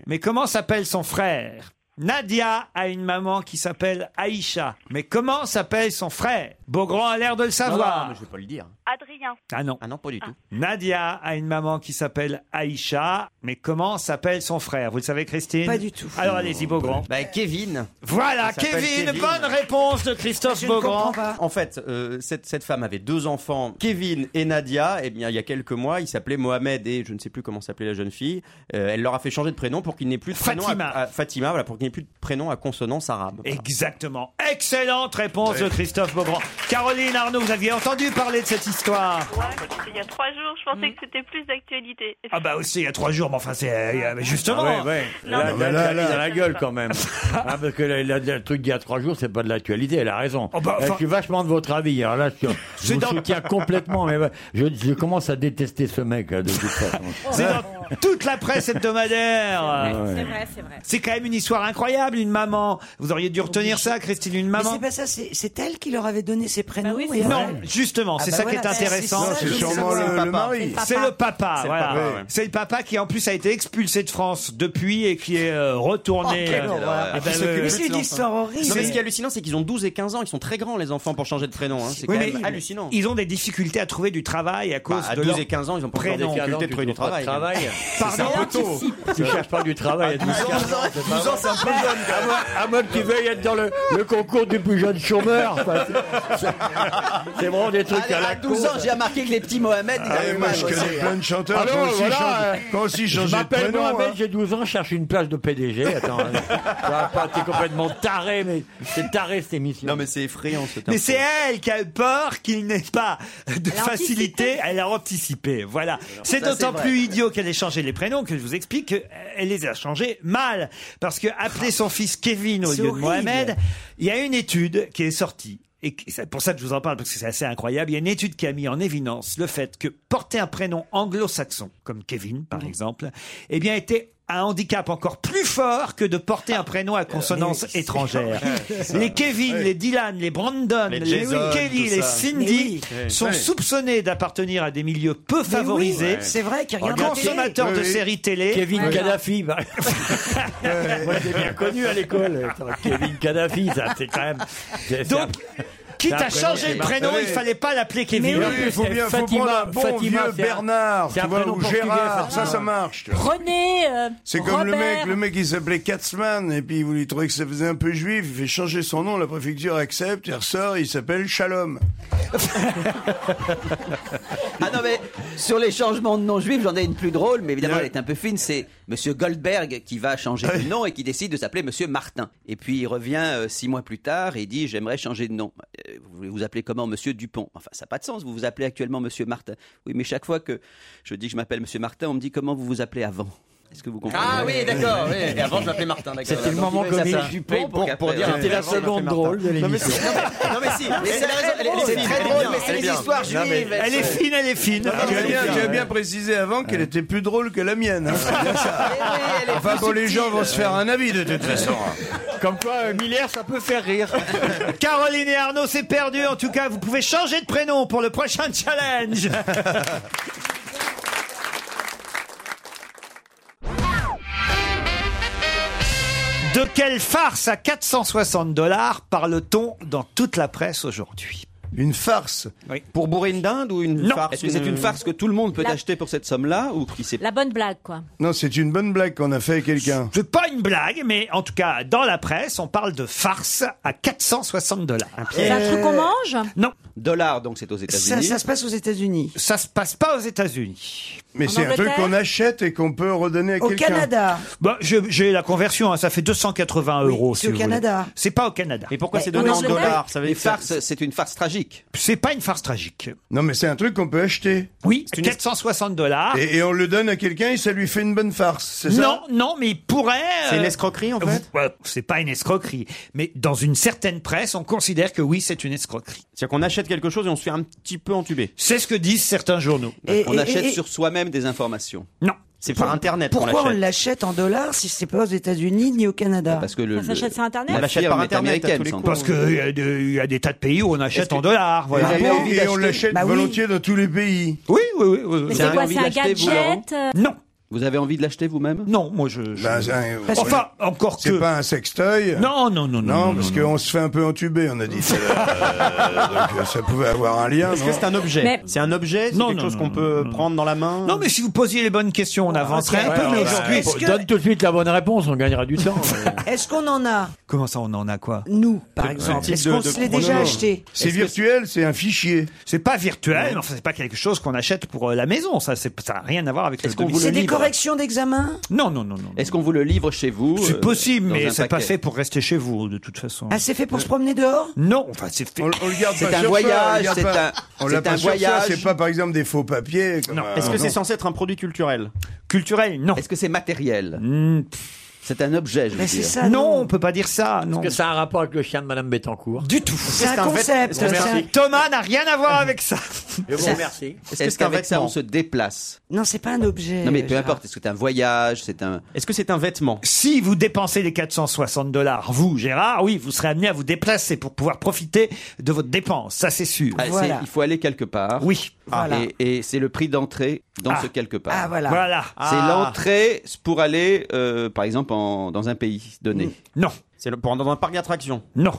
Speaker 4: Mais comment s'appelle son frère Nadia a une maman qui s'appelle Aïcha. Mais comment s'appelle son frère Beaugrand a l'air de le
Speaker 6: Non, non,
Speaker 4: savoir.
Speaker 6: mais je vais pas le dire.
Speaker 16: Adrien,
Speaker 4: Ah non.
Speaker 6: Ah non, pas du tout.
Speaker 4: Nadia a une maman qui s'appelle Aïcha. Mais comment s'appelle son frère Vous le savez, Christine
Speaker 6: Pas du tout.
Speaker 4: Alors allez-y, Beaugrand.
Speaker 6: Bah, Kevin.
Speaker 4: Voilà,
Speaker 6: Il s'appelle
Speaker 4: Kevin, bonne réponse de Christophe Beaugrand.
Speaker 6: En fait, euh, cette, cette femme avait deux enfants, Kevin et Nadia. Et bien, il y a quelques mois, ils s'appelaient Mohamed et je ne sais plus comment s'appelait la jeune fille. Euh, elle leur a fait changer de prénom pour qu'il n'ait plus de prénom
Speaker 4: Fatima.
Speaker 6: À, à- Fatima, voilà, pour qu'il n'ait plus de prénom à consonance arabe.
Speaker 4: Exactement. Excellente réponse de Christophe Beaugrand. Caroline Arnaud, vous aviez entendu parler de cette histoire
Speaker 16: il y a trois jours, je
Speaker 15: Mm.
Speaker 16: pensais que c'était plus d'actualité.
Speaker 4: Ah bah aussi, il y a trois jours, mais enfin, c'est euh, justement.
Speaker 8: Ah ouais, ouais.
Speaker 16: Non,
Speaker 8: Là,
Speaker 16: non,
Speaker 8: là,
Speaker 16: non,
Speaker 8: là,
Speaker 16: non,
Speaker 8: dans la
Speaker 16: non,
Speaker 8: gueule
Speaker 16: non.
Speaker 8: quand même. Ah, parce que la- la- le truc d'il y a trois jours, c'est pas de l'actualité. Elle a raison.
Speaker 4: bah,
Speaker 8: Là,
Speaker 4: enfin-
Speaker 8: je suis vachement de votre avis. Alors là, je, suis- je
Speaker 4: C'est
Speaker 8: vous
Speaker 4: dans-
Speaker 8: soutiens complètement. Mais ouais, je, je commence à détester ce mec là, de toute façon.
Speaker 4: C'est dans toute la presse hebdomadaire.
Speaker 8: C'est vrai,
Speaker 7: C'est vrai, c'est vrai.
Speaker 4: C'est quand même une histoire incroyable, une maman. Vous auriez dû retenir ça, Christine, une
Speaker 9: Mais
Speaker 4: maman.
Speaker 9: c'est pas ça, c'est c'est elle qui leur avait donné
Speaker 15: Bah
Speaker 9: ses prénoms. et
Speaker 4: Non,
Speaker 9: elle-
Speaker 4: justement,
Speaker 9: Ah
Speaker 4: c'est
Speaker 9: bah
Speaker 4: ça
Speaker 9: voilà,
Speaker 4: qui est
Speaker 9: bah, c'est
Speaker 4: intéressant.
Speaker 9: ça, C'est je sûrement
Speaker 5: le- le papa. mari.
Speaker 4: C'est le papa.
Speaker 6: C'est le
Speaker 4: voilà.
Speaker 6: papa, ouais.
Speaker 4: C'est le papa qui, en plus, a été expulsé de France depuis et qui est euh, retourné.
Speaker 6: Oh, quelle horreur.
Speaker 4: eh
Speaker 6: Et puis
Speaker 4: ben,
Speaker 6: il s'occupe
Speaker 4: euh,
Speaker 6: plus de l'enfant. Non, mais ce qui est
Speaker 4: C'est-
Speaker 6: hallucinant, c'est qu'ils ont 12 et 15 ans. Ils sont très grands, les enfants, pour changer de prénom. hein. C'est
Speaker 4: Oui,
Speaker 6: quand
Speaker 4: mais
Speaker 6: même hallucinant.
Speaker 4: Ils ont des difficultés à trouver du travail à cause
Speaker 6: Bah, à
Speaker 4: de
Speaker 6: 12
Speaker 4: leur
Speaker 6: et 15 ans, ils ont pas encore des
Speaker 4: prénom.
Speaker 6: difficultés de trouver du travail. C'est
Speaker 10: hein,
Speaker 6: un peu tôt.
Speaker 8: Tu cherches pas du travail à 12 ans.
Speaker 6: c'est un peu jeune.
Speaker 8: À moins, à moins que tu veuilles être dans le, le concours du plus jeune chômeur. Enfin, c'est- c'est- C'est vraiment des trucs
Speaker 10: Allez,
Speaker 8: à la
Speaker 10: à 12
Speaker 8: con.
Speaker 10: ans, j'ai remarqué que les petits Mohamed, ils
Speaker 5: Ah,
Speaker 10: avaient
Speaker 5: moi,
Speaker 10: mal
Speaker 5: je
Speaker 10: aussi,
Speaker 5: connais
Speaker 10: hein.
Speaker 5: plein de chanteurs
Speaker 8: Alors,
Speaker 5: qui ont aussi
Speaker 8: Ah voilà,
Speaker 5: changé-
Speaker 8: euh,
Speaker 5: qui ont aussi
Speaker 8: je
Speaker 5: changé de
Speaker 8: m'appelle
Speaker 5: prénom,
Speaker 8: Mohamed,
Speaker 5: hein.
Speaker 8: j'ai 12 ans, je cherche une place de PDG. Attends, hein. Ça va pas, t'es complètement taré, mais c'est taré cette émission. Non,
Speaker 6: mais c'est effrayant ce
Speaker 4: Mais c'est elle qui a eu peur qu'il n'ait pas de facilité. Elle a anticipé. Voilà. C'est
Speaker 6: Ça,
Speaker 4: d'autant
Speaker 6: c'est vrai.
Speaker 4: plus idiot qu'elle ait changé les prénoms que je vous explique qu'elle les a changés mal. Parce que appeler son fils Kevin au
Speaker 9: C'est
Speaker 4: lieu de
Speaker 9: horrible.
Speaker 4: Mohamed, il y a une étude qui est sortie. Et qui- c'est pour ça que je vous en parle, parce que c'est assez incroyable. Il y a une étude qui a mis en
Speaker 9: Mmh.
Speaker 4: évidence le fait que porter un prénom anglo-saxon, comme Kevin par exemple, eh bien, était un handicap encore plus fort que de porter un prénom
Speaker 6: Euh,
Speaker 4: à consonance étrangère.
Speaker 17: C'est
Speaker 4: Les Kevin,
Speaker 17: Oui.
Speaker 4: les Dylan, les Brandon, les,
Speaker 17: Les Jason,
Speaker 4: Kelly,
Speaker 17: tout
Speaker 4: les
Speaker 17: ça.
Speaker 4: Cindy
Speaker 17: Mais oui.
Speaker 4: sont
Speaker 17: Oui.
Speaker 4: soupçonnés d'appartenir à des milieux peu
Speaker 17: Mais
Speaker 4: favorisés.
Speaker 17: oui, c'est vrai qu'ils regardent la télé.
Speaker 4: Consommateurs
Speaker 17: Oui,
Speaker 4: de
Speaker 17: oui.
Speaker 4: séries télé.
Speaker 8: Kevin
Speaker 4: Voilà. Oh,
Speaker 8: Kadhafi. bah. Moi, j'ai bien connu à l'école. Attends, Kevin Kadhafi, ça, c'est quand même. c'est- c'est un-
Speaker 4: Donc, Quitte
Speaker 8: c'est un
Speaker 4: à
Speaker 8: prénom qui
Speaker 4: changer le
Speaker 8: est
Speaker 4: prénom,
Speaker 8: marqué.
Speaker 4: il fallait pas l'appeler Kevin.
Speaker 8: Mais oui, il faut bien- faut prendre un bon vieux
Speaker 4: c'est un-
Speaker 5: Bernard,
Speaker 4: c'est
Speaker 5: tu
Speaker 4: un
Speaker 5: vois,
Speaker 4: prénom
Speaker 5: ou
Speaker 4: portugais,
Speaker 5: Gérard, ça,
Speaker 4: forcément.
Speaker 5: ça marche. tu vois.
Speaker 7: René, euh,
Speaker 5: C'est comme le
Speaker 7: Robert.
Speaker 5: mec, le mec il s'appelait Katzmann et puis vous lui trouvez que ça faisait un peu juif, il fait changer son nom, la préfecture accepte, il ressort, il s'appelle Shalom.
Speaker 10: Ah non, mais sur les changements de nom juif, j'en ai une plus drôle, mais évidemment, elle est un peu fine. C'est Monsieur Goldberg qui va changer de nom et qui décide de s'appeler Monsieur Martin. Et puis, il revient euh, six mois plus tard et dit J'aimerais changer de nom. Euh, Vous voulez vous appeler comment Monsieur Dupont Enfin, ça n'a pas de sens. Vous vous appelez actuellement Monsieur Martin. Oui, mais chaque fois que je dis que je m'appelle Monsieur Martin, on me dit Comment vous vous appelez avant Est-ce que vous comprenez
Speaker 17: Ah oui, d'accord, oui. Et avant, je m'appelais Martin, d'accord. C'était le
Speaker 10: Donc,
Speaker 17: moment
Speaker 10: il fait
Speaker 17: comique
Speaker 10: ça.
Speaker 17: du pont
Speaker 10: Oui,
Speaker 17: pour- pour
Speaker 10: qu'après,
Speaker 17: dire,
Speaker 10: euh,
Speaker 17: c'était la
Speaker 10: avant, je m'appelais
Speaker 17: seconde
Speaker 10: Martin.
Speaker 17: drôle de
Speaker 10: Non, mais
Speaker 17: l'émission.
Speaker 10: si, non, mais- Non mais si, mais
Speaker 17: Elle
Speaker 10: c'est
Speaker 17: est
Speaker 10: la
Speaker 17: très
Speaker 10: raison- elle est-
Speaker 17: drôle,
Speaker 10: c'est
Speaker 17: elle est
Speaker 10: très
Speaker 17: bien, elle
Speaker 10: drôle,
Speaker 17: est
Speaker 10: mais
Speaker 17: bien.
Speaker 10: c'est les
Speaker 17: Elle est
Speaker 10: histoires
Speaker 17: bien.
Speaker 10: juives.
Speaker 17: Non, mais- elle est fine, elle est fine.
Speaker 5: Ah, tu as
Speaker 17: Elle est
Speaker 5: bien,
Speaker 17: fine,
Speaker 5: tu as
Speaker 17: ouais.
Speaker 5: bien précisé avant qu'elle était plus drôle que la mienne. hein, c'est bien ça. Enfin bon, les gens vont se faire un avis de toute façon.
Speaker 4: Comme quoi, euh, Miller, ça peut faire rire. Caroline et Arnaud, c'est perdu. En tout cas, vous pouvez changer de prénom pour le prochain challenge. De quelle farce à 460 dollars parle-t-on dans toute la presse aujourd'hui
Speaker 5: Une farce
Speaker 10: Pour bourrer une dinde ou une
Speaker 4: farce,
Speaker 10: Est-ce que c'est
Speaker 4: une-
Speaker 10: une farce Euh. que tout le monde peut
Speaker 15: La-
Speaker 10: acheter pour cette somme-là ou qui s'est
Speaker 15: La bonne blague, quoi.
Speaker 5: Non, c'est une bonne blague qu'on a fait à
Speaker 10: Hein.
Speaker 5: quelqu'un.
Speaker 4: C'est pas une blague, mais en tout cas, dans la presse, on parle de farce à 460 dollars.
Speaker 15: C'est un truc qu'on mange
Speaker 4: Non.
Speaker 10: Euh, Dollars, donc c'est aux
Speaker 4: États-Unis.
Speaker 9: Ça, ça se passe aux États-Unis.
Speaker 4: Ça se passe pas aux États-Unis.
Speaker 5: Mais
Speaker 9: En
Speaker 5: c'est un truc
Speaker 9: Angleterre
Speaker 5: qu'on achète et qu'on peut redonner à
Speaker 9: Au
Speaker 5: quelqu'un.
Speaker 9: Canada.
Speaker 4: Bah, je- j'ai la conversion, hein, ça fait 280 euros.
Speaker 9: c'est
Speaker 4: si
Speaker 9: au
Speaker 4: vous voulez.
Speaker 9: Canada.
Speaker 4: C'est pas au Canada. Et
Speaker 10: pourquoi c'est donné en dollars ça veut dire que ça- C'est une farce tragique.
Speaker 4: C'est pas une farce tragique.
Speaker 5: Non, mais c'est un truc qu'on peut acheter.
Speaker 4: Oui, 460 dollars.
Speaker 5: Et, et on le donne à quelqu'un et ça lui fait une bonne farce, c'est ça
Speaker 4: Non, non, mais il pourrait.
Speaker 5: C'est une
Speaker 4: escroquerie en fait. c'est pas une escroquerie, mais dans une certaine presse, on considère que oui, c'est une escroquerie.
Speaker 6: C'est-à-dire qu'on achète quelque chose et on se fait un petit peu entuber.
Speaker 4: C'est ce que disent certains journaux.
Speaker 9: Et-
Speaker 10: on
Speaker 9: et-
Speaker 10: achète
Speaker 9: et-
Speaker 10: sur soi-même des informations.
Speaker 4: Non.
Speaker 10: C'est par Internet qu'on
Speaker 9: Pourquoi on
Speaker 10: l'achète.
Speaker 9: l'achète en dollars si c'est pas aux États-Unis ni au Canada
Speaker 10: Parce que le,
Speaker 9: Ça s'achète
Speaker 10: le-
Speaker 9: sur Internet
Speaker 10: la
Speaker 9: On l'achète
Speaker 10: firme
Speaker 9: par
Speaker 10: est
Speaker 9: Internet à
Speaker 10: américaine,
Speaker 9: tous les
Speaker 10: sans doute.
Speaker 4: Parce qu'il y, a de- il y a des tas de pays où on achète en dollars. Voilà.
Speaker 5: Et, et on l'achète
Speaker 4: Bah
Speaker 6: Bah
Speaker 5: volontiers dans tous les pays.
Speaker 4: Oui, oui, oui. oui.
Speaker 5: Mais c'est
Speaker 10: avez
Speaker 5: quoi,
Speaker 10: envie
Speaker 5: c'est
Speaker 10: de
Speaker 5: un
Speaker 10: l'acheter, vous, Laurent
Speaker 5: gadget, euh
Speaker 4: Non.
Speaker 10: Vous avez envie de l'acheter vous-même
Speaker 4: Non, moi je.
Speaker 5: Ben, c'est un-
Speaker 10: Parce
Speaker 5: enfin,
Speaker 4: encore
Speaker 5: que. C'est pas un sextoy.
Speaker 4: Non, non, non, non.
Speaker 5: Non, parce qu'on se fait un peu entuber, on a dit. Euh, donc euh, ça pouvait avoir un lien.
Speaker 6: Est-ce que c'est un objet Mais- C'est un objet C'est quelque chose qu'on peut prendre dans la main
Speaker 4: Non, mais si vous posiez les bonnes questions, on avancerait Ah, un peu. Mais aujourd'hui,
Speaker 8: Bon, Donne tout de suite la bonne réponse, on gagnera du temps.
Speaker 9: Est-ce qu'on en a
Speaker 4: Comment ça, on en a quoi
Speaker 9: Nous, par exemple. Est-ce qu'on se l'est déjà acheté
Speaker 5: C'est virtuel, c'est un fichier.
Speaker 4: C'est pas virtuel, mais enfin, c'est pas quelque chose qu'on achète pour euh, la maison. Ça, c'est- ça n'a rien à voir avec le domicile.
Speaker 9: C'est des corrections d'examen
Speaker 4: Non, non, non, non.
Speaker 10: Est-ce qu'on vous le livre chez vous
Speaker 4: C'est
Speaker 10: euh,
Speaker 4: possible,
Speaker 10: dans
Speaker 4: mais
Speaker 10: un
Speaker 4: c'est pas
Speaker 10: paquet
Speaker 4: fait pour rester chez vous, de toute façon. Euh,
Speaker 9: Ah, c'est fait pour se promener dehors
Speaker 4: Non, enfin, c'est fait.
Speaker 5: On, on le garde
Speaker 4: C'est
Speaker 5: pas
Speaker 4: un
Speaker 5: sur soi,
Speaker 4: voyage,
Speaker 5: on le garde
Speaker 4: c'est
Speaker 5: pas-
Speaker 4: un-
Speaker 5: on l'a
Speaker 4: c'est
Speaker 5: pas
Speaker 4: un
Speaker 5: sur soi,
Speaker 4: voyage.
Speaker 5: C'est pas Ah, par exemple des faux papiers. comme un-
Speaker 6: Est-ce que c'est censé être un produit culturel Hmm.
Speaker 4: Culturel, non.
Speaker 10: Est-ce que c'est matériel
Speaker 6: C'est un objet, je
Speaker 10: veux Mais c'est dire.
Speaker 8: ça,
Speaker 4: non, on peut pas dire ça.
Speaker 8: Est-ce que ça a un rapport avec le chien de Madame Bettencourt
Speaker 4: Du tout.
Speaker 8: C'est
Speaker 10: un concept, c'est un-
Speaker 4: Thomas n'a rien à voir avec ça.
Speaker 8: Je vous remercie.
Speaker 10: Est-ce que qu'avec ça, on se déplace
Speaker 9: Non, c'est pas un objet. Ah,
Speaker 10: Non, mais peu importe. Est-ce que c'est un voyage C'est un.
Speaker 6: Est-ce que c'est un vêtement
Speaker 4: Si vous dépensez les 460 dollars, vous, Gérard, oui, vous serez amené à vous déplacer pour pouvoir profiter de votre dépense. Ça, c'est sûr.
Speaker 10: Ah, c'est- Il faut aller quelque part.
Speaker 4: Oui.
Speaker 10: Ah,
Speaker 4: Voilà.
Speaker 10: Et, et c'est le prix d'entrée dans ce quelque part.
Speaker 4: Ah, voilà. Voilà.
Speaker 10: C'est
Speaker 4: Ah.
Speaker 10: l'entrée pour aller, euh, par exemple, en- dans un pays donné.
Speaker 4: Non.
Speaker 6: C'est le- pour dans un parc d'attractions
Speaker 4: Non.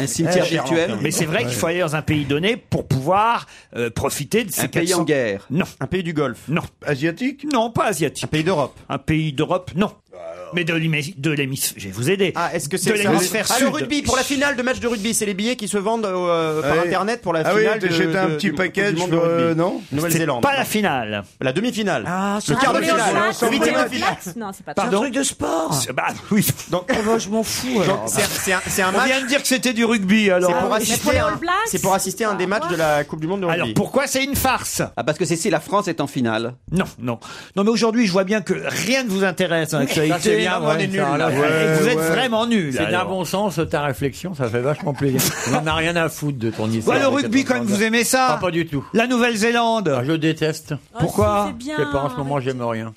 Speaker 10: Un cimetière
Speaker 4: Euh,
Speaker 10: virtuel
Speaker 4: Mais c'est vrai qu'il faut aller dans un pays donné pour pouvoir euh, profiter de ces
Speaker 10: Un pays
Speaker 4: 400
Speaker 10: en guerre.
Speaker 4: Non.
Speaker 6: Un pays du Golfe.
Speaker 4: Non.
Speaker 5: Asiatique
Speaker 4: Non, pas asiatique. Un
Speaker 6: pays d'Europe.
Speaker 4: Un pays d'Europe, non. Mais de l'hémisphère, de l'hémisphère, je vais vous aider. Ah,
Speaker 6: est-ce que
Speaker 4: de
Speaker 6: c'est
Speaker 4: l'hémisphère
Speaker 6: Ah,
Speaker 4: sud
Speaker 6: le rugby pour la finale de match de rugby, c'est les billets qui se vendent euh,
Speaker 4: Ah
Speaker 6: par
Speaker 4: oui.
Speaker 6: internet pour la
Speaker 4: Ah oui,
Speaker 6: finale. de-
Speaker 4: t'achètes un
Speaker 6: de-
Speaker 4: petit
Speaker 6: du- Coupe du
Speaker 4: package
Speaker 6: monde de
Speaker 4: pour,
Speaker 6: rugby.
Speaker 4: euh, non
Speaker 6: Nouvelle-Zélande.
Speaker 4: Pas la finale.
Speaker 6: La demi-finale.
Speaker 9: Ah,
Speaker 6: Le quart de
Speaker 15: Napoléon
Speaker 6: finale.
Speaker 15: Platte,
Speaker 6: Le huitième de
Speaker 15: Napoléon
Speaker 6: finale.
Speaker 15: Platte Non, c'est pas
Speaker 4: Pardon
Speaker 9: sport. Oh, bah,
Speaker 4: Bah oui.
Speaker 6: Donc,
Speaker 9: je m'en fous.
Speaker 6: Donc, c'est un- c'est un- c'est un
Speaker 4: On
Speaker 6: match-
Speaker 4: vient de dire que c'était du rugby alors.
Speaker 6: C'est pour,
Speaker 4: Ah oui.
Speaker 6: assister à un- c'est pour assister à un des matchs de la Coupe du Monde de rugby.
Speaker 4: Alors pourquoi c'est une farce
Speaker 10: Ah, parce que c'est si la France est en finale.
Speaker 4: Non, non. Non, mais aujourd'hui, je vois bien que rien ne vous intéresse dans
Speaker 10: Oui, ça, c'est
Speaker 4: l'actualité.
Speaker 8: c'est bien,
Speaker 17: non, on
Speaker 8: ouais,
Speaker 17: est nul.
Speaker 8: ça,
Speaker 17: là.
Speaker 8: là,
Speaker 17: Ouais,
Speaker 8: vous êtes
Speaker 17: ouais.
Speaker 8: vraiment nul.
Speaker 17: C'est d'un bon
Speaker 8: sens, ta réflexion, ça fait vachement plaisir. On n'en a rien à foutre de ton
Speaker 4: Ouais, le rugby, quand même, vous aimez ça
Speaker 17: Ah,
Speaker 8: Pas, du tout. Ah,
Speaker 4: La Nouvelle-Zélande
Speaker 8: Je déteste.
Speaker 17: Pourquoi si, c'est bien,
Speaker 8: Je sais pas, en ce moment, j'aime rien.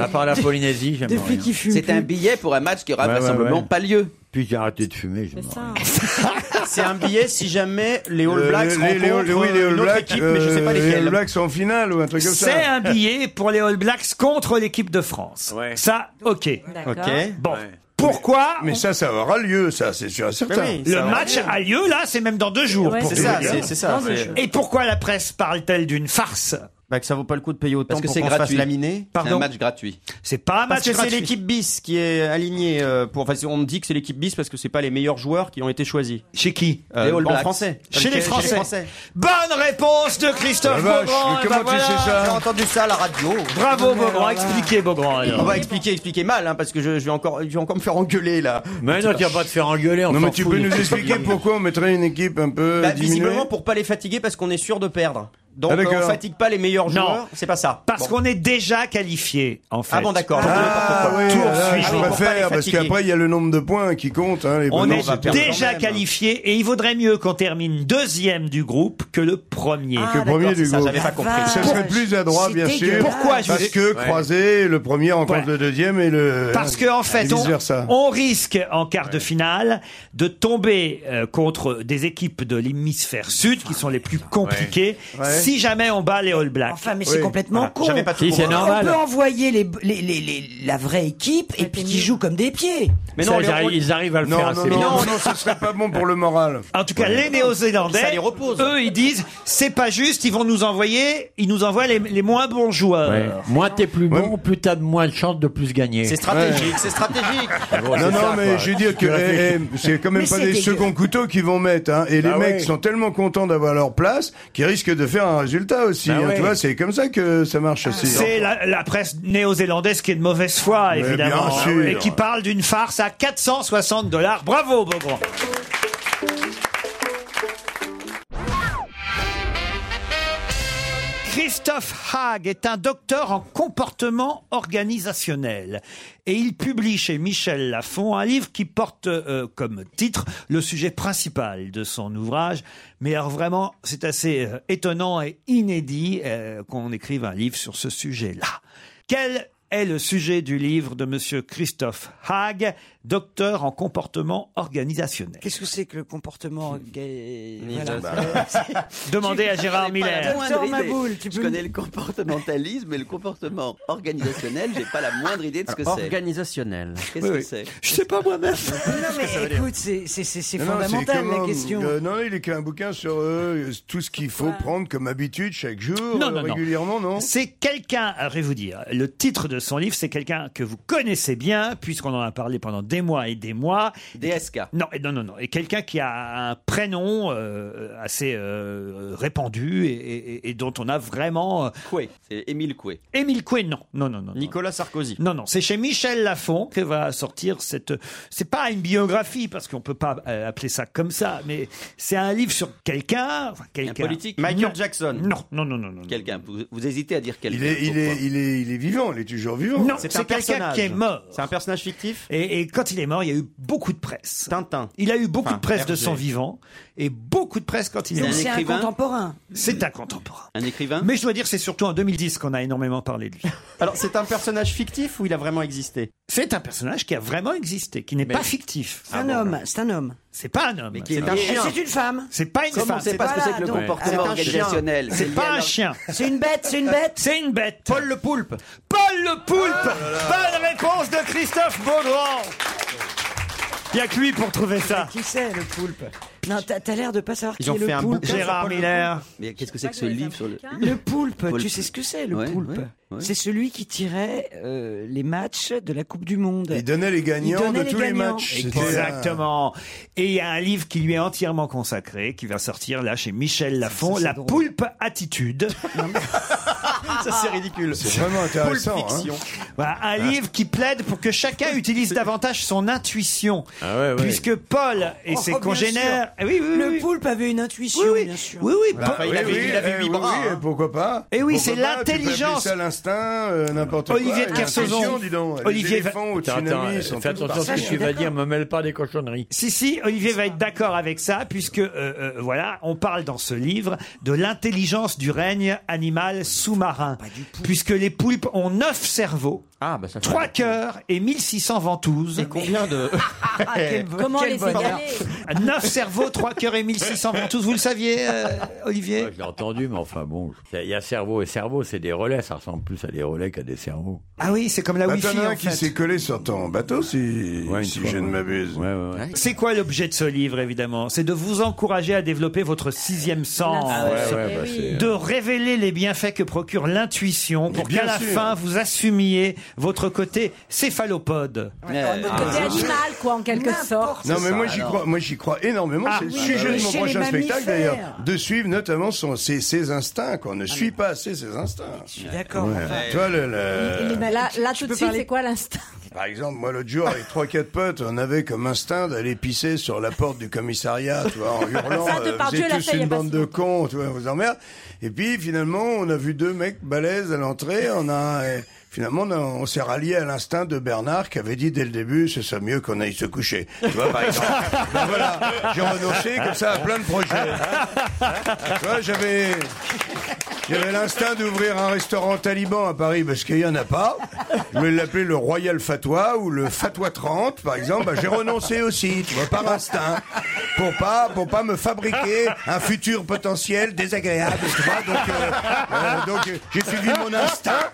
Speaker 8: à part la Polynésie, j'aime rien.
Speaker 10: C'est un billet pour un match qui aura
Speaker 8: Ouais, ouais,
Speaker 10: vraisemblablement
Speaker 8: ouais.
Speaker 10: pas lieu.
Speaker 8: Puis j'ai arrêté de fumer. je m'en-
Speaker 6: C'est un billet si jamais les All
Speaker 5: Euh,
Speaker 6: Blacks
Speaker 5: les- les-
Speaker 6: rencontrent euh,
Speaker 5: les- oui, les All
Speaker 6: une autre
Speaker 5: Blacks,
Speaker 6: équipe, mais je sais pas
Speaker 5: euh, les
Speaker 6: lesquelles.
Speaker 5: All Blacks sont en finale ou un truc comme ça.
Speaker 4: C'est un billet pour les All Blacks contre l'équipe de France. Ça, ok.
Speaker 5: D'accord. Ok.
Speaker 4: Bon. Pourquoi
Speaker 5: Mais ça, ça aura lieu, ça, c'est sûr et certain.
Speaker 4: le match a lieu là, c'est même dans deux jours.
Speaker 5: Ouais,
Speaker 4: pour
Speaker 5: c'est
Speaker 4: tout
Speaker 5: ça,
Speaker 4: vous dire.
Speaker 5: c'est- c'est ça, Dans deux c'est- jours.
Speaker 4: Et pourquoi la presse parle-t-elle d'une farce
Speaker 6: Bah que ça vaut pas le coup de payer autant
Speaker 4: Parce que
Speaker 6: pour
Speaker 4: c'est
Speaker 6: qu'on se fasse
Speaker 4: gratuit.
Speaker 6: laminer.
Speaker 4: Pardon C'est un match
Speaker 10: gratuit.
Speaker 4: C'est pas un
Speaker 6: Parce
Speaker 4: match
Speaker 6: que c'est
Speaker 4: gratuit.
Speaker 6: l'équipe bis qui est alignée. euh, pour, enfin, on me dit que c'est l'équipe bis parce que c'est pas les meilleurs joueurs qui ont été choisis.
Speaker 4: Chez qui
Speaker 6: Euh,
Speaker 4: Les All
Speaker 6: en
Speaker 4: Blacks.
Speaker 6: français.
Speaker 4: Chez les Français.
Speaker 6: Bonne
Speaker 4: réponse de Christophe Beaugrand, eh ben voilà.
Speaker 6: J'ai entendu ça à la radio.
Speaker 4: Bravo, Beaugrand. Expliquez, Beaugrand. alors.
Speaker 6: On va expliquer, expliquer mal, hein, parce que je, je vais encore, je vais encore me faire engueuler là.
Speaker 8: Mais non, tu vas pas te faire engueuler. on
Speaker 5: Non,
Speaker 8: s'en
Speaker 5: mais tu
Speaker 8: fout
Speaker 5: peux
Speaker 8: des
Speaker 5: nous
Speaker 8: trucs
Speaker 5: expliquer
Speaker 8: qui-
Speaker 5: pourquoi on mettrait une équipe un peu
Speaker 6: Bah,
Speaker 5: diminuée
Speaker 6: visiblement pour pas les fatiguer parce qu'on est sûr de perdre. Donc
Speaker 5: Ah,
Speaker 6: euh,
Speaker 5: d'accord.
Speaker 6: on fatigue pas les meilleurs
Speaker 4: Non.
Speaker 6: joueurs, c'est pas ça.
Speaker 4: Parce qu'on est déjà qualifié, en fait.
Speaker 6: Ah bon, d'accord.
Speaker 5: Ah oui,
Speaker 4: Tour
Speaker 5: ah,
Speaker 4: suivant.
Speaker 5: je préfère, parce qu'après, il y a le nombre de points qui compte. hein, les
Speaker 4: On
Speaker 5: bonnes-
Speaker 4: est déjà qualifié et il vaudrait mieux qu'on termine deuxième du groupe que le premier.
Speaker 6: Ah,
Speaker 5: que le premier du groupe. Ce serait plus adroit, bien sûr.
Speaker 4: Pourquoi je vous
Speaker 5: Parce
Speaker 4: ai-
Speaker 5: que
Speaker 4: Ouais.
Speaker 5: croisé, le premier rencontre le deuxième et le.
Speaker 4: Parce que en fait,
Speaker 5: et
Speaker 4: on,
Speaker 5: vice-versa.
Speaker 4: on risque en quart de finale de tomber euh, contre des équipes de l'hémisphère sud qui sont les plus compliquées.
Speaker 9: Ouais.
Speaker 4: Si jamais on bat les All Blacks.
Speaker 9: Enfin, mais c'est complètement con. On peut envoyer les, les, les, les- la vraie équipe et puis qui joue comme des pieds.
Speaker 5: Mais non, Ça, ils les- arrivent- ils arrivent à le Non, faire assez non, bien. non, non, ce serait pas bon pour le moral.
Speaker 4: En tout cas, les
Speaker 5: Ça
Speaker 4: Néo-Zélandais,
Speaker 5: les repose.
Speaker 4: eux, ils disent c'est pas juste. Ils vont nous envoyer, ils nous envoient les, les moins bons joueurs.
Speaker 8: Ouais. Euh, Moins t'es plus bon, plus t'as de moins de chances de plus gagner.
Speaker 4: C'est
Speaker 5: stratégique,
Speaker 6: c'est stratégique.
Speaker 5: Non, non, mais je veux dire que eh, eh, c'est quand même
Speaker 6: Mais
Speaker 5: pas
Speaker 6: c'est
Speaker 5: des
Speaker 6: dégueu.
Speaker 5: seconds couteaux qu'ils vont mettre. hein. Et les
Speaker 6: Bah
Speaker 5: mecs
Speaker 6: ouais.
Speaker 5: sont tellement contents d'avoir leur place qu'ils risquent de faire un résultat aussi.
Speaker 4: Bah
Speaker 5: hein.
Speaker 4: ouais.
Speaker 5: Tu vois, c'est comme ça que ça marche aussi.
Speaker 4: Ah,
Speaker 5: hein.
Speaker 4: C'est la, la presse néo-zélandaise qui est de mauvaise foi,
Speaker 5: Mais
Speaker 4: évidemment, hein,
Speaker 5: bien sûr.
Speaker 4: et qui parle d'une farce à 460 dollars. Bravo, Beaugrand. Christophe Haag est un docteur en comportement organisationnel et il publie chez Michel Lafon un livre qui porte euh, comme titre le sujet principal de son ouvrage. Mais alors vraiment, c'est assez euh, étonnant et inédit euh, qu'on écrive un livre sur ce sujet-là. Quel est le sujet du livre de Monsieur Christophe Haag, docteur en comportement organisationnel
Speaker 9: Qu'est-ce que c'est que le comportement gay
Speaker 4: Demandez à Gérard Miller.
Speaker 9: Docteur Maboul, tu
Speaker 10: je
Speaker 9: peux.
Speaker 10: connais le comportementalisme et le comportement organisationnel, j'ai pas la moindre idée de ce que c'est.
Speaker 5: Ah.
Speaker 6: Organisationnel.
Speaker 10: Qu'est-ce que c'est
Speaker 4: Je sais pas moi-même.
Speaker 9: Non, mais écoute, c'est- c'est c'est- c'est
Speaker 5: Non, non,
Speaker 9: fondamental
Speaker 5: c'est
Speaker 9: la
Speaker 5: comment-
Speaker 9: question.
Speaker 5: euh, non, il écrit un bouquin sur euh, tout ce qu'il faut prendre comme habitude chaque jour,
Speaker 4: Non, non,
Speaker 5: euh,
Speaker 4: non.
Speaker 5: régulièrement, non
Speaker 4: C'est quelqu'un, alors, je vais vous dire, le titre de son livre, c'est quelqu'un que vous connaissez bien, puisqu'on en a parlé pendant des mois et des mois.
Speaker 10: DSK.
Speaker 4: Non, et non, non, non. Et quelqu'un qui a un prénom euh, assez euh, répandu et, et- et dont on a vraiment. euh,
Speaker 10: Coué. C'est Émile Coué.
Speaker 4: Émile Coué, non. Non, non, non.
Speaker 6: Nicolas Sarkozy.
Speaker 4: Non, non. C'est chez Michel Lafon que va sortir cette. C'est pas une biographie, parce qu'on peut pas euh, appeler ça comme ça, mais c'est un livre sur quelqu'un. enfin, quelqu'un.
Speaker 10: politique
Speaker 4: Non.
Speaker 10: Jackson.
Speaker 4: Non, non, non, non. non.
Speaker 10: Quelqu'un. Vous, vous hésitez à dire quelqu'un.
Speaker 5: il est, il, est, il, est, il est vivant, il est toujours vivant.
Speaker 4: Non, c'est quelqu'un qui est mort.
Speaker 6: C'est un personnage fictif.
Speaker 4: Et, et quand il est mort, il y a eu beaucoup de presse.
Speaker 6: Tintin.
Speaker 4: Il a eu beaucoup
Speaker 6: Enfin,
Speaker 4: de presse de
Speaker 6: Hergé.
Speaker 4: son vivant et beaucoup de presse quand il est
Speaker 9: Donc
Speaker 4: mort.
Speaker 9: c'est un contemporain.
Speaker 4: C'est un contemporain.
Speaker 10: Un écrivain
Speaker 4: Mais je dois dire, c'est surtout en 2010 qu'on a énormément parlé de lui.
Speaker 6: Alors, c'est un personnage fictif ou il a vraiment existé
Speaker 4: C'est un personnage qui a vraiment existé, qui n'est pas fictif. Ah
Speaker 9: C'est un homme, c'est un homme.
Speaker 4: C'est pas un homme.
Speaker 9: Et- et C'est une femme.
Speaker 4: C'est pas une
Speaker 9: Comment
Speaker 4: femme.
Speaker 9: on sait pas ce que c'est que le Voilà, donc, comportement alors, c'est un chien. organisationnel C'est
Speaker 4: C'est
Speaker 9: lié
Speaker 4: pas
Speaker 9: à
Speaker 4: un
Speaker 9: l'or-
Speaker 4: chien.
Speaker 9: C'est une bête, c'est une bête.
Speaker 4: C'est une bête.
Speaker 6: Paul le poulpe.
Speaker 4: Paul le poulpe. Bonne réponse de Christophe Beaugrand. Il n'y a que lui pour trouver ça.
Speaker 9: Qui c'est le poulpe Non, t'as t'as l'air de pas savoir
Speaker 10: Ils
Speaker 9: qui
Speaker 10: ont
Speaker 9: est le
Speaker 10: fait un
Speaker 9: poulpe.
Speaker 10: bouquin
Speaker 4: Gérard Miller.
Speaker 10: Mais qu'est-ce que c'est que ce livre sur le.
Speaker 9: Le poulpe,
Speaker 10: Poulpe.
Speaker 9: tu sais ce que c'est le
Speaker 10: Ouais,
Speaker 9: poulpe
Speaker 10: ouais, ouais.
Speaker 9: C'est celui qui tirait euh, les matchs de la Coupe du Monde.
Speaker 5: Il donnait les gagnants
Speaker 9: Il donnait
Speaker 5: de
Speaker 9: les
Speaker 5: tous les
Speaker 9: gagnants.
Speaker 5: matchs. C'était un-
Speaker 4: Exactement. Et il y a un livre qui lui est entièrement consacré, qui va sortir là chez Michel Lafon, La Poulpe Attitude.
Speaker 6: Ça, c'est ridicule.
Speaker 5: C'est vraiment intéressant, hein.
Speaker 4: Voilà, un livre qui plaide pour que chacun utilise davantage son intuition.
Speaker 5: Ah
Speaker 4: Puisque Paul et ses
Speaker 9: Oh, bien
Speaker 4: congénères. Eh
Speaker 9: sûr.
Speaker 4: Oui, oui,
Speaker 9: le
Speaker 4: oui.
Speaker 9: poulpe avait une intuition, bien sûr.
Speaker 4: Oui, oui,
Speaker 5: Bah,
Speaker 4: Paul-
Speaker 5: il avait, il avait huit bras. hein. pourquoi pas
Speaker 4: Eh oui, c'est l'intelligence.
Speaker 5: ça l'instinct, euh, n'importe quoi.
Speaker 4: Olivier
Speaker 8: Ah,
Speaker 4: de Kersauzon.
Speaker 5: L'intuition, dis donc.
Speaker 4: Olivier
Speaker 5: les éléphants au
Speaker 8: Attends,
Speaker 5: tsunami,
Speaker 8: attends,
Speaker 5: ils sont
Speaker 8: fais
Speaker 5: tous
Speaker 8: attention à ce
Speaker 5: pareils.
Speaker 8: que tu vas dire, me mêle pas des cochonneries.
Speaker 4: Si, si, Olivier va être d'accord avec ça, puisque, euh, euh, voilà, on parle dans ce livre de l'intelligence du règne animal sous-marin. Puisque les poulpes ont neuf cerveaux,
Speaker 8: Ah, bah,
Speaker 4: trois cœurs et 1600 ventouses. Et combien de...
Speaker 9: Ah, quel bo- Comment quel les bonheur. égaler
Speaker 4: 9 cerveaux, trois cœurs et 1600 ventouses, vous le saviez, euh, Olivier
Speaker 8: Je l'ai entendu, mais enfin bon. je- Il y a cerveau et cerveau, c'est des relais, ça ressemble plus à des relais qu'à des cerveaux.
Speaker 4: Ah oui, c'est comme la
Speaker 5: Bah,
Speaker 4: Wi-Fi,
Speaker 5: t'en as un
Speaker 4: en
Speaker 5: qui
Speaker 4: fait.
Speaker 5: s'est collé sur ton bateau, si, si je ne m'abuse.
Speaker 4: C'est quoi l'objet de ce livre, évidemment C'est de vous encourager à développer votre sixième sens,
Speaker 5: Ah ouais, ouais, Eh bah, oui. c'est-
Speaker 4: de révéler les bienfaits que procure l'intuition pour
Speaker 5: bien
Speaker 4: qu'à la
Speaker 5: sûr.
Speaker 4: fin, vous assumiez votre côté céphalopode.
Speaker 15: Ah, Côté animal, quoi, en quelque sorte.
Speaker 5: Ah, Non mais moi j'y crois, moi j'y crois énormément.
Speaker 4: Ah,
Speaker 5: c'est le
Speaker 4: oui,
Speaker 5: sujet
Speaker 4: oui,
Speaker 5: de mon
Speaker 4: chez
Speaker 5: prochain
Speaker 4: les
Speaker 5: spectacle
Speaker 4: mammifères.
Speaker 5: d'ailleurs, de suivre notamment son, ses, ses instincts. Qu'on ne suit pas assez ses instincts. Je suis
Speaker 9: d'accord.
Speaker 5: Tu vois le, le-
Speaker 4: Euh,
Speaker 15: Là, là tout de suite, c'est quoi l'instinct
Speaker 5: Par exemple, moi l'autre jour avec trois quatre potes, on avait comme instinct d'aller pisser sur la porte du commissariat, tu vois, en hurlant.
Speaker 15: Ça,
Speaker 5: euh,
Speaker 15: Depardieu
Speaker 5: vous êtes
Speaker 15: l'a
Speaker 5: tous
Speaker 15: fait il y a
Speaker 5: une
Speaker 15: pas
Speaker 5: bande
Speaker 15: si
Speaker 5: de cons, tu vois, vous emmerde. Et puis finalement, on a vu deux mecs balèzes à l'entrée. On a euh, finalement on, a- on s'est rallié à l'instinct de Bernard qui avait dit dès le début, ce serait mieux qu'on aille se coucher. Tu vois, par exemple. Ben voilà, j'ai renoncé comme ça à plein de projets. Tu vois, j'avais. J'avais l'instinct d'ouvrir un restaurant taliban à Paris parce qu'il n'y en a pas. Je voulais l'appeler le Royal Fatwa ou le Fatwa 30, par exemple. Bah, J'ai renoncé aussi, tu vois, par instinct. Pour pas, pour pas me fabriquer un futur potentiel désagréable, tu vois. Donc, euh, euh, donc, euh, j'ai suivi mon instinct.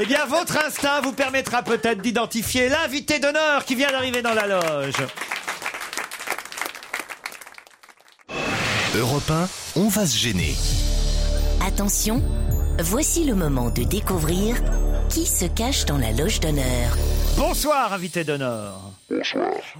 Speaker 4: Eh bien, votre instinct vous permettra peut-être d'identifier l'invité d'honneur qui vient d'arriver dans la loge.
Speaker 3: Europe 1, on va se gêner.
Speaker 2: Attention, voici le moment de découvrir qui se cache dans la loge d'honneur.
Speaker 4: Bonsoir, invité d'honneur.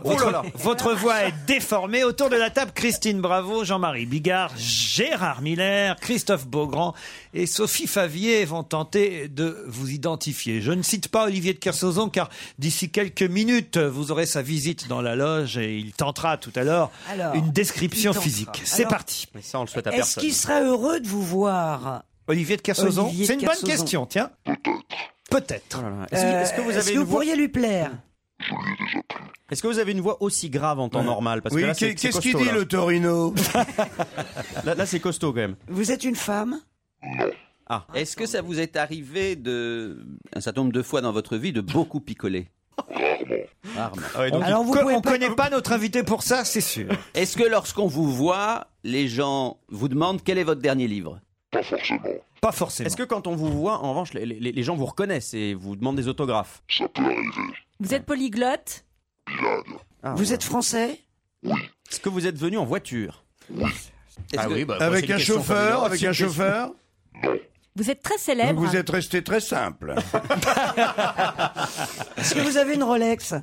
Speaker 4: Votre,
Speaker 17: Oh
Speaker 4: votre voix est déformée. Autour de la table, Christine Bravo, Jean-Marie Bigard, Gérard Miller, Christophe Beaugrand et Sophie Favier vont tenter de vous identifier. Je ne cite pas Olivier de Kersauzon car d'ici quelques minutes, vous aurez sa visite dans la loge et il tentera tout à l'heure
Speaker 9: Alors,
Speaker 4: une description
Speaker 9: il tentera.
Speaker 4: physique. C'est
Speaker 9: Alors,
Speaker 4: parti.
Speaker 17: Mais ça, on le souhaite
Speaker 9: Est-ce qu'il sera heureux de vous voir
Speaker 4: Olivier de Kersauzon
Speaker 9: Olivier de
Speaker 4: C'est une bonne
Speaker 9: Kersauzon.
Speaker 4: question, tiens. Peut-être.
Speaker 17: Oh
Speaker 9: Euh, Est-ce que vous, pourriez lui plaire
Speaker 17: Est-ce que vous avez une voix aussi grave en temps normal Parce
Speaker 5: Oui,
Speaker 17: que là,
Speaker 5: qu'est-
Speaker 17: c'est- c'est
Speaker 5: qu'est-ce qu'il
Speaker 17: costaud,
Speaker 5: dit
Speaker 17: là.
Speaker 5: le Torino
Speaker 17: Là, là, c'est costaud quand même.
Speaker 9: Vous êtes une femme
Speaker 4: Ah.
Speaker 10: Est-ce que ça vous est arrivé de un certain nombre de fois dans votre vie de beaucoup picoler Rarement.
Speaker 4: on ne connaît pas notre invité pour ça, c'est sûr.
Speaker 10: Est-ce que lorsqu'on vous voit, les gens vous demandent quel est votre dernier livre
Speaker 17: Pas forcément.
Speaker 4: Pas forcément.
Speaker 17: Est-ce que quand on vous voit, en revanche, les, les- les gens vous reconnaissent et vous demandent des autographes Ça peut arriver.
Speaker 15: Vous êtes polyglotte
Speaker 9: Vous êtes français
Speaker 17: Ah, Est-ce que vous êtes venu en voiture
Speaker 5: Est-ce que- Avec un chauffeur, avec un chauffeur
Speaker 15: Vous êtes très
Speaker 5: Donc
Speaker 15: célèbre.
Speaker 10: hein.
Speaker 5: vous êtes resté très simple.
Speaker 9: Est-ce que vous avez une Rolex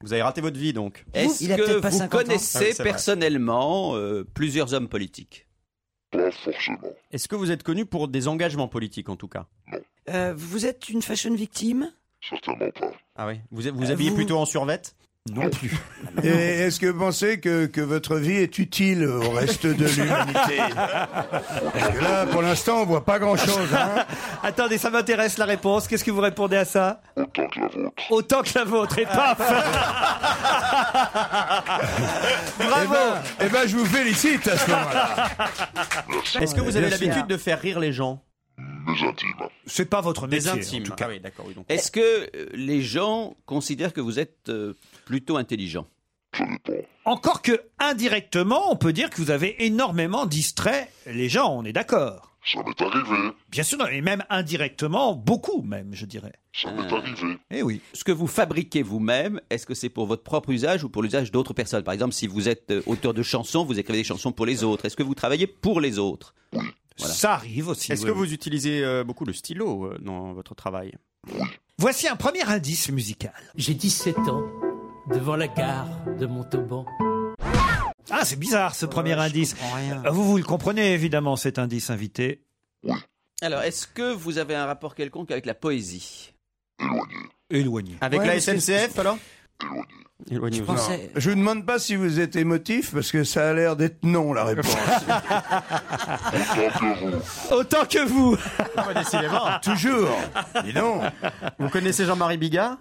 Speaker 17: Vous avez raté votre vie donc.
Speaker 10: Est-ce
Speaker 9: Il a
Speaker 10: que
Speaker 9: peut-être pas
Speaker 10: vous
Speaker 9: 50 ans. Ah
Speaker 10: connaissez
Speaker 9: oui, c'est vrai.
Speaker 10: personnellement euh, plusieurs hommes politiques
Speaker 17: Pas forcément. Est-ce que vous êtes connu pour des engagements politiques en tout cas
Speaker 9: Euh, Vous êtes une fashion victime
Speaker 17: Certainement pas. Ah oui Vous, vous habillez
Speaker 9: vous-
Speaker 17: plutôt en survette Non plus.
Speaker 5: Et est-ce que vous pensez que, que votre vie est utile au reste de l'humanité Parce que Là, pour l'instant, on voit pas grand-chose. hein.
Speaker 4: Attendez, ça m'intéresse la réponse. Qu'est-ce que vous répondez à ça Autant que la vôtre. Autant que la vôtre, et paf Bravo
Speaker 5: Eh ben, je vous félicite à ce moment-là.
Speaker 17: Est-ce que vous
Speaker 5: Bien
Speaker 17: avez
Speaker 5: sûr.
Speaker 17: l'habitude de faire rire les gens
Speaker 4: C'est pas votre
Speaker 17: Des
Speaker 10: métier, en
Speaker 17: intimes.
Speaker 10: tout cas.
Speaker 17: Ah oui, d'accord. oui, donc.
Speaker 10: Est-ce que euh, les gens considèrent que vous êtes euh, plutôt intelligent
Speaker 4: Encore que, indirectement, on peut dire que vous avez énormément distrait les gens, on est d'accord
Speaker 18: Ça m'est arrivé.
Speaker 4: Bien sûr, non, et même indirectement, beaucoup même, je dirais.
Speaker 18: Ça m'est arrivé.
Speaker 4: Eh oui.
Speaker 10: Ce que vous fabriquez vous-même, est-ce que c'est pour votre propre usage ou pour l'usage d'autres personnes Par exemple, si vous êtes euh, auteur de chansons, vous écrivez des chansons pour les autres. Est-ce que vous travaillez pour les autres
Speaker 4: Ça arrive aussi.
Speaker 17: Est-ce
Speaker 10: oui,
Speaker 17: que
Speaker 10: oui.
Speaker 17: vous utilisez euh, beaucoup le stylo euh, dans votre travail
Speaker 4: Voici un premier indice musical.
Speaker 19: J'ai 17 ans, devant la gare de Montauban.
Speaker 4: Ah,
Speaker 9: Oh,
Speaker 4: Euh, c'est bizarre ce premier indice. Vous, vous le comprenez évidemment, cet indice invité
Speaker 10: Alors, est-ce que vous avez un rapport quelconque avec la poésie
Speaker 4: Éloigné.
Speaker 6: Avec
Speaker 5: Ouais,
Speaker 6: la
Speaker 5: mais c'est-
Speaker 6: SNCF alors
Speaker 5: Je,
Speaker 6: vous- pensais-
Speaker 5: je vous demande pas si vous êtes émotif parce que ça a l'air d'être non la réponse.
Speaker 6: Autant que vous
Speaker 10: Ah,
Speaker 5: Toujours Dis donc
Speaker 6: Vous connaissez Jean-Marie Bigard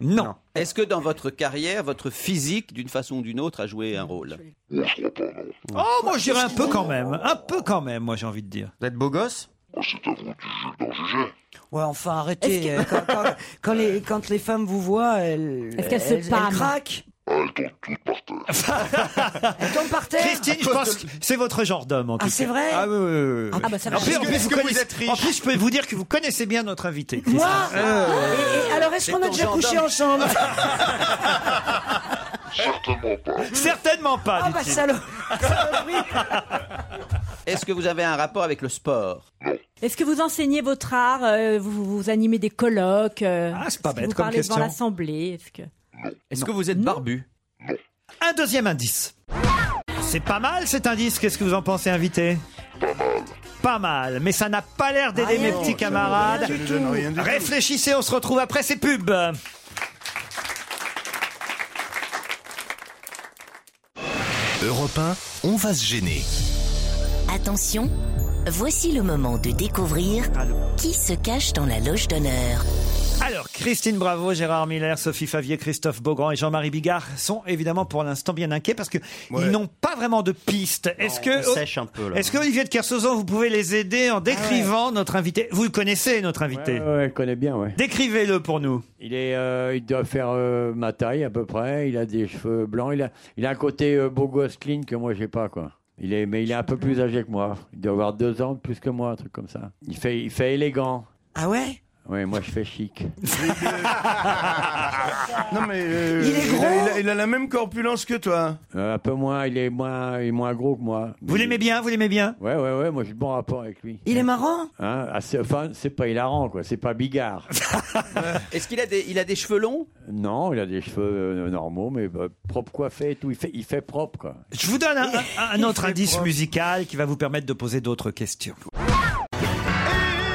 Speaker 4: Non.
Speaker 10: Est-ce que dans votre carrière, votre physique, d'une façon ou d'une autre, a joué un rôle
Speaker 4: Oh, moi, je dirais un peu quand même. Un peu quand même, moi, j'ai envie de dire.
Speaker 6: Vous êtes beau gosse
Speaker 9: Ouais, enfin, arrêtez. euh, Quand, quand- quand les, quand les femmes vous voient, elles,
Speaker 7: Est-ce qu'elles se
Speaker 9: elles- elles
Speaker 7: pâment
Speaker 9: craquent.
Speaker 4: Elle
Speaker 9: tombe par terre.
Speaker 4: Christine, je pense que c'est votre genre d'homme, en tout
Speaker 9: Ah,
Speaker 4: cas.
Speaker 9: c'est vrai
Speaker 4: Ah, oui, oui, oui, oui.
Speaker 9: Ah, bah, ça va.
Speaker 4: En plus,
Speaker 9: Est-ce
Speaker 4: en
Speaker 9: que-
Speaker 4: plus,
Speaker 9: est-ce
Speaker 4: vous
Speaker 9: que vous
Speaker 4: connaissez-
Speaker 9: êtes riche
Speaker 4: En plus, je peux vous dire que vous connaissez bien notre invité. Christine. Euh,
Speaker 9: Moi Ah, Et- et alors, est-ce qu'on a déjà couché ensemble
Speaker 4: Certainement pas.
Speaker 9: Ah, bah,
Speaker 10: dit-il.
Speaker 9: salaud
Speaker 10: Est-ce que vous avez un rapport avec le sport
Speaker 15: Est-ce que vous enseignez votre art euh, vous, vous- vous animez des colloques Ah,
Speaker 4: c'est pas
Speaker 15: que
Speaker 4: bête
Speaker 15: vous
Speaker 4: comme
Speaker 15: parlez
Speaker 4: question.
Speaker 15: devant l'Assemblée Est-ce que...
Speaker 17: Est-ce que vous êtes barbu
Speaker 4: Un deuxième indice. C'est pas mal cet indice, qu'est-ce que vous en pensez, invité Pas mal. Pas mal, mais ça n'a pas l'air d'aider
Speaker 5: Ah,
Speaker 4: mes
Speaker 5: non,
Speaker 4: petits
Speaker 5: ça ne
Speaker 4: camarades.
Speaker 5: donne rien du Ça ne donne tout. rien du tout.
Speaker 4: Réfléchissez, on se retrouve après ces pubs.
Speaker 3: Europe 1, on va se gêner.
Speaker 2: Attention, voici le moment de découvrir qui se cache dans la loge d'honneur.
Speaker 4: Alors, Christine Bravo, Gérard Miller, Sophie Favier, Christophe Beaugrand et Jean-Marie Bigard sont évidemment pour l'instant bien inquiets parce que ils n'ont pas vraiment de piste. Est-ce que
Speaker 6: on sèche un peu, là.
Speaker 4: Est-ce que Olivier de Kersauzon, vous pouvez les aider
Speaker 5: Ah
Speaker 4: en décrivant notre invité Vous le connaissez, notre invité.
Speaker 20: Ouais, je connais bien, ouais.
Speaker 4: Décrivez-le pour nous.
Speaker 20: Il est, euh, il doit faire euh, ma taille à peu près. Il a des cheveux blancs. Il a, il a un côté euh, beau gosse clean que moi j'ai pas quoi. Il est, mais il est un peu plus âgé que moi. Il doit avoir deux ans de plus que moi, un truc comme ça. Il fait, il fait élégant.
Speaker 9: Ah ouais
Speaker 20: Oui, moi je fais chic.
Speaker 5: Non mais euh,
Speaker 20: Il est
Speaker 5: a-
Speaker 20: gros
Speaker 5: il, a, il a la même corpulence que toi.
Speaker 20: Euh, un peu moins, il est moins, il est moins gros que moi.
Speaker 4: Vous l'aimez bien, vous l'aimez bien.
Speaker 20: Ouais, ouais, ouais. Moi j'ai de bon rapport avec lui.
Speaker 9: Il est marrant
Speaker 20: Hein,
Speaker 8: ah,
Speaker 20: assez- enfin, c'est pas hilarant quoi. C'est pas Bigard.
Speaker 10: Est-ce qu'il a des, il a des cheveux longs
Speaker 20: Non, il a des cheveux euh, normaux, mais euh, propre coiffé et tout. Il fait, il fait propre, quoi.
Speaker 4: Je vous donne un, un- un autre indice musical qui va vous permettre de poser d'autres questions.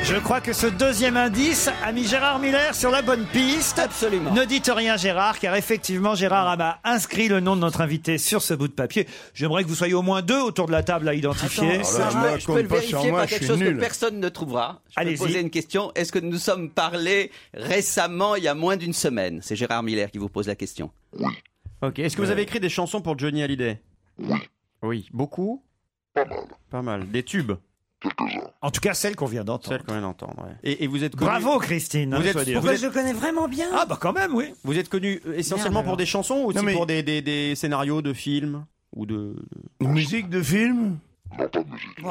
Speaker 4: Je crois que ce deuxième indice a mis Gérard Miller sur la bonne piste.
Speaker 10: Absolument.
Speaker 4: Ne dites rien, Gérard, car effectivement, Gérard m'a inscrit le nom de notre invité sur ce bout de papier. J'aimerais que vous soyez au moins deux autour de la table à identifier.
Speaker 10: Attends, Sarah, je peux le vérifier par quelque chose que personne ne trouvera. Je
Speaker 4: Allez-y.
Speaker 10: peux poser une question. Est-ce que nous nous sommes parlé récemment, il y a moins d'une semaine C'est Gérard Miller qui vous pose la question.
Speaker 6: Ok. Est-ce que vous avez écrit des chansons pour Johnny Hallyday Oui. Beaucoup Pas mal. Pas mal. Des tubes
Speaker 4: En tout cas, celles qu'on vient d'entendre.
Speaker 6: Celles qu'on vient d'entendre, ouais. Et, et vous êtes connu-
Speaker 4: Bravo, Christine. hein,
Speaker 6: Vous
Speaker 4: je
Speaker 6: êtes,
Speaker 4: dois dire.
Speaker 6: vous
Speaker 9: Pourquoi
Speaker 6: êtes-
Speaker 9: je le connais vraiment bien
Speaker 4: Ah bah quand même, oui.
Speaker 6: vous êtes connu euh, essentiellement
Speaker 9: Merde,
Speaker 6: pour
Speaker 9: alors.
Speaker 6: des chansons ou aussi
Speaker 9: Non, mais-
Speaker 6: pour des, des- des scénarios de films ou de...
Speaker 5: Musique de film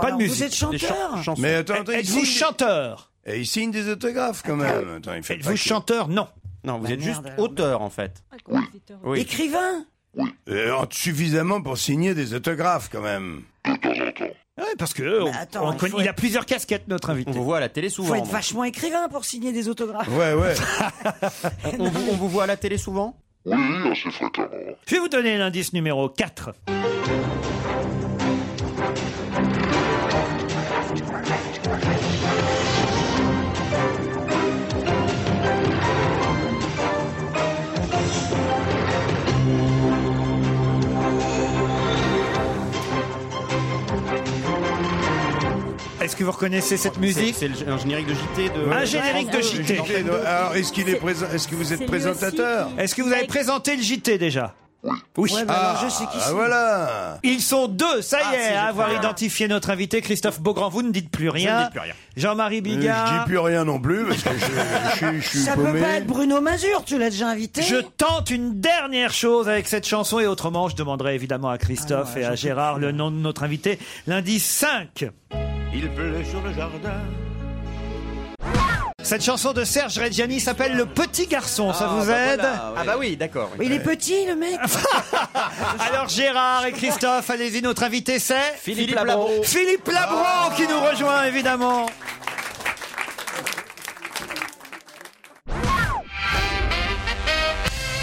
Speaker 9: Pas de musique. Vous êtes chanteur
Speaker 5: Mais attends, attends, il
Speaker 4: Êtes-vous
Speaker 5: signe-
Speaker 4: chanteur
Speaker 5: Et il signe des autographes quand même. Attends, il fait
Speaker 4: Êtes-vous chanteur Non.
Speaker 6: Non, vous êtes
Speaker 5: merde,
Speaker 6: juste auteur en fait. Oui.
Speaker 9: Écrivain
Speaker 5: Euh, suffisamment pour signer des autographes quand même.
Speaker 4: Ouais, parce que on-
Speaker 9: attends,
Speaker 4: on
Speaker 9: il
Speaker 4: connaît-
Speaker 9: faut
Speaker 4: il a plusieurs casquettes notre invité. On
Speaker 6: vous voit à la télé
Speaker 9: Faut être vachement écrivain pour signer des autographes.
Speaker 5: Ouais, ouais.
Speaker 6: on, vous, on vous voit à la télé souvent
Speaker 4: Je vais vous donner l'indice numéro 4. Est-ce que vous reconnaissez cette musique
Speaker 6: C'est le- un générique de JT de...
Speaker 4: Un générique de JT.
Speaker 5: Alors, est-ce qu'il est présent Est-ce que vous êtes présentateur
Speaker 4: Est-ce que vous avez présenté le JT déjà Oui.
Speaker 5: Ouais, bah alors, Ah, je sais qui ah, c'est. voilà.
Speaker 4: Ils sont deux, ça y
Speaker 5: Ah,
Speaker 4: est,
Speaker 5: si, je
Speaker 4: à avoir
Speaker 5: crois.
Speaker 4: identifié notre invité, Christophe Beaugrand. Vous ne dites plus rien.
Speaker 5: ne dis plus rien.
Speaker 4: Jean-Marie
Speaker 5: Euh,
Speaker 4: Bigard.
Speaker 5: Je dis plus rien non plus parce que je, je suis- je suis
Speaker 9: Ça
Speaker 5: paumé.
Speaker 9: peut pas être Bruno Mazur, tu l'as déjà invité.
Speaker 4: Je tente une dernière chose avec cette chanson et autrement, je demanderai évidemment à Christophe
Speaker 5: Ah
Speaker 4: et à Gérard le nom de notre invité. L'indice 5.
Speaker 21: Il pleut sur le jardin.
Speaker 4: Cette chanson de Serge Reggiani s'appelle Le Petit Garçon. Ça
Speaker 6: Ah,
Speaker 4: vous
Speaker 6: bah
Speaker 4: aide
Speaker 6: voilà, ouais. Ah bah oui, d'accord. oui.
Speaker 9: Il est petit le mec.
Speaker 4: Alors Gérard et Christophe, allez-y, notre invité c'est
Speaker 6: Philippe Philippe Labro. Labro. Ah.
Speaker 4: Philippe Labro qui nous rejoint évidemment.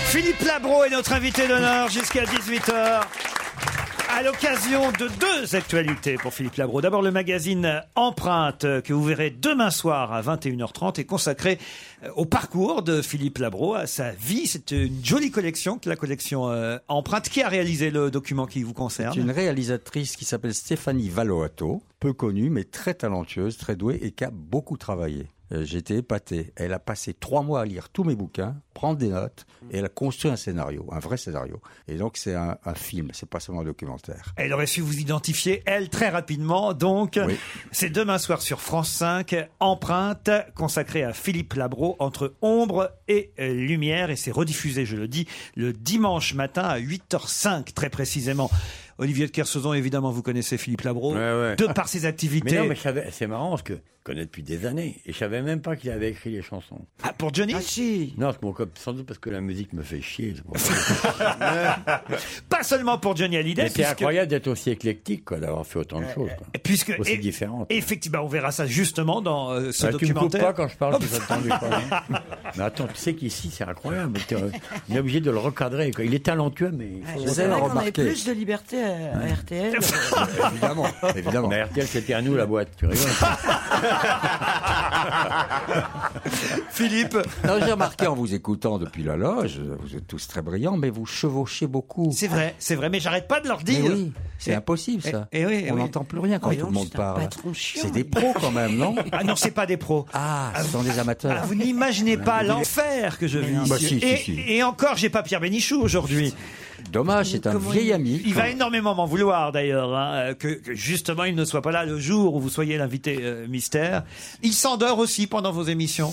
Speaker 4: Philippe Labro est notre invité d'honneur jusqu'à 18h. À l'occasion de deux actualités pour Philippe Labro. D'abord, le magazine Empreinte, euh, que vous verrez demain soir à 21h30, est consacré euh, au parcours de Philippe Labro, à sa vie. C'est une jolie collection, que la collection euh, Empreinte. Qui a réalisé le document qui vous concerne
Speaker 1: C'est une réalisatrice qui s'appelle Stéphanie Valoato, peu connue mais très talentueuse, très douée et qui a beaucoup travaillé. Euh, J'étais épaté. Elle a passé trois mois à lire tous mes bouquins, prendre des notes, et elle a construit un scénario, un vrai scénario. Et donc c'est un, un film, c'est pas seulement un documentaire.
Speaker 4: Elle aurait su vous identifier, elle, très rapidement. Donc, c'est demain soir sur France 5, Empreinte, consacrée à Philippe Labro, entre ombre et euh, lumière. Et c'est rediffusé, je le dis, le dimanche matin à 8h05, très précisément. Olivier de Kersauzon, évidemment, vous connaissez Philippe Labro, de par ses activités.
Speaker 8: Mais non, mais je savais- c'est marrant parce que je connais depuis des années et je savais même pas qu'il avait écrit les chansons.
Speaker 4: Ah, pour Johnny
Speaker 8: Non, c'est bon, comme- sans doute parce que la musique me fait chier. c'est pour ça.
Speaker 4: Pas seulement pour Johnny Hallyday,
Speaker 8: Mais c'est
Speaker 4: puisque- Euh,
Speaker 8: incroyable d'être aussi éclectique, quoi, d'avoir fait autant de choses. quoi.
Speaker 4: Puisque
Speaker 8: aussi
Speaker 4: et-
Speaker 8: différentes.
Speaker 4: Effectivement, on verra ça justement dans euh, ce
Speaker 8: Ah, tu me coupes
Speaker 4: documentaire.
Speaker 8: pas quand je parle, vous entendez pas, hein. Mais attends, tu sais qu'ici, c'est incroyable. t'es, euh, On est obligé de le recadrer. quoi. Il est talentueux, mais il faut
Speaker 9: Ouais,
Speaker 8: le
Speaker 9: c'est vrai qu'on avait
Speaker 8: remarquer.
Speaker 9: plus de liberté à, à RTL.
Speaker 8: Évidemment, évidemment. Ah, Mais RTL, c'était à nous la boîte, tu rigoles.
Speaker 4: Philippe
Speaker 1: Non, j'ai remarqué en vous écoutant depuis la loge, vous êtes tous très brillants, mais vous chevauchez beaucoup.
Speaker 4: C'est vrai, c'est vrai, mais j'arrête pas de leur dire.
Speaker 1: Mais oui, c'est
Speaker 4: Et-
Speaker 1: impossible ça.
Speaker 4: et- et oui, et
Speaker 1: On
Speaker 4: oui.
Speaker 1: n'entend plus rien quand
Speaker 4: Voyons,
Speaker 1: tout le monde
Speaker 4: c'est un
Speaker 1: parle.
Speaker 4: patron chiant.
Speaker 1: C'est des pros quand même, non
Speaker 4: Ah non, c'est pas des pros.
Speaker 1: Ah, ce
Speaker 4: vous-
Speaker 1: sont des amateurs.
Speaker 4: Ah, vous n'imaginez pas l'enfer que je
Speaker 1: Mais
Speaker 4: vis.
Speaker 1: non. Bah, si,
Speaker 4: et,
Speaker 1: si, si.
Speaker 4: et encore, j'ai
Speaker 8: bah,
Speaker 4: pas Pierre Bénichou aujourd'hui.
Speaker 1: Dommage, c'est un
Speaker 4: Comment
Speaker 1: vieil
Speaker 4: il-
Speaker 1: ami.
Speaker 4: Il va énormément m'en vouloir d'ailleurs, hein, euh, que, que justement il ne soit pas là le jour où vous soyez l'invité euh, mystère. Il s'endort aussi pendant vos émissions.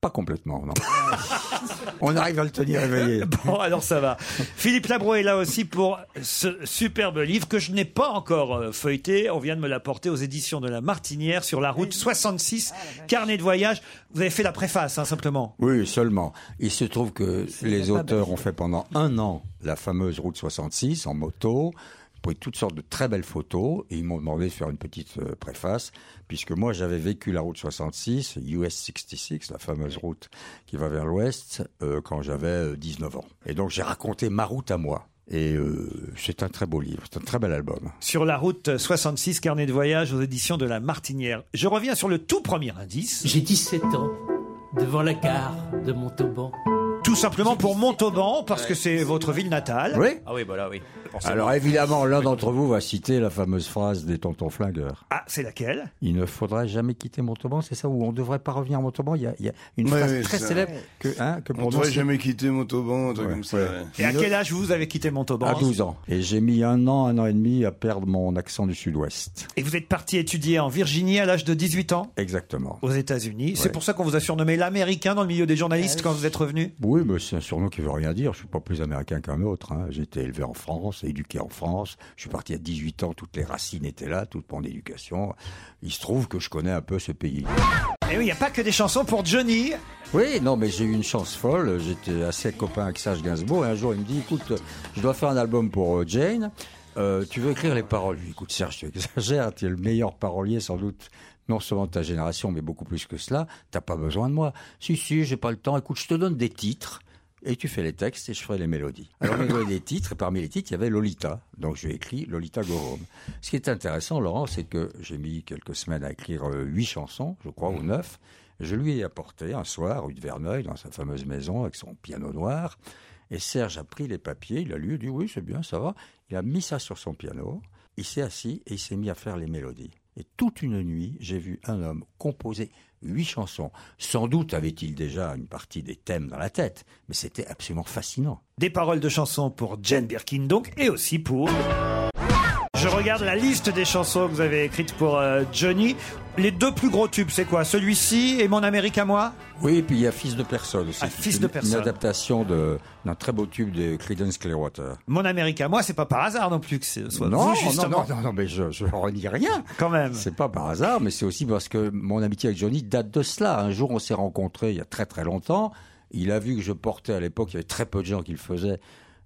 Speaker 1: Pas complètement, non. On arrive à le tenir éveillé.
Speaker 4: Bon, alors ça va. Philippe Labro est là aussi pour ce superbe livre que je n'ai pas encore euh, feuilleté. On vient de me l'apporter aux éditions de La Martinière sur la route 66, carnet de voyage. Vous avez fait la préface, hein, simplement.
Speaker 1: Oui, seulement. Il se trouve que les
Speaker 4: pas
Speaker 1: auteurs
Speaker 4: bête.
Speaker 1: ont fait pendant un an la fameuse route 66 en moto, pris toutes sortes de très belles photos, et ils m'ont demandé de faire une petite euh, préface, puisque moi j'avais vécu la route 66, US 66, la fameuse route qui va vers l'ouest, euh, quand j'avais euh, 19 ans. Et donc j'ai raconté ma route à moi. Et euh, c'est un très beau livre, c'est un très bel album.
Speaker 4: sur la route 66, carnet de voyage aux éditions de La Martinière. Je reviens sur le tout premier indice.
Speaker 19: J'ai 17 ans, devant la gare de Montauban.
Speaker 4: Tout simplement pour Montauban, parce que c'est votre ville natale.
Speaker 1: Oui.
Speaker 17: Ah oui, voilà, oui.
Speaker 1: Alors évidemment, l'un d'entre vous va citer la fameuse phrase des tontons flingueurs.
Speaker 4: Ah, c'est laquelle
Speaker 1: Il ne faudrait jamais quitter Montauban, c'est ça Ou on ne devrait pas revenir à Montauban Il y a, il y a une
Speaker 5: Ouais,
Speaker 1: phrase
Speaker 5: ouais,
Speaker 1: très
Speaker 5: ça.
Speaker 1: célèbre que, hein, que
Speaker 5: On ne devrait
Speaker 1: prononce-
Speaker 5: jamais quitter Montauban, un truc comme ça. ouais.
Speaker 4: Et à quel âge vous avez quitté Montauban
Speaker 1: À 12
Speaker 5: Ah,
Speaker 1: ans. Et j'ai mis un an, un an et demi à perdre mon accent du sud-ouest.
Speaker 4: Et vous êtes parti étudier en Virginie à l'âge de 18 ans
Speaker 1: Exactement.
Speaker 4: aux États-Unis. C'est
Speaker 1: Ouais.
Speaker 4: pour ça qu'on vous a surnommé l'Américain dans le milieu des journalistes quand vous êtes revenu
Speaker 1: Oui, mais c'est un surnom qui veut rien dire. Je suis pas plus américain qu'un autre. hein. J'ai été élevé en France, éduqué en France. Je suis parti à 18 ans, toutes les racines étaient là, toute mon éducation. Il se trouve que je connais un peu ce pays.
Speaker 4: Et Eh oui, il n'y a pas que des chansons pour Johnny.
Speaker 1: Oui, non, mais j'ai eu une chance folle. J'étais assez copain avec Serge Gainsbourg. Et un jour, il me dit, écoute, je dois faire un album pour euh, Jane. Euh, tu veux écrire les paroles Je lui dis, écoute, Serge, tu exagères. Tu es le meilleur parolier, sans doute, non seulement de ta génération, mais beaucoup plus que cela. T'as pas besoin de moi. Si, si, j'ai pas le temps. Écoute, je te donne des titres. Et tu fais les textes et je ferai les mélodies. Alors, on a donné des titres, et parmi les titres, il y avait Lolita. Donc, j'ai écrit Lolita Go Home. Ce qui est intéressant, Laurent, c'est que j'ai mis quelques semaines à écrire euh, huit chansons, je crois, ou neuf. Je lui ai apporté un soir, rue de Verneuil, dans sa fameuse maison, avec son piano noir. Et Serge a pris les papiers, il a lu, il a dit oui, c'est bien, ça va. Il a mis ça sur son piano, il s'est assis et il s'est mis à faire les mélodies. Et toute une nuit, j'ai vu un homme composer huit chansons. Sans doute avait-il déjà une partie des thèmes dans la tête, mais c'était absolument fascinant.
Speaker 4: Des paroles de chansons pour Jane Birkin, donc, et aussi pour. Je regarde la liste des chansons que vous avez écrites pour euh, Johnny. Les deux plus gros tubes, c'est quoi Celui-ci et Mon Amérique à moi Ah,
Speaker 1: Oui, et puis il y a Fils de personne aussi.
Speaker 4: Fils de
Speaker 1: Une-
Speaker 4: personne.
Speaker 1: Une adaptation de- d'un très beau tube de Creedence Clearwater.
Speaker 4: Mon Amérique à moi, c'est pas par hasard non plus que ce soit
Speaker 1: non,
Speaker 4: vous, justement.
Speaker 1: non, non, non, mais je, je renie rien.
Speaker 4: Quand même.
Speaker 1: C'est pas par hasard, mais c'est aussi parce que mon amitié avec Johnny date de cela. Un jour, on s'est rencontrés il y a très très longtemps. Il a vu que je portais à l'époque, il y avait très peu de gens qui le faisaient,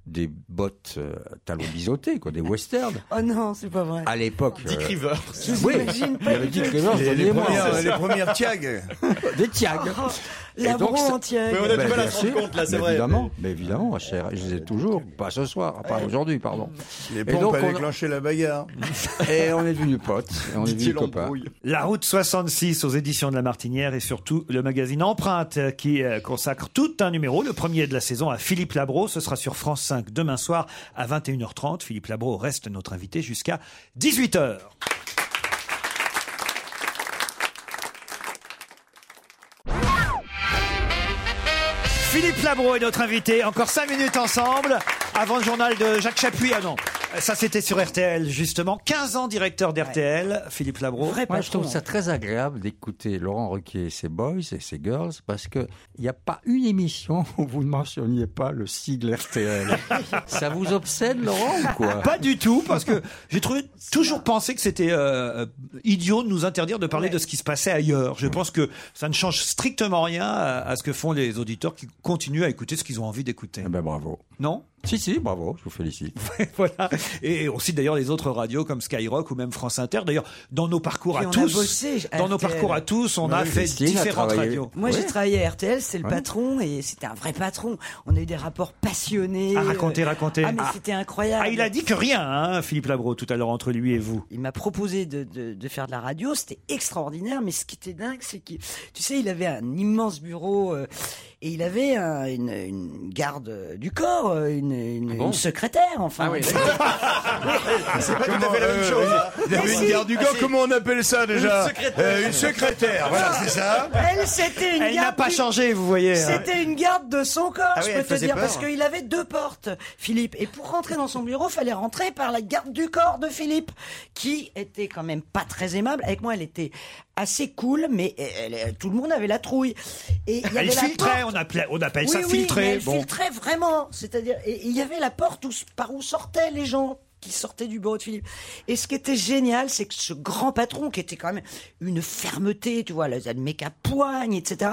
Speaker 1: des bottes euh, talons biseautés, quoi, des westerns.
Speaker 9: Oh non, c'est pas vrai.
Speaker 1: À l'époque. euh,
Speaker 9: Dick Rivers. Je vous
Speaker 1: oui,
Speaker 9: imagine
Speaker 1: il y
Speaker 9: pas
Speaker 1: avait
Speaker 9: du
Speaker 1: Dick
Speaker 9: tout.
Speaker 1: Rivers
Speaker 9: Les-
Speaker 1: dans
Speaker 9: les
Speaker 1: Diamants.
Speaker 9: premières- les premières
Speaker 5: tiags.
Speaker 1: Des tiags.
Speaker 9: Oh, la bro en tiag. Mais on a du mal à
Speaker 1: Bah, bien
Speaker 9: se rendre
Speaker 1: sûr,
Speaker 9: compte, là, c'est
Speaker 1: mais
Speaker 9: vrai.
Speaker 1: Évidemment, mais évidemment, cher, je les ai toujours. Pas ce soir, pas aujourd'hui, pardon.
Speaker 5: Les
Speaker 1: Et
Speaker 5: pompes
Speaker 1: donc,
Speaker 5: à
Speaker 1: on a- Ah,
Speaker 5: déclencher la bagarre.
Speaker 1: Et on est devenus potes. et on est devenus copains.
Speaker 4: La route 66 aux éditions de la Martinière et surtout le magazine Empreinte euh, qui euh, consacre tout un numéro, le premier de la saison à Philippe Labro. Ce sera sur France 5 demain soir à 21h30. Philippe Labro reste notre invité jusqu'à 18h. Philippe Labro est notre invité. Encore cinq minutes ensemble avant le journal de Jacques Chapuis. Ah non, ça c'était sur RTL justement. 15 ans directeur d'RTL, Philippe Labro.
Speaker 1: Moi, je trouve ça très agréable d'écouter Laurent Ruquier et ses boys et ses girls parce que il n'y a pas une émission où vous ne mentionniez pas le sigle RTL. ça vous obsède, Laurent, ou quoi
Speaker 4: Pas du tout, parce que j'ai trouvé- toujours pensé que c'était euh, euh, idiot de nous interdire de parler de ce qui se passait ailleurs. Je pense que ça ne change strictement rien à, à ce que font les auditeurs qui continuent à écouter ce qu'ils ont envie d'écouter.
Speaker 1: ben bravo.
Speaker 4: Non
Speaker 1: Si, si, bravo, je vous félicite.
Speaker 4: voilà. Et on cite d'ailleurs les autres radios comme Skyrock ou même France Inter. D'ailleurs, dans nos parcours
Speaker 9: Puis
Speaker 4: à
Speaker 9: on a
Speaker 4: tous,
Speaker 9: bossé à
Speaker 4: dans nos
Speaker 9: RTL.
Speaker 4: parcours à tous, on a fait différentes radios.
Speaker 9: Moi, j'ai travaillé à RTL, c'est le
Speaker 4: Ouais.
Speaker 9: patron, et c'était un vrai patron. On a eu des rapports passionnés.
Speaker 4: Ah, racontez,
Speaker 9: euh,
Speaker 4: racontez.
Speaker 9: Ah, mais
Speaker 4: Ah.
Speaker 9: c'était incroyable.
Speaker 4: Ah, il a dit que rien, hein, Philippe Labro, tout à l'heure, entre lui et vous.
Speaker 9: Il m'a proposé de, de- de faire de la radio, c'était extraordinaire, mais ce qui était dingue, c'est que, tu sais, il avait un immense bureau euh, et il avait un- une, une garde euh, du corps, euh, une, une- une secrétaire, enfin.
Speaker 5: C'est pas tout à fait la même chose. Il y avait une garde du
Speaker 9: Ah,
Speaker 5: corps, comment on appelle ça déjà Euh,
Speaker 9: euh, Une secrétaire.
Speaker 5: Une secrétaire, voilà, c'est ça.
Speaker 9: Elle, c'était une
Speaker 4: Elle n'a
Speaker 9: garde
Speaker 4: pas
Speaker 9: du-
Speaker 4: changé, vous voyez, hein.
Speaker 9: C'était une garde de son corps,
Speaker 4: Ah oui,
Speaker 9: je
Speaker 4: elle
Speaker 9: peux te
Speaker 4: faisait
Speaker 9: dire,
Speaker 4: peur.
Speaker 9: parce qu'il avait deux portes, Philippe. Et pour rentrer dans son bureau, fallait rentrer par la garde du corps de Philippe, qui était quand même pas très aimable. Avec moi, elle était assez cool, mais euh, elle- elle- tout le monde avait la trouille. Et il y avait
Speaker 4: Elle
Speaker 9: la
Speaker 4: filtrait,
Speaker 9: porte-
Speaker 4: on, appelait, on appelle
Speaker 9: oui,
Speaker 4: ça
Speaker 9: oui,
Speaker 4: filtrer.
Speaker 9: mais elle
Speaker 4: Bon.
Speaker 9: filtrait vraiment. C'est-à-dire, et- et il y avait la porte où, par où sortaient les gens qui sortaient du bureau de Philippe. Et ce qui était génial, c'est que ce grand patron, qui était quand même une fermeté, tu vois, le le mec à poigne, etc.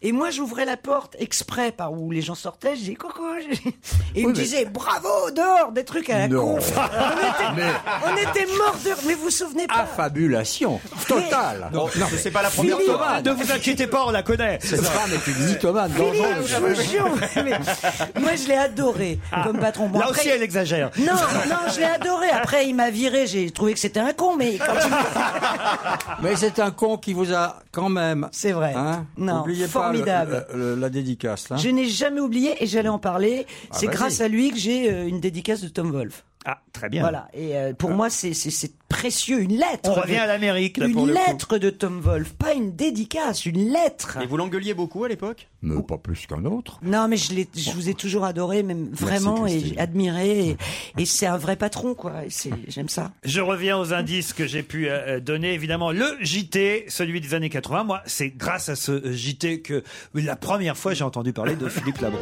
Speaker 9: Et moi, j'ouvrais la porte exprès par où les gens sortaient, je dis coucou. je- Et il me
Speaker 12: mais-
Speaker 9: disait bravo dehors, des trucs à la
Speaker 1: Non.
Speaker 9: con. on était, on était morts de. Mais vous vous souvenez pas
Speaker 1: Affabulation totale.
Speaker 4: Ah. Oh, Non,
Speaker 1: Non,
Speaker 4: c'est
Speaker 1: pas la première
Speaker 4: Philippe,
Speaker 1: tomate.
Speaker 4: Ne vous inquiétez pas, on la connaît.
Speaker 1: Cette femme est une mythomane
Speaker 9: Philippe,
Speaker 1: dangereuse.
Speaker 9: je vous jure, mais moi je l'ai adoré comme patron. Bon,
Speaker 4: Ah. Là
Speaker 9: après-
Speaker 4: aussi, elle exagère.
Speaker 9: Non, non, je l'ai adoré. Après, il m'a viré, j'ai trouvé que c'était un con, mais
Speaker 4: Ah,
Speaker 9: quand il
Speaker 1: Mais c'est un con qui vous a quand même.
Speaker 9: C'est vrai. Non,
Speaker 1: N'oubliez
Speaker 9: formidable.
Speaker 1: pas le- le- le- la dédicace. hein. Là.
Speaker 9: Je n'ai jamais oublié et j'allais en parler.
Speaker 1: Ah,
Speaker 9: c'est
Speaker 1: vas-y.
Speaker 9: grâce à lui que j'ai euh, une dédicace de Tom Wolfe.
Speaker 4: Ah, très bien.
Speaker 9: Voilà. Et euh, pour moi, c'est c'est- c'est précieux. Une lettre.
Speaker 4: On revient
Speaker 9: de-
Speaker 4: à l'Amérique, là,
Speaker 9: Une
Speaker 4: pour le coup.
Speaker 9: lettre de Tom Wolfe. Pas une dédicace, une lettre.
Speaker 17: Et vous l'engueuliez beaucoup à l'époque
Speaker 1: Mais pas plus qu'un autre.
Speaker 9: Non, mais je, l'ai- je vous ai toujours adoré, même vraiment, et j'ai admiré. Et, et c'est un vrai patron, quoi. Et c'est- J'aime ça.
Speaker 4: Je reviens aux indices que j'ai pu euh, euh, donner. Évidemment, le JT, celui des années 80. Moi, c'est grâce à ce euh, JT que la première fois j'ai entendu parler de Philippe Labro.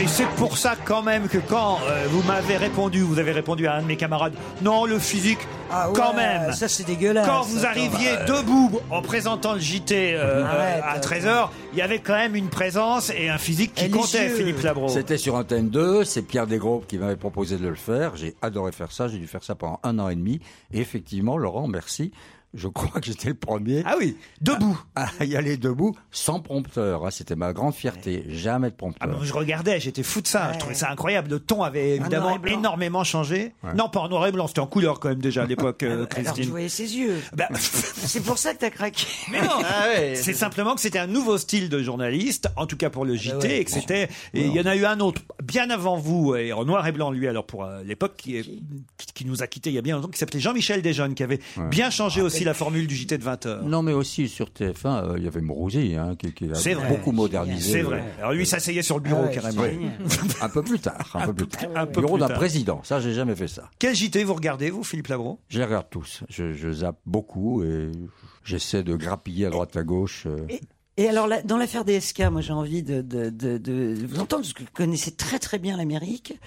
Speaker 4: Et c'est pour ça quand même que quand euh, vous m'avez répondu, vous avez répondu à un de mes camarades, non, le physique,
Speaker 9: Ah ouais,
Speaker 4: quand même.
Speaker 9: ça, c'est dégueulasse,
Speaker 4: Quand vous
Speaker 9: attends.
Speaker 4: arriviez
Speaker 9: Bah,
Speaker 4: debout en présentant le JT euh,
Speaker 9: Arrête,
Speaker 4: euh, à 13h, il y avait quand même une présence et un physique qui comptait, Philippe Labro.
Speaker 1: C'était sur Antenne 2, c'est Pierre Desgroupes qui m'avait proposé de le faire. J'ai adoré faire ça, j'ai dû faire ça pendant un an et demi. Et effectivement, Laurent, merci. Je crois que j'étais le premier.
Speaker 4: Ah oui, debout.
Speaker 1: À, à y aller debout, sans prompteur. hein. C'était ma grande fierté, jamais de
Speaker 4: Ah
Speaker 1: prompteur.
Speaker 4: bon, je regardais, j'étais fou de ça, je trouvais ça incroyable. Le ton avait
Speaker 9: noir et
Speaker 4: évidemment
Speaker 9: blanc.
Speaker 4: énormément changé.
Speaker 1: Ouais.
Speaker 4: Non, pas en noir et blanc, c'était en couleur quand même déjà à l'époque, euh,
Speaker 9: Alors tu
Speaker 4: Christine.
Speaker 9: voyais ses yeux.
Speaker 4: Bah,
Speaker 9: C'est pour ça que t'as craqué.
Speaker 4: Mais non
Speaker 9: Ah ouais.
Speaker 4: C'est simplement que c'était un nouveau style de journaliste, en tout cas pour le JT,
Speaker 9: Ah ouais.
Speaker 4: et que c'était. et Il y en a eu un autre bien avant vous, et en noir et blanc lui, alors pour euh, l'époque, qui, est- qui- qui nous a quitté il y a bien longtemps, qui s'appelait Jean-Michel Desjeunes, qui avait bien
Speaker 9: Ah,
Speaker 4: changé aussi la formule du JT de 20h.
Speaker 1: Non, mais aussi sur TF1, euh, il y avait Mourouzi hein, qui, qui a
Speaker 4: C'est vrai.
Speaker 1: beaucoup modernisé. Ah
Speaker 4: C'est vrai. Alors lui, il s'asseyait sur le bureau carrément.
Speaker 1: un peu plus tard. Un, peu plus tard.
Speaker 4: un peu
Speaker 1: Bureau
Speaker 4: plus
Speaker 1: d'un
Speaker 4: tard.
Speaker 1: président. Ça, j'ai jamais fait ça.
Speaker 4: Quel JT vous regardez, vous, Philippe Labron
Speaker 1: Je les regarde tous. Je, je zappe beaucoup et j'essaie de grappiller à droite à gauche. euh,
Speaker 9: Et alors, là, dans l'affaire DSK, moi, j'ai envie de, de, de, de vous entendre, parce que vous connaissez très très bien l'Amérique.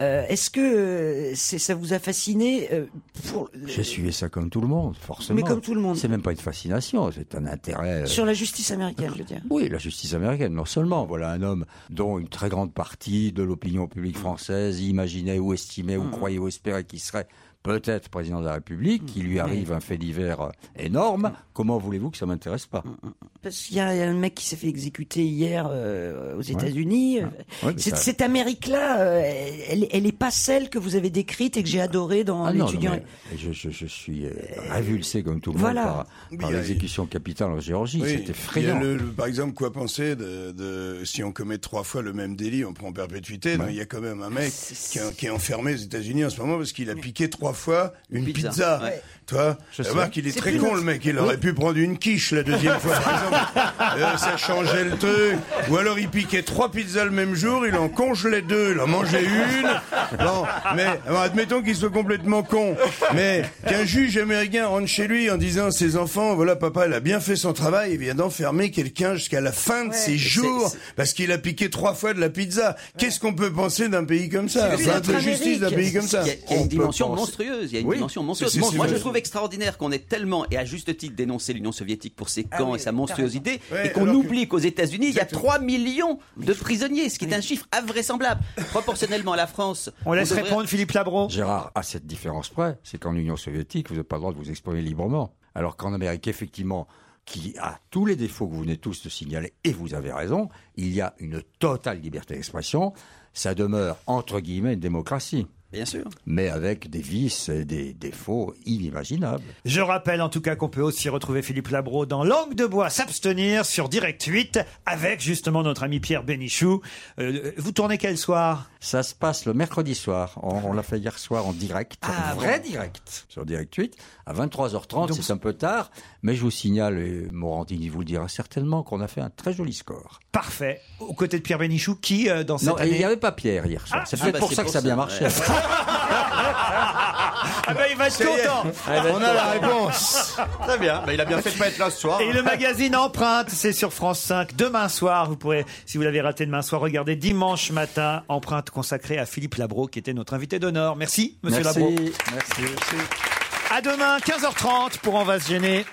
Speaker 9: Euh, Est-ce que euh, c'est- ça vous a fasciné euh, pour,
Speaker 1: J'ai suivi ça comme tout le monde, forcément.
Speaker 9: Mais comme tout le monde.
Speaker 1: C'est même pas une fascination, c'est un intérêt. euh,
Speaker 9: sur la justice américaine, je veux dire
Speaker 1: Oui, la justice américaine, non seulement. Voilà un homme dont une très grande partie de l'opinion
Speaker 9: Mm.
Speaker 1: publique française imaginait ou estimait ou croyait ou espérait qu'il serait peut-être président de la
Speaker 9: Mm.
Speaker 1: République, qui lui arrive un fait divers euh, énorme. Comment voulez-vous que ça m'intéresse pas
Speaker 9: Mm, Parce qu'il y, a il y a un mec qui s'est fait exécuter hier euh, aux États-Unis.
Speaker 1: Ah. Ouais, mais
Speaker 9: C'est-
Speaker 1: ça-
Speaker 9: Cette Amérique-là, euh, elle, elle est pas celle que vous avez décrite et que j'ai adorée dans
Speaker 1: Ah non, non,
Speaker 9: l'étudiant.
Speaker 1: mais je, je- je suis euh, révulsé comme tout le
Speaker 9: Voilà.
Speaker 1: monde par, par
Speaker 5: Oui,
Speaker 1: l'exécution capitale en Géorgie.
Speaker 5: Oui,
Speaker 1: C'était
Speaker 5: il y a
Speaker 1: effrayant.
Speaker 5: le- le- par exemple, quoi penser de, de- si on commet trois fois le même délit, on prend perpétuité. Donc, il y a quand même un mec qui, est- qui est enfermé aux États-Unis en ce moment parce qu'il a piqué trois fois une pizza.
Speaker 10: ouais.
Speaker 5: Toi,
Speaker 10: Je
Speaker 5: tu
Speaker 10: sais.
Speaker 5: vas voir qu'il est
Speaker 10: C'est
Speaker 5: très
Speaker 10: plus
Speaker 5: con
Speaker 10: notre-
Speaker 5: le mec. Il
Speaker 10: Oui.
Speaker 5: aurait pu prendre une quiche la deuxième fois. par exemple. Euh, ça changeait le truc. Ou alors il piquait trois pizzas le même jour, il en congelait deux, il en mangeait une. Bon, mais alors, admettons qu'il soit complètement con. Mais qu'un juge américain rentre chez lui en disant à ses enfants, voilà papa, il a bien fait son travail, il vient d'enfermer quelqu'un jusqu'à la fin de ses jours parce qu'il a piqué trois fois de la pizza. Qu'est-ce qu'on peut penser d'un pays comme ça
Speaker 10: C'est
Speaker 5: Enfin,
Speaker 10: notre
Speaker 5: de la justice d'un
Speaker 10: Amérique.
Speaker 5: pays comme ça
Speaker 10: Il y a, il y a
Speaker 5: On
Speaker 10: une
Speaker 5: peut
Speaker 10: dimension
Speaker 5: penser-
Speaker 10: monstrueuse. Il y a une
Speaker 5: Oui.
Speaker 10: dimension monstrueuse.
Speaker 5: C'est- c'est-
Speaker 10: Moi,
Speaker 5: c'est-
Speaker 10: je trouve extraordinaire qu'on ait tellement, et à juste titre, dénoncé l'Union soviétique pour ses camps
Speaker 5: Ah oui,
Speaker 10: et sa monstrueuse
Speaker 5: t'as
Speaker 10: idée,
Speaker 5: raison. Ouais,
Speaker 10: et qu'on
Speaker 5: alors
Speaker 10: oublie qu'aux États-Unis, il y a 3 millions de prisonniers, ce qui est un chiffre invraisemblable. Proportionnellement à la France. devrait-
Speaker 1: Philippe Labro. Gérard, à cette différence près, c'est qu'en Union soviétique, vous n'avez pas le droit de vous exprimer librement. Alors qu'en Amérique, effectivement, qui a tous les défauts que vous venez tous de signaler, et vous avez raison, il y a une totale liberté d'expression. Ça demeure, entre guillemets, une démocratie.
Speaker 10: Bien sûr.
Speaker 1: Mais avec des vices et des défauts inimaginables.
Speaker 4: Je rappelle en tout cas qu'on peut aussi retrouver Philippe Labro dans Langue de bois s'abstenir sur Direct 8 avec justement notre ami Pierre Bénichou. Euh, vous tournez quel soir
Speaker 1: Ça se passe le mercredi soir. On, on l'a fait hier soir en direct.
Speaker 4: Ah,
Speaker 1: vrai
Speaker 4: bon.
Speaker 1: direct. Sur Direct 8, à 23h30. C'est un peu tard. Mais je vous signale, et Morandini vous le dira certainement, qu'on a fait un très joli score.
Speaker 4: Parfait. Aux côtés de Pierre Bénichou qui euh, dans cette
Speaker 1: Non, et il
Speaker 4: année
Speaker 1: n'y avait pas Pierre hier soir. c'est
Speaker 4: ah,
Speaker 1: peut-être
Speaker 4: bah,
Speaker 1: pour
Speaker 4: c'est
Speaker 1: ça que
Speaker 4: pour
Speaker 1: ça a bien
Speaker 4: ça,
Speaker 1: marché.
Speaker 4: ouais. Ah ben il va être
Speaker 1: Ça y est.
Speaker 4: content.
Speaker 1: Ah, il va être On a la content.
Speaker 6: réponse.
Speaker 4: Très bien.
Speaker 6: Bah, il a bien fait de pas être là ce soir.
Speaker 4: Et le magazine Empreinte, c'est sur France 5 demain soir. Vous pourrez, si vous l'avez raté demain soir, regarder dimanche matin Empreinte consacrée à Philippe Labro, qui était notre invité d'honneur. Merci, Monsieur
Speaker 1: Merci.
Speaker 4: Labro.
Speaker 1: Merci.
Speaker 4: À demain 15h30 pour On va se gêner.